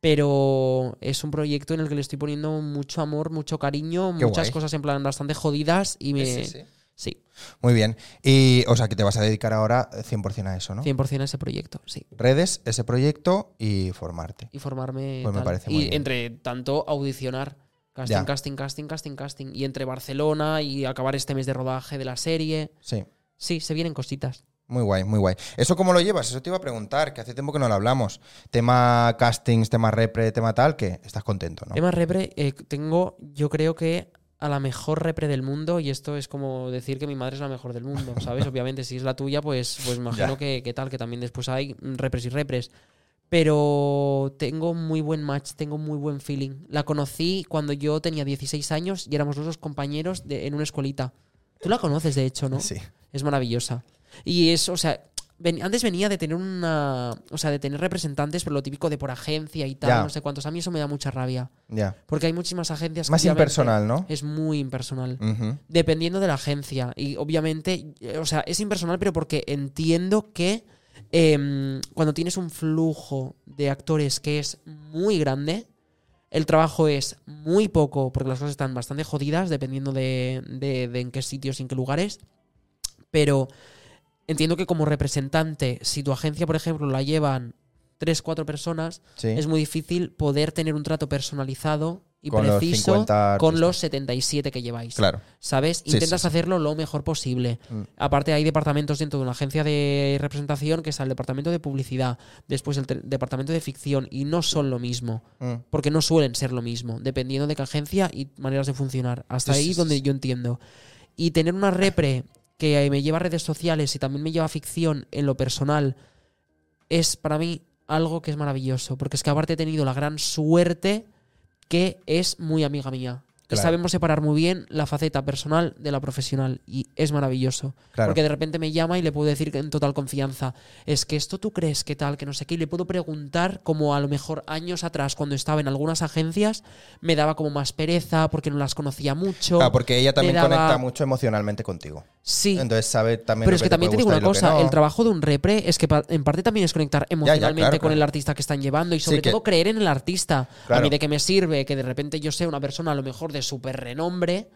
Pero es un proyecto en el que le estoy poniendo mucho amor, mucho cariño,
Qué
muchas
guay.
cosas en plan bastante jodidas y me.
Sí, sí, sí.
sí,
Muy bien. Y, o sea, que te vas a dedicar ahora 100% a eso, ¿no?
100% a ese proyecto, sí.
Redes, ese proyecto y formarte.
Y formarme.
Pues me
tal.
parece
y
muy bien.
entre tanto, audicionar. Casting,
Ya.
casting, casting, casting, casting. Y entre Barcelona y acabar este mes de rodaje de la serie.
Sí.
Sí, se vienen cositas.
Muy guay, muy guay. ¿Eso cómo lo llevas? Eso te iba a preguntar, que hace tiempo que no lo hablamos. Tema castings, tema repre, tema tal, que estás contento, ¿no?
Tema repre, eh, tengo, yo creo que a la mejor repre del mundo, y esto es como decir que mi madre es la mejor
<laughs>
del mundo, ¿sabes? Obviamente, si es la tuya, pues, pues imagino
Ya.
que, que tal, que también después hay repres y repres. Pero tengo muy buen match, tengo muy buen feeling. La conocí cuando yo tenía 16 años y éramos los dos compañeros de- en una escuelita. Tú la conoces, de hecho, ¿no?
Sí.
Es maravillosa. Y es, o sea, ven- antes venía de tener una. O sea, de tener representantes, pero lo típico de por agencia y tal,
Ya.
no sé cuántos. A mí eso me da mucha rabia.
Ya.
Porque hay muchísimas agencias. que
Más
obviamente
impersonal, ¿no? Mm.
Es muy impersonal.
Ujú.
Dependiendo de la agencia. Y obviamente, eh, o sea, es impersonal, pero porque entiendo que em, cuando tienes un flujo de actores que es muy grande, el trabajo es muy poco, porque las cosas están bastante jodidas, dependiendo de, de- de en qué sitios y en qué lugares. Pero entiendo que como representante, si tu agencia, por ejemplo, la llevan tres, cuatro personas,
Sí.
es muy difícil poder tener un trato personalizado y
Con los
preciso
50
con
artistas.
los 77 que lleváis.
Claro.
¿Sabes?
Sí,
Intentas
sí, sí.
hacerlo lo mejor posible.
Mm.
Aparte, hay departamentos dentro de una agencia de representación que está el departamento de publicidad, después el te- departamento de ficción, y no son lo mismo.
Mm.
Porque no suelen ser lo mismo, dependiendo de qué agencia y maneras de funcionar. Hasta
Sí, sí,
ahí
sí,
donde
sí.
yo entiendo. Y tener una repre que eh, me lleva a redes sociales y también me lleva a ficción en lo personal es para mí algo que es maravilloso. Porque es que aparte he tenido la gran suerte que es muy amiga mía. Que
Claro.
sabemos separar muy bien la faceta personal de la profesional y es maravilloso.
Claro.
Porque de repente me llama y le puedo decir en total confianza, es que esto tú crees que tal, que no sé qué, y le puedo preguntar como a lo mejor años atrás cuando estaba en algunas agencias me daba como más pereza porque no las conocía mucho.
Claro, Ah, porque ella también
me daba-
conecta mucho emocionalmente contigo.
Sí.
Entonces sabe también.
Pero
lo
es que también te
puede
digo una
gustar y lo que
cosa,
no.
el trabajo de un repre es que pa- en parte también es conectar emocionalmente
claro,
con
claro.
el artista que están llevando y sobre
que-
todo creer en el artista. A
Claro.
mí de qué me sirve que de repente yo sea una persona a lo mejor de súper renombre,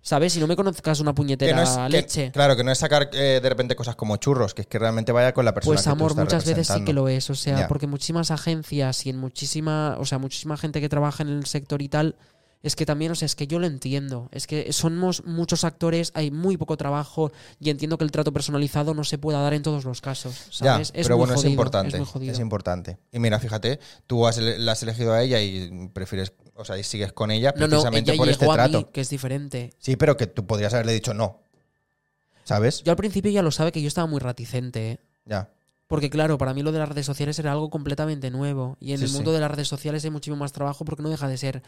¿sabes? Y no me conozcas una
Que
puñetera
no es- que-
leche.
claro, que no es sacar eh, de repente cosas como churros, que es que realmente vaya con la persona.
Pues
que tú
amor,
estás
muchas veces sí que
representando.
lo es, o sea,
Ya.
porque muchísimas agencias y en muchísima, o sea, muchísima gente que trabaja en el sector y tal, es que también, o sea, es que yo lo entiendo, es que somos muchos actores, hay muy poco trabajo y entiendo que el trato personalizado no se pueda dar en todos los casos,
Ya,
¿sabes?
pero bueno, es
jodido,
importante.
Es muy
Es,
jodido.
importante. Y mira, fíjate, tú has, ele- la has elegido a ella y prefieres, o sea, y sigues con ella
no, no,
precisamente
ella
por
llegó
este
a
trato.
mí, que es diferente.
Sí, pero que tú podrías haberle dicho no. ¿Sabes?
Yo al principio ya lo sabe que yo estaba muy reticente, ¿eh?
Ya.
Porque claro, para mí lo de las redes sociales era algo completamente nuevo. Y en
Sí,
el
sí.
mundo de las redes sociales hay muchísimo más trabajo porque no deja de ser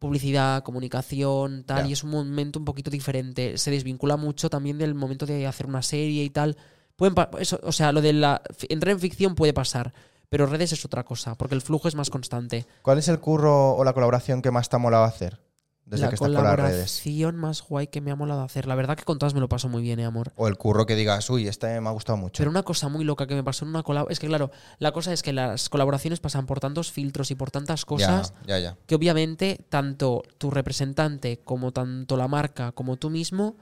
publicidad, comunicación, tal.
Ya.
Y es un momento un poquito diferente. Se desvincula mucho también del momento de hacer una serie y tal. Pueden pa- eso, o sea, lo de la fi- entrar en ficción puede pasar. Pero redes es otra cosa, porque el flujo es más constante.
¿Cuál es el curro o la colaboración que más te ha molado hacer desde
la
que estás con las redes?
colaboración más guay que me ha molado hacer. La verdad que con todas me lo paso muy bien, eh, amor.
O el curro que digas, uy, este me ha gustado mucho.
Pero una cosa muy loca que me pasó en una colab... Es que claro, la cosa es que las colaboraciones pasan por tantos filtros y por tantas cosas
Ya, ya, ya.
que obviamente tanto tu representante como tanto la marca como tú mismo,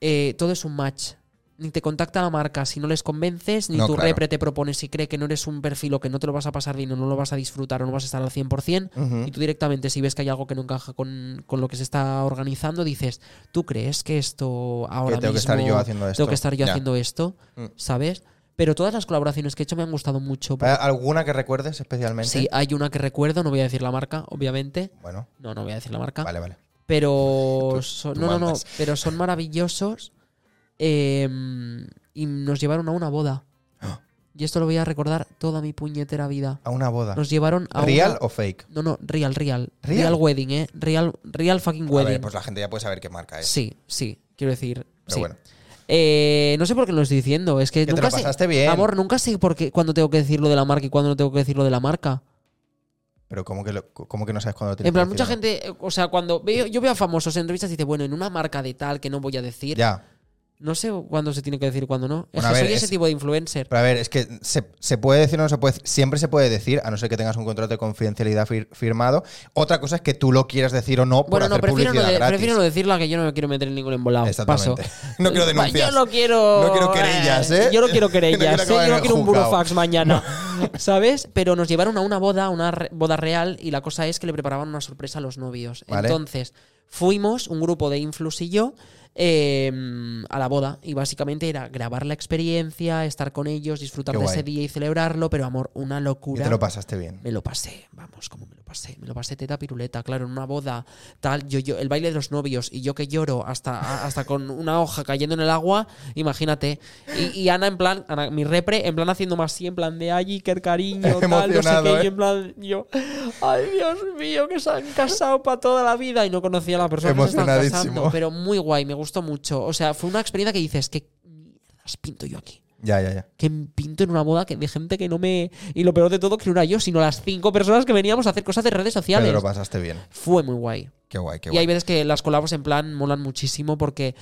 eh, todo es un match. Ni te contacta la marca si no les convences, ni
No,
tu
claro.
repre te propone si cree que no eres un perfil o que no te lo vas a pasar bien o no lo vas a disfrutar o no vas a estar al 100%.
Ujú.
Y tú directamente, si ves que hay algo que no encaja con, con lo que se está organizando, dices, ¿tú crees que esto ahora
tengo que
mismo
estar yo haciendo esto?"
tengo que estar yo
Ya.
haciendo esto?
Mm.
¿Sabes? Pero todas las colaboraciones que he hecho me han gustado mucho.
¿Hay ¿Alguna que recuerdes especialmente?
Sí, hay una que recuerdo, no voy a decir la marca, obviamente.
Bueno,
No, no voy a decir la marca.
vale, vale.
Pero
Tú-
son,
tú
no, no, no,
mandas.
pero son maravillosos. em, y nos llevaron a una boda.
¡Ah!
Y esto lo voy a recordar toda mi puñetera vida.
A una boda.
Nos llevaron a
Ah. ¿Real
una-
o fake?
No, no, real, real.
¿Real?
Real, wedding, eh. Real, real fucking
A
wedding.
ver, pues la gente ya puede saber qué marca es.
Sí, sí, quiero decir.
Pero
sí.
bueno.
Eh, no sé por qué lo estoy diciendo. Es que,
Que te
nunca
lo pasaste
sé,
bien.
Amor, nunca sé por qué, cuándo tengo que decir lo de la marca y cuándo no tengo que decir lo de la marca.
Pero ¿cómo que, lo- cómo que no sabes cuándo lo tienes
En plan,
que
mucha
decir,
gente, eh, o sea, cuando veo, yo veo a famosos en revistas y dice, bueno, en una marca de tal que no voy a
¿no?
decir,
Ya.
no sé cuándo se tiene que decir y cuándo no. Es
Bueno, a
que
ver,
soy
es-
ese tipo de influencer.
Pero a ver, es que se, se puede decir o no se puede decir. Siempre se puede decir, a no ser que tengas un contrato de confidencialidad fir- firmado. Otra cosa es que tú lo quieras decir o no por
Bueno, no,
hacer
prefiero no,
publicidad
de-
gratis.
prefiero no decirla que yo no me quiero meter en ningún embolado. Paso.
Exactamente. <laughs> No quiero
Pa-
denuncias.
<laughs> Yo no quiero.
No quiero querellas, ¿eh?
Yo no quiero
<laughs> No
querellas.
quiero
¿eh? Yo
acabar en
no
el
quiero un
juzgado.
burofax mañana. <laughs> ¿Sabes? Pero nos llevaron a una boda, a una re- boda real, y la cosa es que le preparaban una sorpresa a los novios.
Vale.
Entonces, fuimos, un grupo de influs y yo. eh, a la boda. Y básicamente era grabar la experiencia, estar con ellos, disfrutar
Qué
de
guay.
ese día y celebrarlo, pero amor, una
Y
locura.
te lo pasaste bien.
Me lo pasé, vamos, como me lo pasé. Me lo pasé teta piruleta, claro, en una boda, tal, yo, yo, el baile de los novios y yo que lloro hasta, a- hasta con una hoja cayendo en el agua, imagínate. Y, y Ana, en plan, Ana, mi repre, en plan haciendo más así, en plan de allí, que cariño, tal, no sé
Emocionado,
qué,
¿eh?
y en plan, yo, ay Dios mío, que se han casado para toda la vida y no conocía a la persona que se estaba
Emocionadísimo.
casando. Pero muy guay, me gustó mucho. O sea, fue una experiencia que dices, ¿qué mierdas pinto yo aquí?
Ya, ya, ya.
que pinto en una boda que de gente que no me. Y lo peor de todo, que no era yo, sino las cinco personas que veníamos a hacer cosas de redes
Pero te
sociales.
lo pasaste bien.
Fue muy guay.
Qué guay, qué
y hay
guay.
veces que las colabos en plan molan muchísimo porque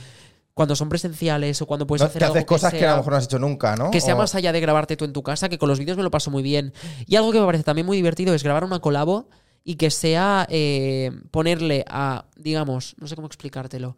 cuando son presenciales o cuando puedes
No,
hacer
que
algo
haces cosas que,
sea,
a lo mejor no has hecho nunca, ¿no?
que sea
O-
más allá de grabarte tú en tu casa, que con los vídeos me lo paso muy bien. Y algo que me parece también muy divertido es grabar una colabo y que sea eh, ponerle a, digamos, no sé cómo explicártelo,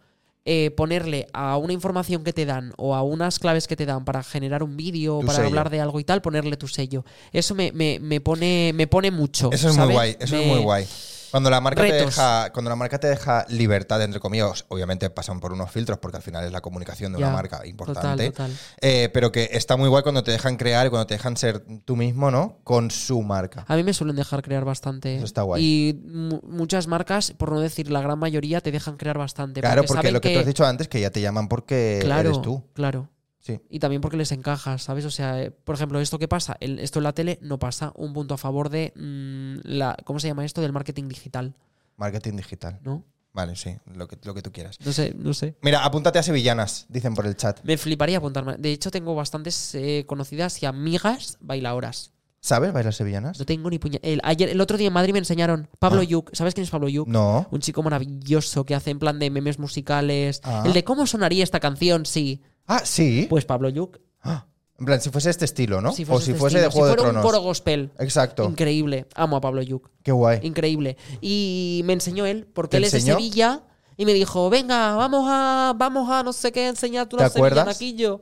eh, ponerle a una información que te dan o a unas claves que te dan para generar un vídeo o
Tu
para
sello.
hablar de algo y tal, ponerle tu sello. Eso me, me- me pone, me pone mucho.
Eso es muy
¿sabes?
guay, eso es
Me-
muy guay. Cuando la, marca te
Retos.
deja, cuando la marca te deja libertad, entre comillas, obviamente pasan por unos filtros porque al final es la comunicación de
Ya,
una marca importante.
total, total.
Eh, pero que está muy guay cuando te dejan crear y cuando te dejan ser tú mismo, ¿no? Con su marca.
A mí me suelen dejar crear bastante.
Eso está guay.
Y mu- muchas marcas, por no decir la gran mayoría, te dejan crear bastante.
Claro, porque
saben
lo que, tú has dicho antes, que ya te llaman porque
claro,
Eh, eres tú.
Claro.
Sí.
Y también porque les encajas, ¿sabes? O sea, eh, por ejemplo, esto que pasa, el- esto en la tele no pasa. Un punto a favor de mm, la, ¿cómo se llama esto? Del marketing digital,
Marketing digital.
¿no?
Vale, sí, lo que, lo que tú quieras.
No sé, no sé.
Mira, apúntate a Sevillanas, dicen por el chat.
Me fliparía apuntarme. De hecho, tengo bastantes eh, conocidas y amigas bailadoras.
¿Sabes bailar Sevillanas?
No tengo ni puña. El, ayer, el otro día en Madrid me enseñaron Pablo
Ah.
Yuk. ¿Sabes quién es Pablo Yuk?
No.
Un chico maravilloso que hace en plan de memes musicales.
Ah.
El de cómo sonaría esta canción, sí.
Ah, sí.
Pues Pablo Yuk.
Ah. En plan, si fuese este estilo, ¿no? o si
este
fuese de
estilo, si
Juego de
fuera
Tronos.
un coro gospel.
Exacto.
Increíble. Amo a Pablo Yuk.
Qué guay.
Increíble. Y me enseñó él,
¿Te
porque él es de
enseñó?
Sevilla, y me dijo, venga, vamos a, vamos a no sé qué, enseñarte una
¿Te acuerdas?
sevillana aquí yo.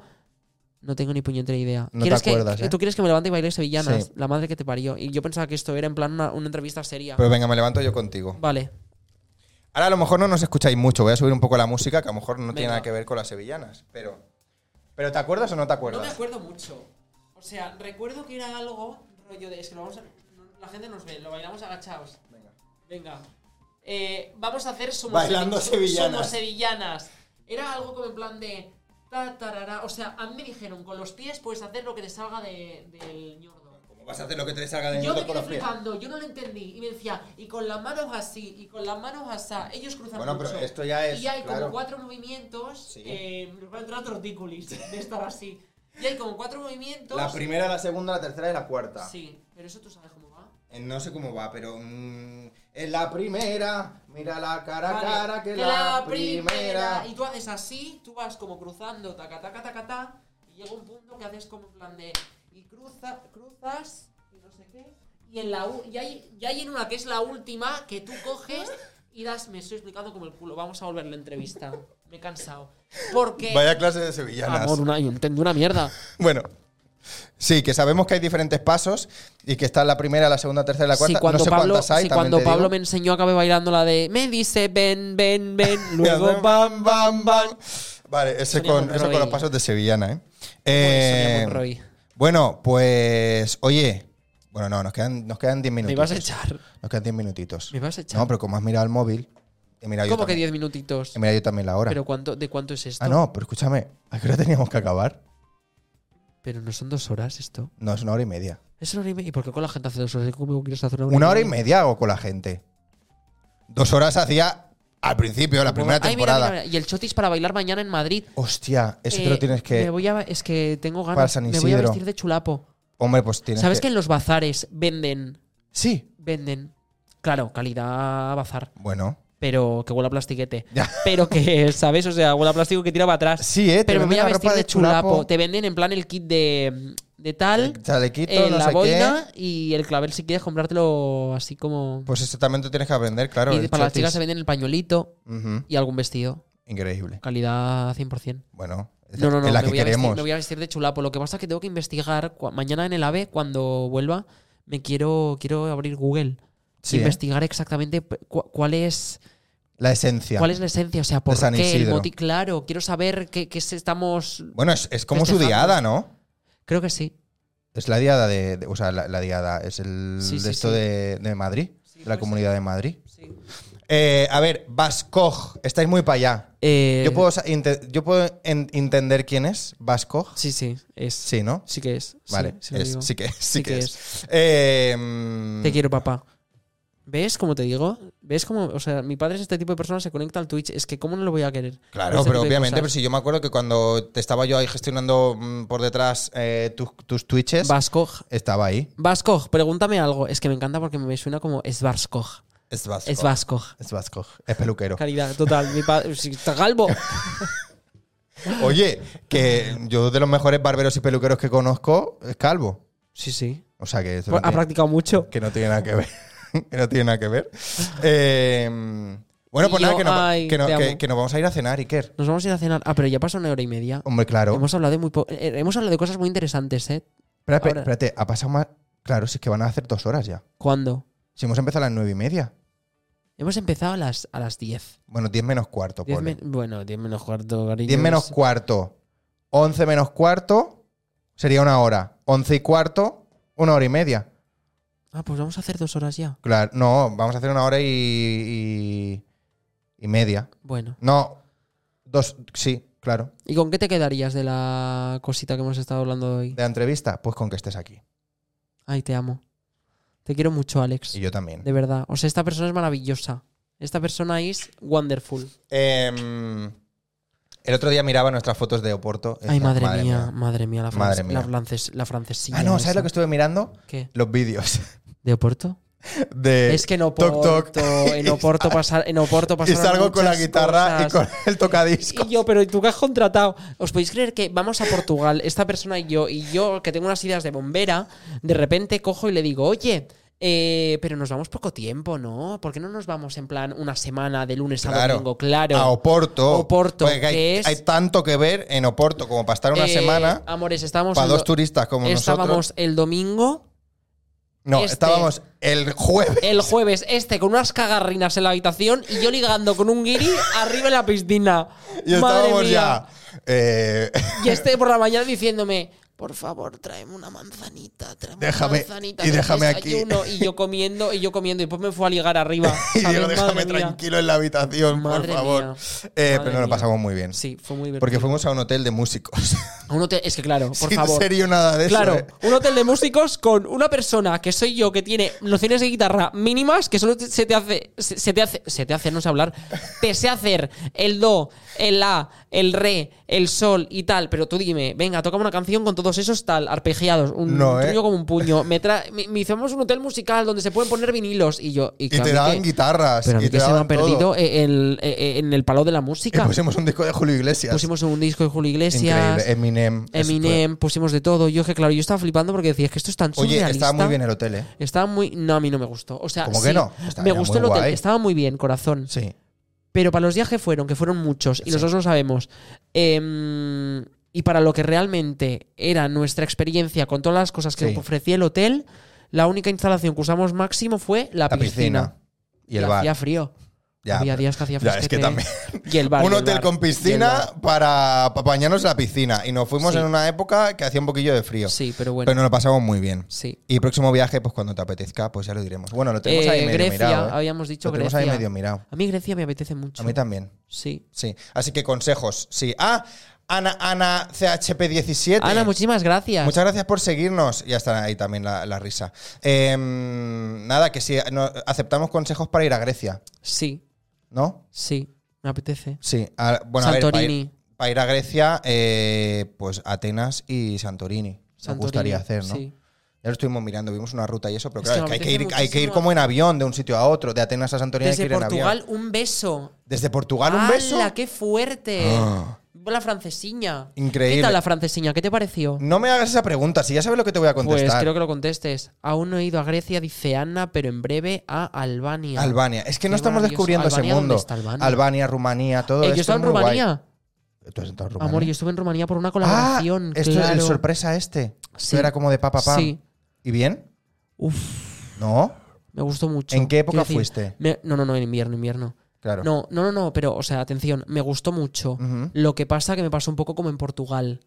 No tengo ni puñetera idea.
No te
¿Quieres
acuerdas,
que,
¿eh?
¿Tú quieres que me levante y baile sevillanas?
Sí.
La madre que te parió. Y yo pensaba que esto era en plan una, una entrevista seria.
Pero venga, me levanto yo contigo.
vale.
Ahora a lo mejor no nos escucháis mucho, voy a subir un poco la música, que a lo mejor no tiene
Venga.
nada que ver con las sevillanas, pero... ¿Pero te acuerdas o no te
No me
acuerdas?
acuerdo mucho. O sea, recuerdo que era algo rollo de. Es que lo vamos a- no- la gente nos ve, lo bailamos agachados. Venga. Eh, vamos a hacer somos,
Bailando sevillanas.
somos sevillanas. Era algo como en plan de. ta, tarara. O sea, a mí me dijeron, con los pies puedes hacer lo que te salga de- del ñordo.
Vas a hacer lo que te salga de
Yo me
minuto con
quedé
los pies.
flipando, yo no lo entendí. Y me decía, y con las manos así, y con las manos así. Ellos cruzan
Bueno,
mucho.
pero esto ya es,
Y hay
claro.
como cuatro movimientos.
Sí.
Eh, me van a entrar tortícolis de estar así. Y hay como cuatro movimientos.
La primera, la segunda, la tercera y la cuarta.
Sí, pero eso tú sabes cómo va.
Eh, No sé cómo va, pero... mm, en la primera, mira la cara a
Vale,
cara, que la, primera...
Y tú haces así, tú vas como cruzando, taca, taca, taca, taca, y llega un punto que haces como en plan de. Y cruza, cruzas, y no sé qué. Y, en la, u- y, hay, y hay en una que es la última que tú coges y das. Me estoy explicando como el culo. Vamos a volver la entrevista. Me he cansado. Porque.
Vaya clase de sevillanas.
Amor, una, yo entendí una mierda.
Bueno... Sí, que sabemos que hay diferentes pasos y que está la primera, la segunda, tercera y la
Si
cuarta.
cuando
no sé
Pablo,
cuántas hay.
si
también
cuando
te digo.
Pablo me enseñó acabé bailando la de me dice ven,
<laughs>
ven, ven, luego
bam, bam, bam. Vale, ese
Sonia
con, ese
Monroy.
con los pasos de Sevillana, ¿eh?
Sonia
Eh,
Monroy.
bueno, pues. Oye. Bueno, no, nos quedan, nos quedan 10
me
minutitos.
ibas a echar.
Nos quedan 10 minutitos.
Me vas a echar.
No, pero como has mirado el móvil. He mirado
¿Cómo
yo
que
también,
10 minutitos?
He mirado yo también la hora.
¿Pero cuánto, de cuánto es esto?
ah, no, pero escúchame. ¿A qué hora teníamos que acabar?
Pero no son dos horas esto.
No, es una hora y media.
Es una hora y media. ¿Y por qué con la gente hace dos horas? ¿Y conmigo quieres hacer una hora
Una hora y media hago con la gente. Dos horas hacía al principio, la primera
Ay, mira,
temporada.
mira, mira. Y el chotis para bailar mañana en Madrid.
Hostia, eso te
Eh,
lo tienes
me
que.
voy a- es que tengo ganas.
Para San
Me voy a
Isidro.
vestir de chulapo.
Hombre, pues tienes
¿Sabes que...
que.
en los bazares venden?
Sí.
Venden. Claro, calidad bazar.
Bueno.
Pero que huela a plastiquete.
Ya.
Pero que, <laughs> ¿sabes? O sea, huela a plástico que tira para atrás.
Sí, eh, te
Pero me voy
venden
a
la
vestir
ropa
de,
de
chulapo.
chulapo.
Te venden en plan el kit de, de tal.
El chalequito,
eh,
no
la
sé
boina
qué.
y el clavel si quieres comprártelo así como.
Pues eso también tú tienes que aprender, claro.
y
el
para las
chotis.
chicas se venden el pañuelito
Ujú,
y algún vestido.
Increíble.
Calidad 100%.
Bueno, es
No, no, no.
la
me,
que
voy a vestir,
queremos.
me voy a vestir de chulapo. Lo que pasa es que tengo que investigar. cua- Mañana en el AVE, cuando vuelva, me quiero, quiero abrir Google.
Sí, ¿eh?
investigar exactamente p- cu- cuál es.
La esencia.
¿Cuál es la esencia? O sea, ¿por
De San
qué el
Isidro.
motivo? Claro, quiero saber qué, qué se- estamos...
Bueno, es, es como su
Festejando.
diada, ¿no?
Creo que sí.
Es la diada de. de- o sea, la, la diada es el
Sí,
de
sí,
esto
sí.
De, de Madrid,
Sí,
de la
pues
comunidad de Madrid.
sí.
Eh, a ver, Vascoj, estáis muy para allá.
Eh,
Yo puedo, sa- inte- yo puedo en- entender quién es Vascoj.
Sí, sí, es. Sí,
Sí, ¿no?
que es. sí,
Vale,
sí lo
es-
digo.
sí que es. Sí, que, es. Eh, mm,
Te quiero, papá. ¿Ves cómo te digo? ¿Ves cómo? O sea, mi padre es este tipo de persona, se conecta al Twitch. Es que, ¿cómo no lo voy a querer?
Claro,
Este
pero
tipo de
obviamente, pero
cosas.
si yo me acuerdo que cuando te estaba yo ahí gestionando mm, por detrás eh, tus, tus twitches,
Vascoj.
estaba ahí.
Vascoj, pregúntame algo. Es que me encanta porque me suena como es Vascoj.
Es Vascoj.
Es Vascoj.
Es Vascoj, es peluquero.
Calidad, total. Mi padre. si
<laughs>
Está galvo.
Oye, que yo de los mejores barberos y peluqueros que conozco es calvo.
Sí, sí.
O sea que eso no
Ha
tiene-
practicado mucho.
que no tiene nada que ver. <laughs> que no tiene nada que ver. Eh, bueno, pues
Y
nada,
yo,
que, nos va-
ay,
que no-
te
que-
amo.
que nos vamos a ir a cenar, Iker.
Nos vamos a ir a cenar. Ah, pero ya pasa una hora y media.
Hombre, claro.
Hemos hablado de muy po- eh, eh, Hemos hablado de cosas muy interesantes, ¿eh?
Espera, espera,
ahora-
espérate, ha pasado más. Claro, si es que van a hacer dos horas ya.
¿Cuándo?
Si hemos empezado a las nueve y media.
Hemos empezado a las, a las 10.
Bueno, diez menos cuarto,
Diez
ponle.
men- bueno, 10 menos cuarto, cariño.
10 menos cuarto, 11 menos cuarto sería una hora. 11 y cuarto, una hora y media.
Ah, pues vamos a hacer dos horas ya.
Claro, no, vamos a hacer una hora y, y, y media.
Bueno.
No, dos, sí, claro.
¿Y con qué te quedarías de la cosita que hemos estado hablando hoy?
De la entrevista, pues con que estés aquí.
Ay, te amo. Te quiero mucho, Alex.
Y yo también.
De verdad. O sea, esta persona es maravillosa. Esta persona es wonderful.
Em, el otro día miraba nuestras fotos de Oporto. y
Ay,
decía,
madre, mía, madre mía, la, fran-
Madre mía.
La, frances- la francesilla.
Ah, no, ¿sabes
esa.
lo que estuve mirando?
¿Qué?
Los vídeos <laughs>
¿De Oporto?
de
es que en Oporto,
Tok Tok.
en Oporto pasar, en Oporto
Eh, <laughs> Y
pasaron
salgo con la
muchas
guitarra
cosas.
y con el tocadiscos.
Y yo, pero ¿y tú qué has contratado? ¿Os podéis creer que vamos a Portugal, esta persona y yo, y yo que tengo unas ideas de bombera, de repente cojo y le digo, oye, eh, pero nos vamos poco tiempo, ¿no? ¿Por qué no nos vamos en plan una semana de lunes a
Claro.
domingo? Claro.
A Oporto.
Oporto,
Porque hay,
que es-
hay tanto que ver en Oporto como para estar una
Eh,
semana
Amores, estábamos.
para
el
dos
do-
turistas como
estábamos
nosotros.
el domingo,
No,
este-
estábamos el jueves.
el jueves, este con unas cagarrinas en la habitación y yo ligando con un guiri arriba en la piscina.
Y
Madre
estábamos
mía.
ya. eh, <laughs>
Y este por la mañana diciéndome, por favor, tráeme una manzanita, tráeme
Déjame-
una manzanita.
y
del
déjame aquí".
desayuno". Y yo comiendo, y yo comiendo, y después me fue a ligar arriba.
<laughs> y
¿sabes?
yo déjame
Madre mía".
tranquilo en la habitación,
Madre
por favor.
mía.
Eh,
Madre
pero nos lo
mía.
pasamos muy bien.
Sí, fue muy divertido.
Porque fuimos a un hotel de músicos. <laughs>
A un hotel, es que claro, por
Sin
favor.
serio nada de
Claro,
eso. ¿eh?
un hotel de músicos con una persona que soy yo que tiene nociones de guitarra mínimas que solo te- se te hace se, se te hace se te hace no sé hablar, te sé hacer el do, el la, el re, el sol y tal, pero tú dime, venga, tocame una canción con todos esos tal arpegiados, un
No,
truño
¿eh?
como un puño, me, tra- me- me hicimos un hotel musical donde se pueden poner vinilos y yo y,
Y
que a
te
mí
daban
que-
guitarras.
pero a mí
y
que
te
se me han
daban todo.
perdido el- el- en el palo de la
Y
música.
pusimos un disco de Julio Iglesias.
Pusimos un disco de Julio Iglesias.
Increíble. Eminem. Eso
Eminem, pusimos de todo. Yo es que claro, yo estaba flipando porque decía, es que esto es tan
fue. pues Oye,
surrealista.
estaba muy bien el hotel, ¿eh?
Estaba muy- No, a mí no me gustó. O sea,
¿Cómo
sí,
que no? Estaba
me
ya
gustó
muy
el hotel.
guay.
Estaba muy bien, corazón.
Sí.
Pero para los días que fueron, que fueron muchos, y
Sí.
nosotros lo sabemos, em, y para lo que realmente era nuestra experiencia con todas las cosas que
Sí.
ofrecía el hotel, la única instalación que usamos máximo fue la,
La piscina. Y el bar.
Hacía frío.
Ya,
Había
pero-
días que hacía frío.
ya, es que también.
<laughs> Y el bar.
un
y el
hotel
bar, y
con
el
piscina
bar.
para pa- bañarnos en la piscina. Y nos fuimos
Sí.
en una época que hacía un poquillo de frío.
Sí, pero bueno.
Pero nos lo pasamos muy bien.
Sí.
Y próximo viaje, pues cuando te apetezca, pues ya lo diremos. Bueno, lo tenemos ahí
Eh,
medio
Grecia,
mirado. ¿eh?
habíamos dicho
lo tenemos
Grecia.
ahí medio mirado.
A mí Grecia me apetece mucho.
A mí también.
Sí.
Sí. Así que consejos, sí. Ah, Ana, Ana CHP17.
Ana, muchísimas gracias.
Muchas gracias por seguirnos. Ya está ahí también la, la risa. Em, nada, que sí, no- aceptamos consejos para ir a Grecia,
Sí,
¿no?
sí, me apetece.
Sí, a- bueno, a ver, para
Santorini.
ir, para ir a Grecia, eh, pues Atenas y Santorini. Nos
Santorini,
gustaría hacer, ¿no?
sí.
Ya lo estuvimos mirando, vimos una ruta y eso, pero
Es
claro,
que
es que
me
hay, que ir,
apetece
hay que ir
muchísimo.
como en avión de un sitio a otro, de Atenas a Santorini hay
Desde
que ir en avión.
Portugal, un beso.
Desde Portugal, un beso.
¡Hala, qué fuerte!
Ah.
La francesiña.
Increíble.
¿Qué tal la francesiña? ¿Qué te pareció?
No me hagas esa pregunta, si ya sabes lo que te voy a
Pues
contestar.
creo que lo contestes. Aún no he ido a Grecia, dice Ana, pero en breve a Albania.
Albania, es que no
Qué
estamos
maravilloso.
descubriendo ese
¿Albania dónde
mundo.
está Albania?
Rumanía, todo
Eh,
esto
yo estaba
es
en
muy guay.
Rumanía.
¿Tú has estado en Rumanía?
Amor, yo estuve en Rumanía por una
ah,
colaboración.
esto es el
claro.
sorpresa este. Esto
Sí.
era como de papá, papá.
Sí.
¿Y bien?
Uf,
No.
me gustó mucho.
¿En qué época
Quiero decir,
fuiste?
me- no, no, no, en invierno, invierno.
Claro.
No, no, no, no, pero, o sea, atención, me gustó mucho.
Ujú.
Lo que pasa que me pasó un poco como en Portugal.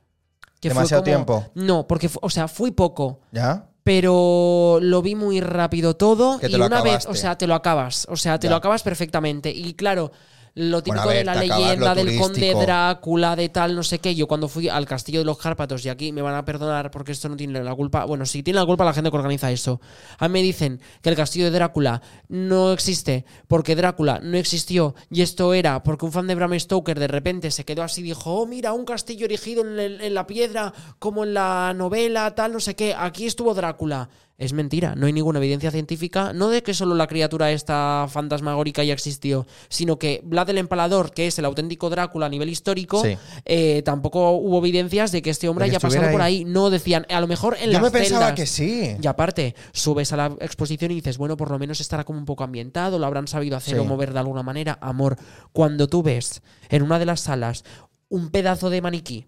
Que fue
Demasiado
como-
tiempo.
No, porque, fu- o sea, fui poco,
¿Ya?
pero lo vi muy rápido todo.
Que te
y
lo
una vez,
acabaste.
o sea, te lo acabas. O sea, te
Ya.
lo acabas perfectamente. Y claro, lo típico
ver,
de la
te acabas lo
leyenda del conde
turístico.
Drácula, de tal, no sé qué. Yo cuando fui al castillo de los Cárpatos, y aquí me van a perdonar porque esto no tiene la culpa. Bueno, sí tiene la culpa la gente que organiza eso. A mí me dicen que el castillo de Drácula no existe porque Drácula no existió. Y esto era porque un fan de Bram Stoker de repente se quedó así y dijo: Oh, mira, un castillo erigido en, el- en la piedra, como en la novela, tal, no sé qué. Aquí estuvo Drácula. Es mentira, no hay ninguna evidencia científica, no de que solo la criatura esta fantasmagórica ya existió, sino que Vlad el Empalador, que es el auténtico Drácula a nivel histórico,
Sí.
eh, tampoco hubo evidencias de que este hombre
De que
haya pasado
estuviera
por
ahí.
ahí. No decían, a lo mejor en
Yo
las
me pensaba
celdas.
que sí.
Y aparte, subes a la exposición y dices, bueno, por lo menos estará como un poco ambientado, lo habrán sabido hacer
Sí.
o mover de alguna manera. Amor, cuando tú ves en una de las salas un pedazo de maniquí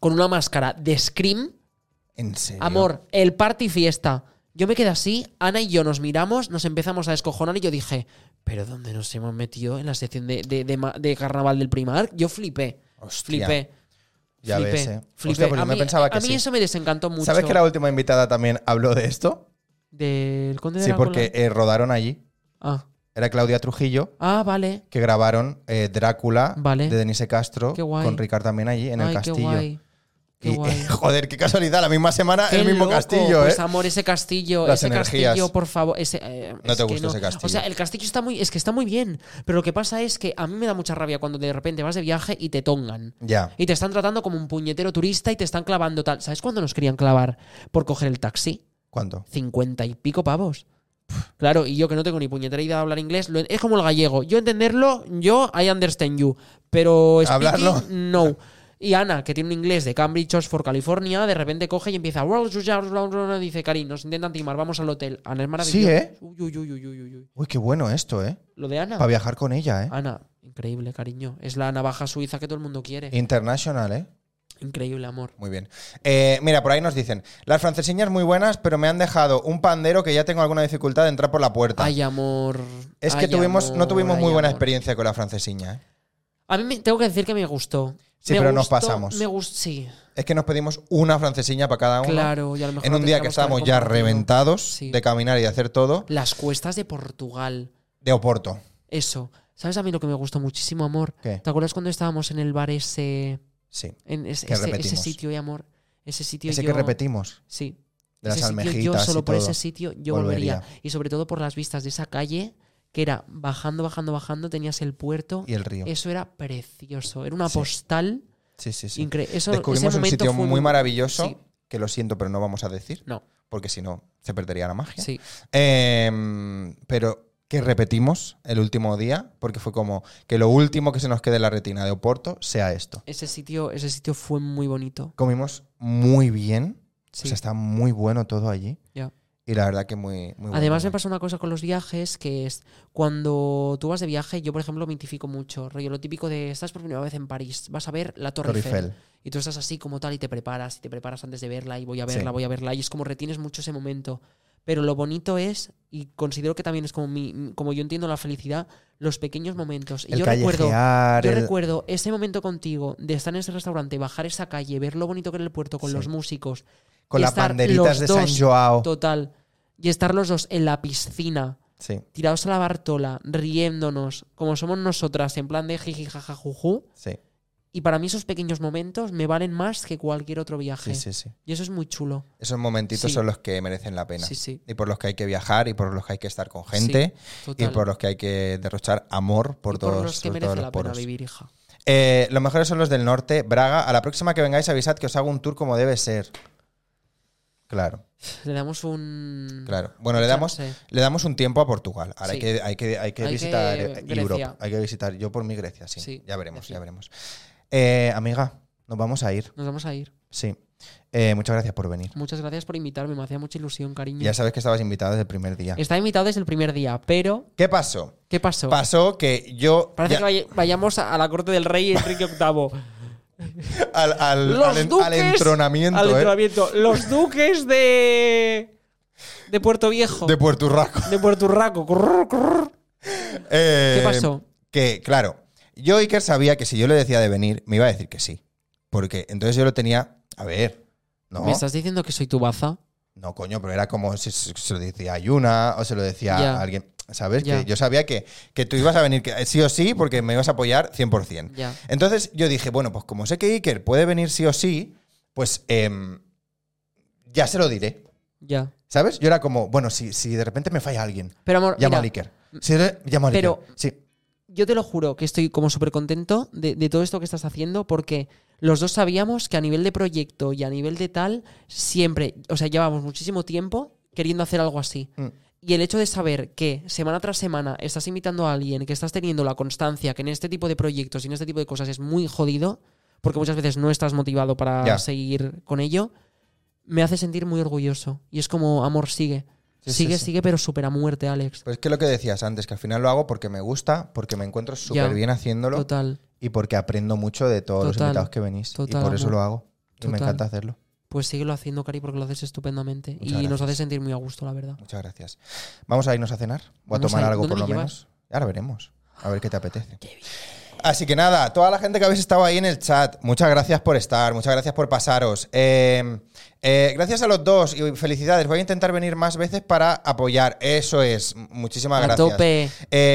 con una máscara de Scream,
En serio.
amor, el party fiesta. Yo me quedé así, Ana y yo nos miramos, nos empezamos a descojonar y yo dije, ¿pero dónde nos hemos metido en la sección de, de- de ma- de carnaval del Primark? Yo flipé,
Hostia,
flipé,
Ya
flipé,
ves, eh.
flipé.
Hostia, pues
a
yo me
mí,
pensaba que
a mí
sí.
eso me desencantó mucho.
¿Sabes que la última invitada también habló de esto?
¿Del Conde de
Sí,
Drácula?
porque eh, rodaron allí.
Ah.
Era Claudia Trujillo,
Ah, vale.
que grabaron eh, Drácula
Vale.
de Denise Castro
Qué guay.
con Ricard también allí en el
Ay,
castillo.
Qué guay. Qué
Y, eh,
guay.
<laughs> joder, qué casualidad, la misma semana,
Qué
el mismo
loco.
castillo,
Pues
¿eh?
amor, ese castillo,
Las
ese
energías.
castillo, por favor. Ese, eh,
No
es
te
que
gusta ese castillo.
O sea, el castillo está muy, es que está muy bien. Pero lo que pasa es que a mí me da mucha rabia cuando de repente vas de viaje y te tongan.
Ya.
Y te están tratando como un puñetero turista y te están clavando tal. ¿Sabes cuándo nos querían clavar por coger el taxi?
¿Cuánto?
Cincuenta y pico pavos. Claro, y yo que no tengo ni puñetera idea de hablar inglés, lo- es como el gallego. Yo entenderlo, yo I understand you, pero speaking,
Hablarlo.
no. Y Ana, que tiene un inglés de Cambridge, Oxford, California, de repente coge y empieza. "Well, you just- bla, bla, bla", Dice, Karin, nos intentan timar, vamos al hotel. Ana es maravillosa.
Sí, ¿eh?
Uy, uy, uy, uy, uy, uy, uy.
Uy, qué bueno esto, ¿eh?
Lo de Ana.
Para viajar con ella, ¿eh?
Ana, increíble, cariño. Es la navaja suiza que todo el mundo quiere.
International, ¿eh?
Increíble, amor.
Muy bien. Eh, mira, por ahí nos dicen, las francesiñas muy buenas, pero me han dejado un pandero que ya tengo alguna dificultad de entrar por la puerta.
Ay, amor.
Ah. es que
ay,
tuvimos, no
amor,
tuvimos muy
ay,
buena
amor.
experiencia con la francesiña. ¿eh?
A mí me- tengo que decir que me gustó.
Sí,
Me
pero nos
gustó-
pasamos.
Me gustó, sí.
Es que nos pedimos una francesiña para cada uno.
Claro, y a lo mejor
en
no
un día que
tendríamos
estábamos
haber
ya
compartido.
reventados
Sí.
de caminar y de hacer todo,
Las cuestas de Portugal.
de Oporto.
Eso. ¿Sabes a mí lo que me gustó muchísimo, amor?
¿Qué?
¿Te acuerdas cuando estábamos en el bar ese.
Sí.
En ese,
Que
ese-
repetimos.
ese sitio, eh, amor? Ese sitio.
Ese
yo-
que repetimos,
Sí.
de las
Ese sitio,
almejitas
Yo solo
y
por
todo.
ese sitio yo
Volvería.
volvería. Y sobre todo por las vistas de esa calle, que era bajando, bajando, bajando, tenías el puerto.
y el río.
Eso era precioso. Era una
Sí.
postal
Sí, sí, sí.
increíble.
Descubrimos un sitio muy maravilloso,
Sí.
que lo siento, pero no vamos a decir,
No,
porque si no, se perdería la magia.
sí.
Eh, pero que repetimos el último día, porque fue como que lo último que se nos quede en la retina de Oporto sea esto.
Ese sitio, ese sitio fue muy bonito.
Comimos muy bien, o
Sí.
sea, está muy bueno todo allí.
Ya.
Y la verdad que muy, muy bueno.
Además me
muy-
pasa una cosa con los viajes, que es cuando tú vas de viaje, yo por ejemplo me identifico mucho, rollo lo típico de estás por primera vez en París, vas a ver la Torre,
Torre
Eiffel.
Eiffel.
Y tú estás así como tal y te preparas, y te preparas antes de verla, y voy a
Sí.
verla, voy a verla, y es como retienes mucho ese momento. Pero lo bonito es, y considero que también es como, mi, como yo entiendo la felicidad, los pequeños momentos. Y
El
yo recuerdo,
callejear,
yo
el-
recuerdo ese momento contigo de estar en ese restaurante, bajar esa calle, ver lo bonito que era el puerto con
Sí.
los músicos.
con
y
las
estar
banderitas
los
de San
dos
Joao.
Total. Y estar los dos en la piscina,
Sí,
tirados a la Bartola, riéndonos, como somos nosotras, en plan de jiji, jaja, juju.
sí,
Y para mí esos pequeños momentos me valen más que cualquier otro viaje.
sí, sí, sí.
Y eso es muy chulo.
Esos momentitos
Sí.
son los que merecen la pena.
Sí, sí.
Y por los que hay que viajar, y por los que hay que estar con gente, y
Total.
por los que hay que derrochar amor por
Y
todos,
los que
por
merece
todos
la
los
pena
poros.
vivir, hija.
Eh, los mejores son los del norte, Braga. A la próxima que vengáis avisad que os hago un tour como debe ser. Claro,
Le damos un.
claro. Bueno, le damos,
chance.
le damos un tiempo a Portugal. Ahora
Mm. Sí.
hay, que, hay, que, hay que
Hay que
visitar eh,
Grecia.
Europa. Hay que visitar yo por mi Grecia, sí.
Sí,
ya veremos,
Grecia.
ya veremos. Eh, amiga, nos vamos a ir.
Nos vamos a ir.
Sí. Eh, muchas gracias por venir.
Muchas gracias por invitarme. Me hacía mucha ilusión, cariño.
Ya sabes que estabas invitada desde el primer día.
Estaba invitado desde el primer día, pero.
¿Qué pasó?
¿Qué pasó?
Pasó que yo
Parece
ya-
que vaya- vayamos a a la corte del rey Enrique VIII.
al, al-
los
al en- al
duques
entronamiento
al
eh,
entronamiento. los duques de de Puerto Viejo
de
de,
Puerto Rico.
Puerto Raco
Eh,
¿Qué pasó?
que, claro, yo Iker sabía que si yo le decía de venir, me iba a decir que sí. Porque entonces yo lo tenía, a ver, no,
¿Me estás diciendo que soy tu baza?
no coño, pero era como si se se lo decía a Yuna o se lo decía
Ya.
a alguien. ¿Sabes?
Ya.
Que yo sabía que, que tú ibas a venir que- sí o sí porque me ibas a apoyar 100%.
Ya.
Entonces yo dije, bueno, pues como sé que Iker puede venir sí o sí, pues em, ya se lo diré.
Ya.
¿Sabes? Yo era como, bueno, si, si de repente me falla alguien,
Pero amor,
llamo
mira,
a Iker. Si no, llamo a Iker.
pero-
Sí.
yo te lo juro que estoy como súper contento de, de todo esto que estás haciendo porque los dos sabíamos que a nivel de proyecto y a nivel de tal, siempre, o sea, llevamos muchísimo tiempo queriendo hacer algo así.
Mm.
Y el hecho de saber que semana tras semana estás invitando a alguien, que estás teniendo la constancia, que en este tipo de proyectos y en este tipo de cosas es muy jodido, porque muchas veces no estás motivado para
Ya.
seguir con ello, me hace sentir muy orgulloso. Y es como, amor, sigue.
Sí, sí,
sigue,
sí.
sigue, pero supera muerte, Alex.
Pues es que lo que decías antes, que al final lo hago porque me gusta, porque me encuentro súper bien haciéndolo
Total.
y porque aprendo mucho de todos los
Total.
invitados que venís.
Total,
y por eso
amor.
lo hago. Y me
Total.
encanta hacerlo.
Pues síguelo haciendo, Cari, porque lo haces estupendamente. y
Muchas
nos
gracias.
hace sentir muy a gusto, la verdad.
Muchas gracias. Vamos a irnos a cenar o a
Vamos
tomar
a ir.
algo
¿Dónde
por
me
lo
llevas?
menos. Ahora veremos. A ver qué te apetece. Así que nada, toda la gente que habéis estado ahí en el chat, muchas gracias por estar, muchas gracias por pasaros. Eh, eh, gracias a los dos y felicidades. Voy a intentar venir más veces para apoyar. Eso es. Muchísimas
a
gracias.
tope.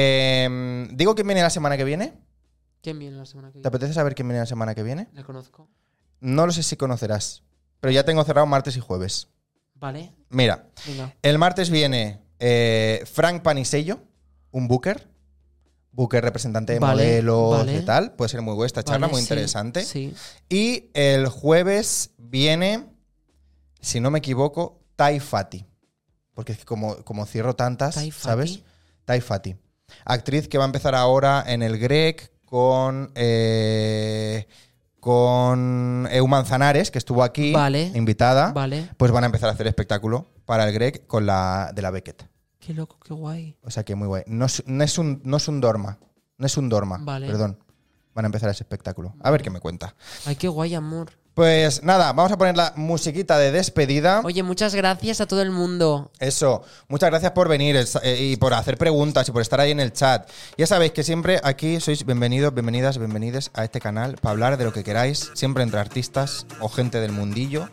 Eh, Digo quién viene la semana que viene.
¿Quién viene la semana que
¿Te
viene?
apetece saber quién viene la semana que viene?
La conozco.
No lo sé si conocerás, pero ya tengo cerrado martes y jueves.
Vale,
Mira,
venga.
el martes viene eh, Frank Panisello, un booker. Booker representante de
Vale,
modelos
vale.
y tal. Puede ser muy buena esta charla,
Vale,
muy
sí,
interesante.
Sí.
Y el jueves viene, si no me equivoco, Tai Fati. Porque es que como, como cierro tantas,
Tai Fati.
¿sabes? Tai Fati. Actriz que va a empezar ahora en el Grec con. eh, con Eu Manzanares, que estuvo aquí,
Vale.
invitada.
Vale.
Pues van a empezar a hacer espectáculo para el Grec con la de la Beckett.
Qué loco, qué guay.
O sea que muy guay. No es, no es un, no es un dorma. No es un dorma.
Vale.
Perdón. Van a empezar ese espectáculo. A ver qué me cuenta.
Ay, qué guay, amor.
Pues nada, vamos a poner la musiquita de despedida.
Oye, muchas gracias a todo el mundo.
Eso, muchas gracias por venir es- eh, y por hacer preguntas y por estar ahí en el chat. Ya sabéis que siempre aquí sois bienvenidos, bienvenidas, bienvenides a este canal para hablar de lo que queráis, siempre entre artistas o gente del mundillo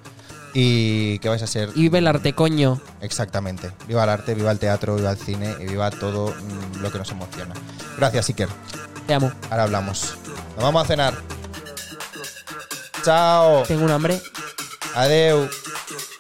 y que vais a ser
Y vive el arte, coño.
exactamente. Viva el arte, viva el teatro, viva el cine y viva todo mm, lo que nos emociona. Gracias, Iker.
Te amo.
Ahora hablamos. Nos vamos a cenar. Chao.
Tengo un hambre.
Adeu.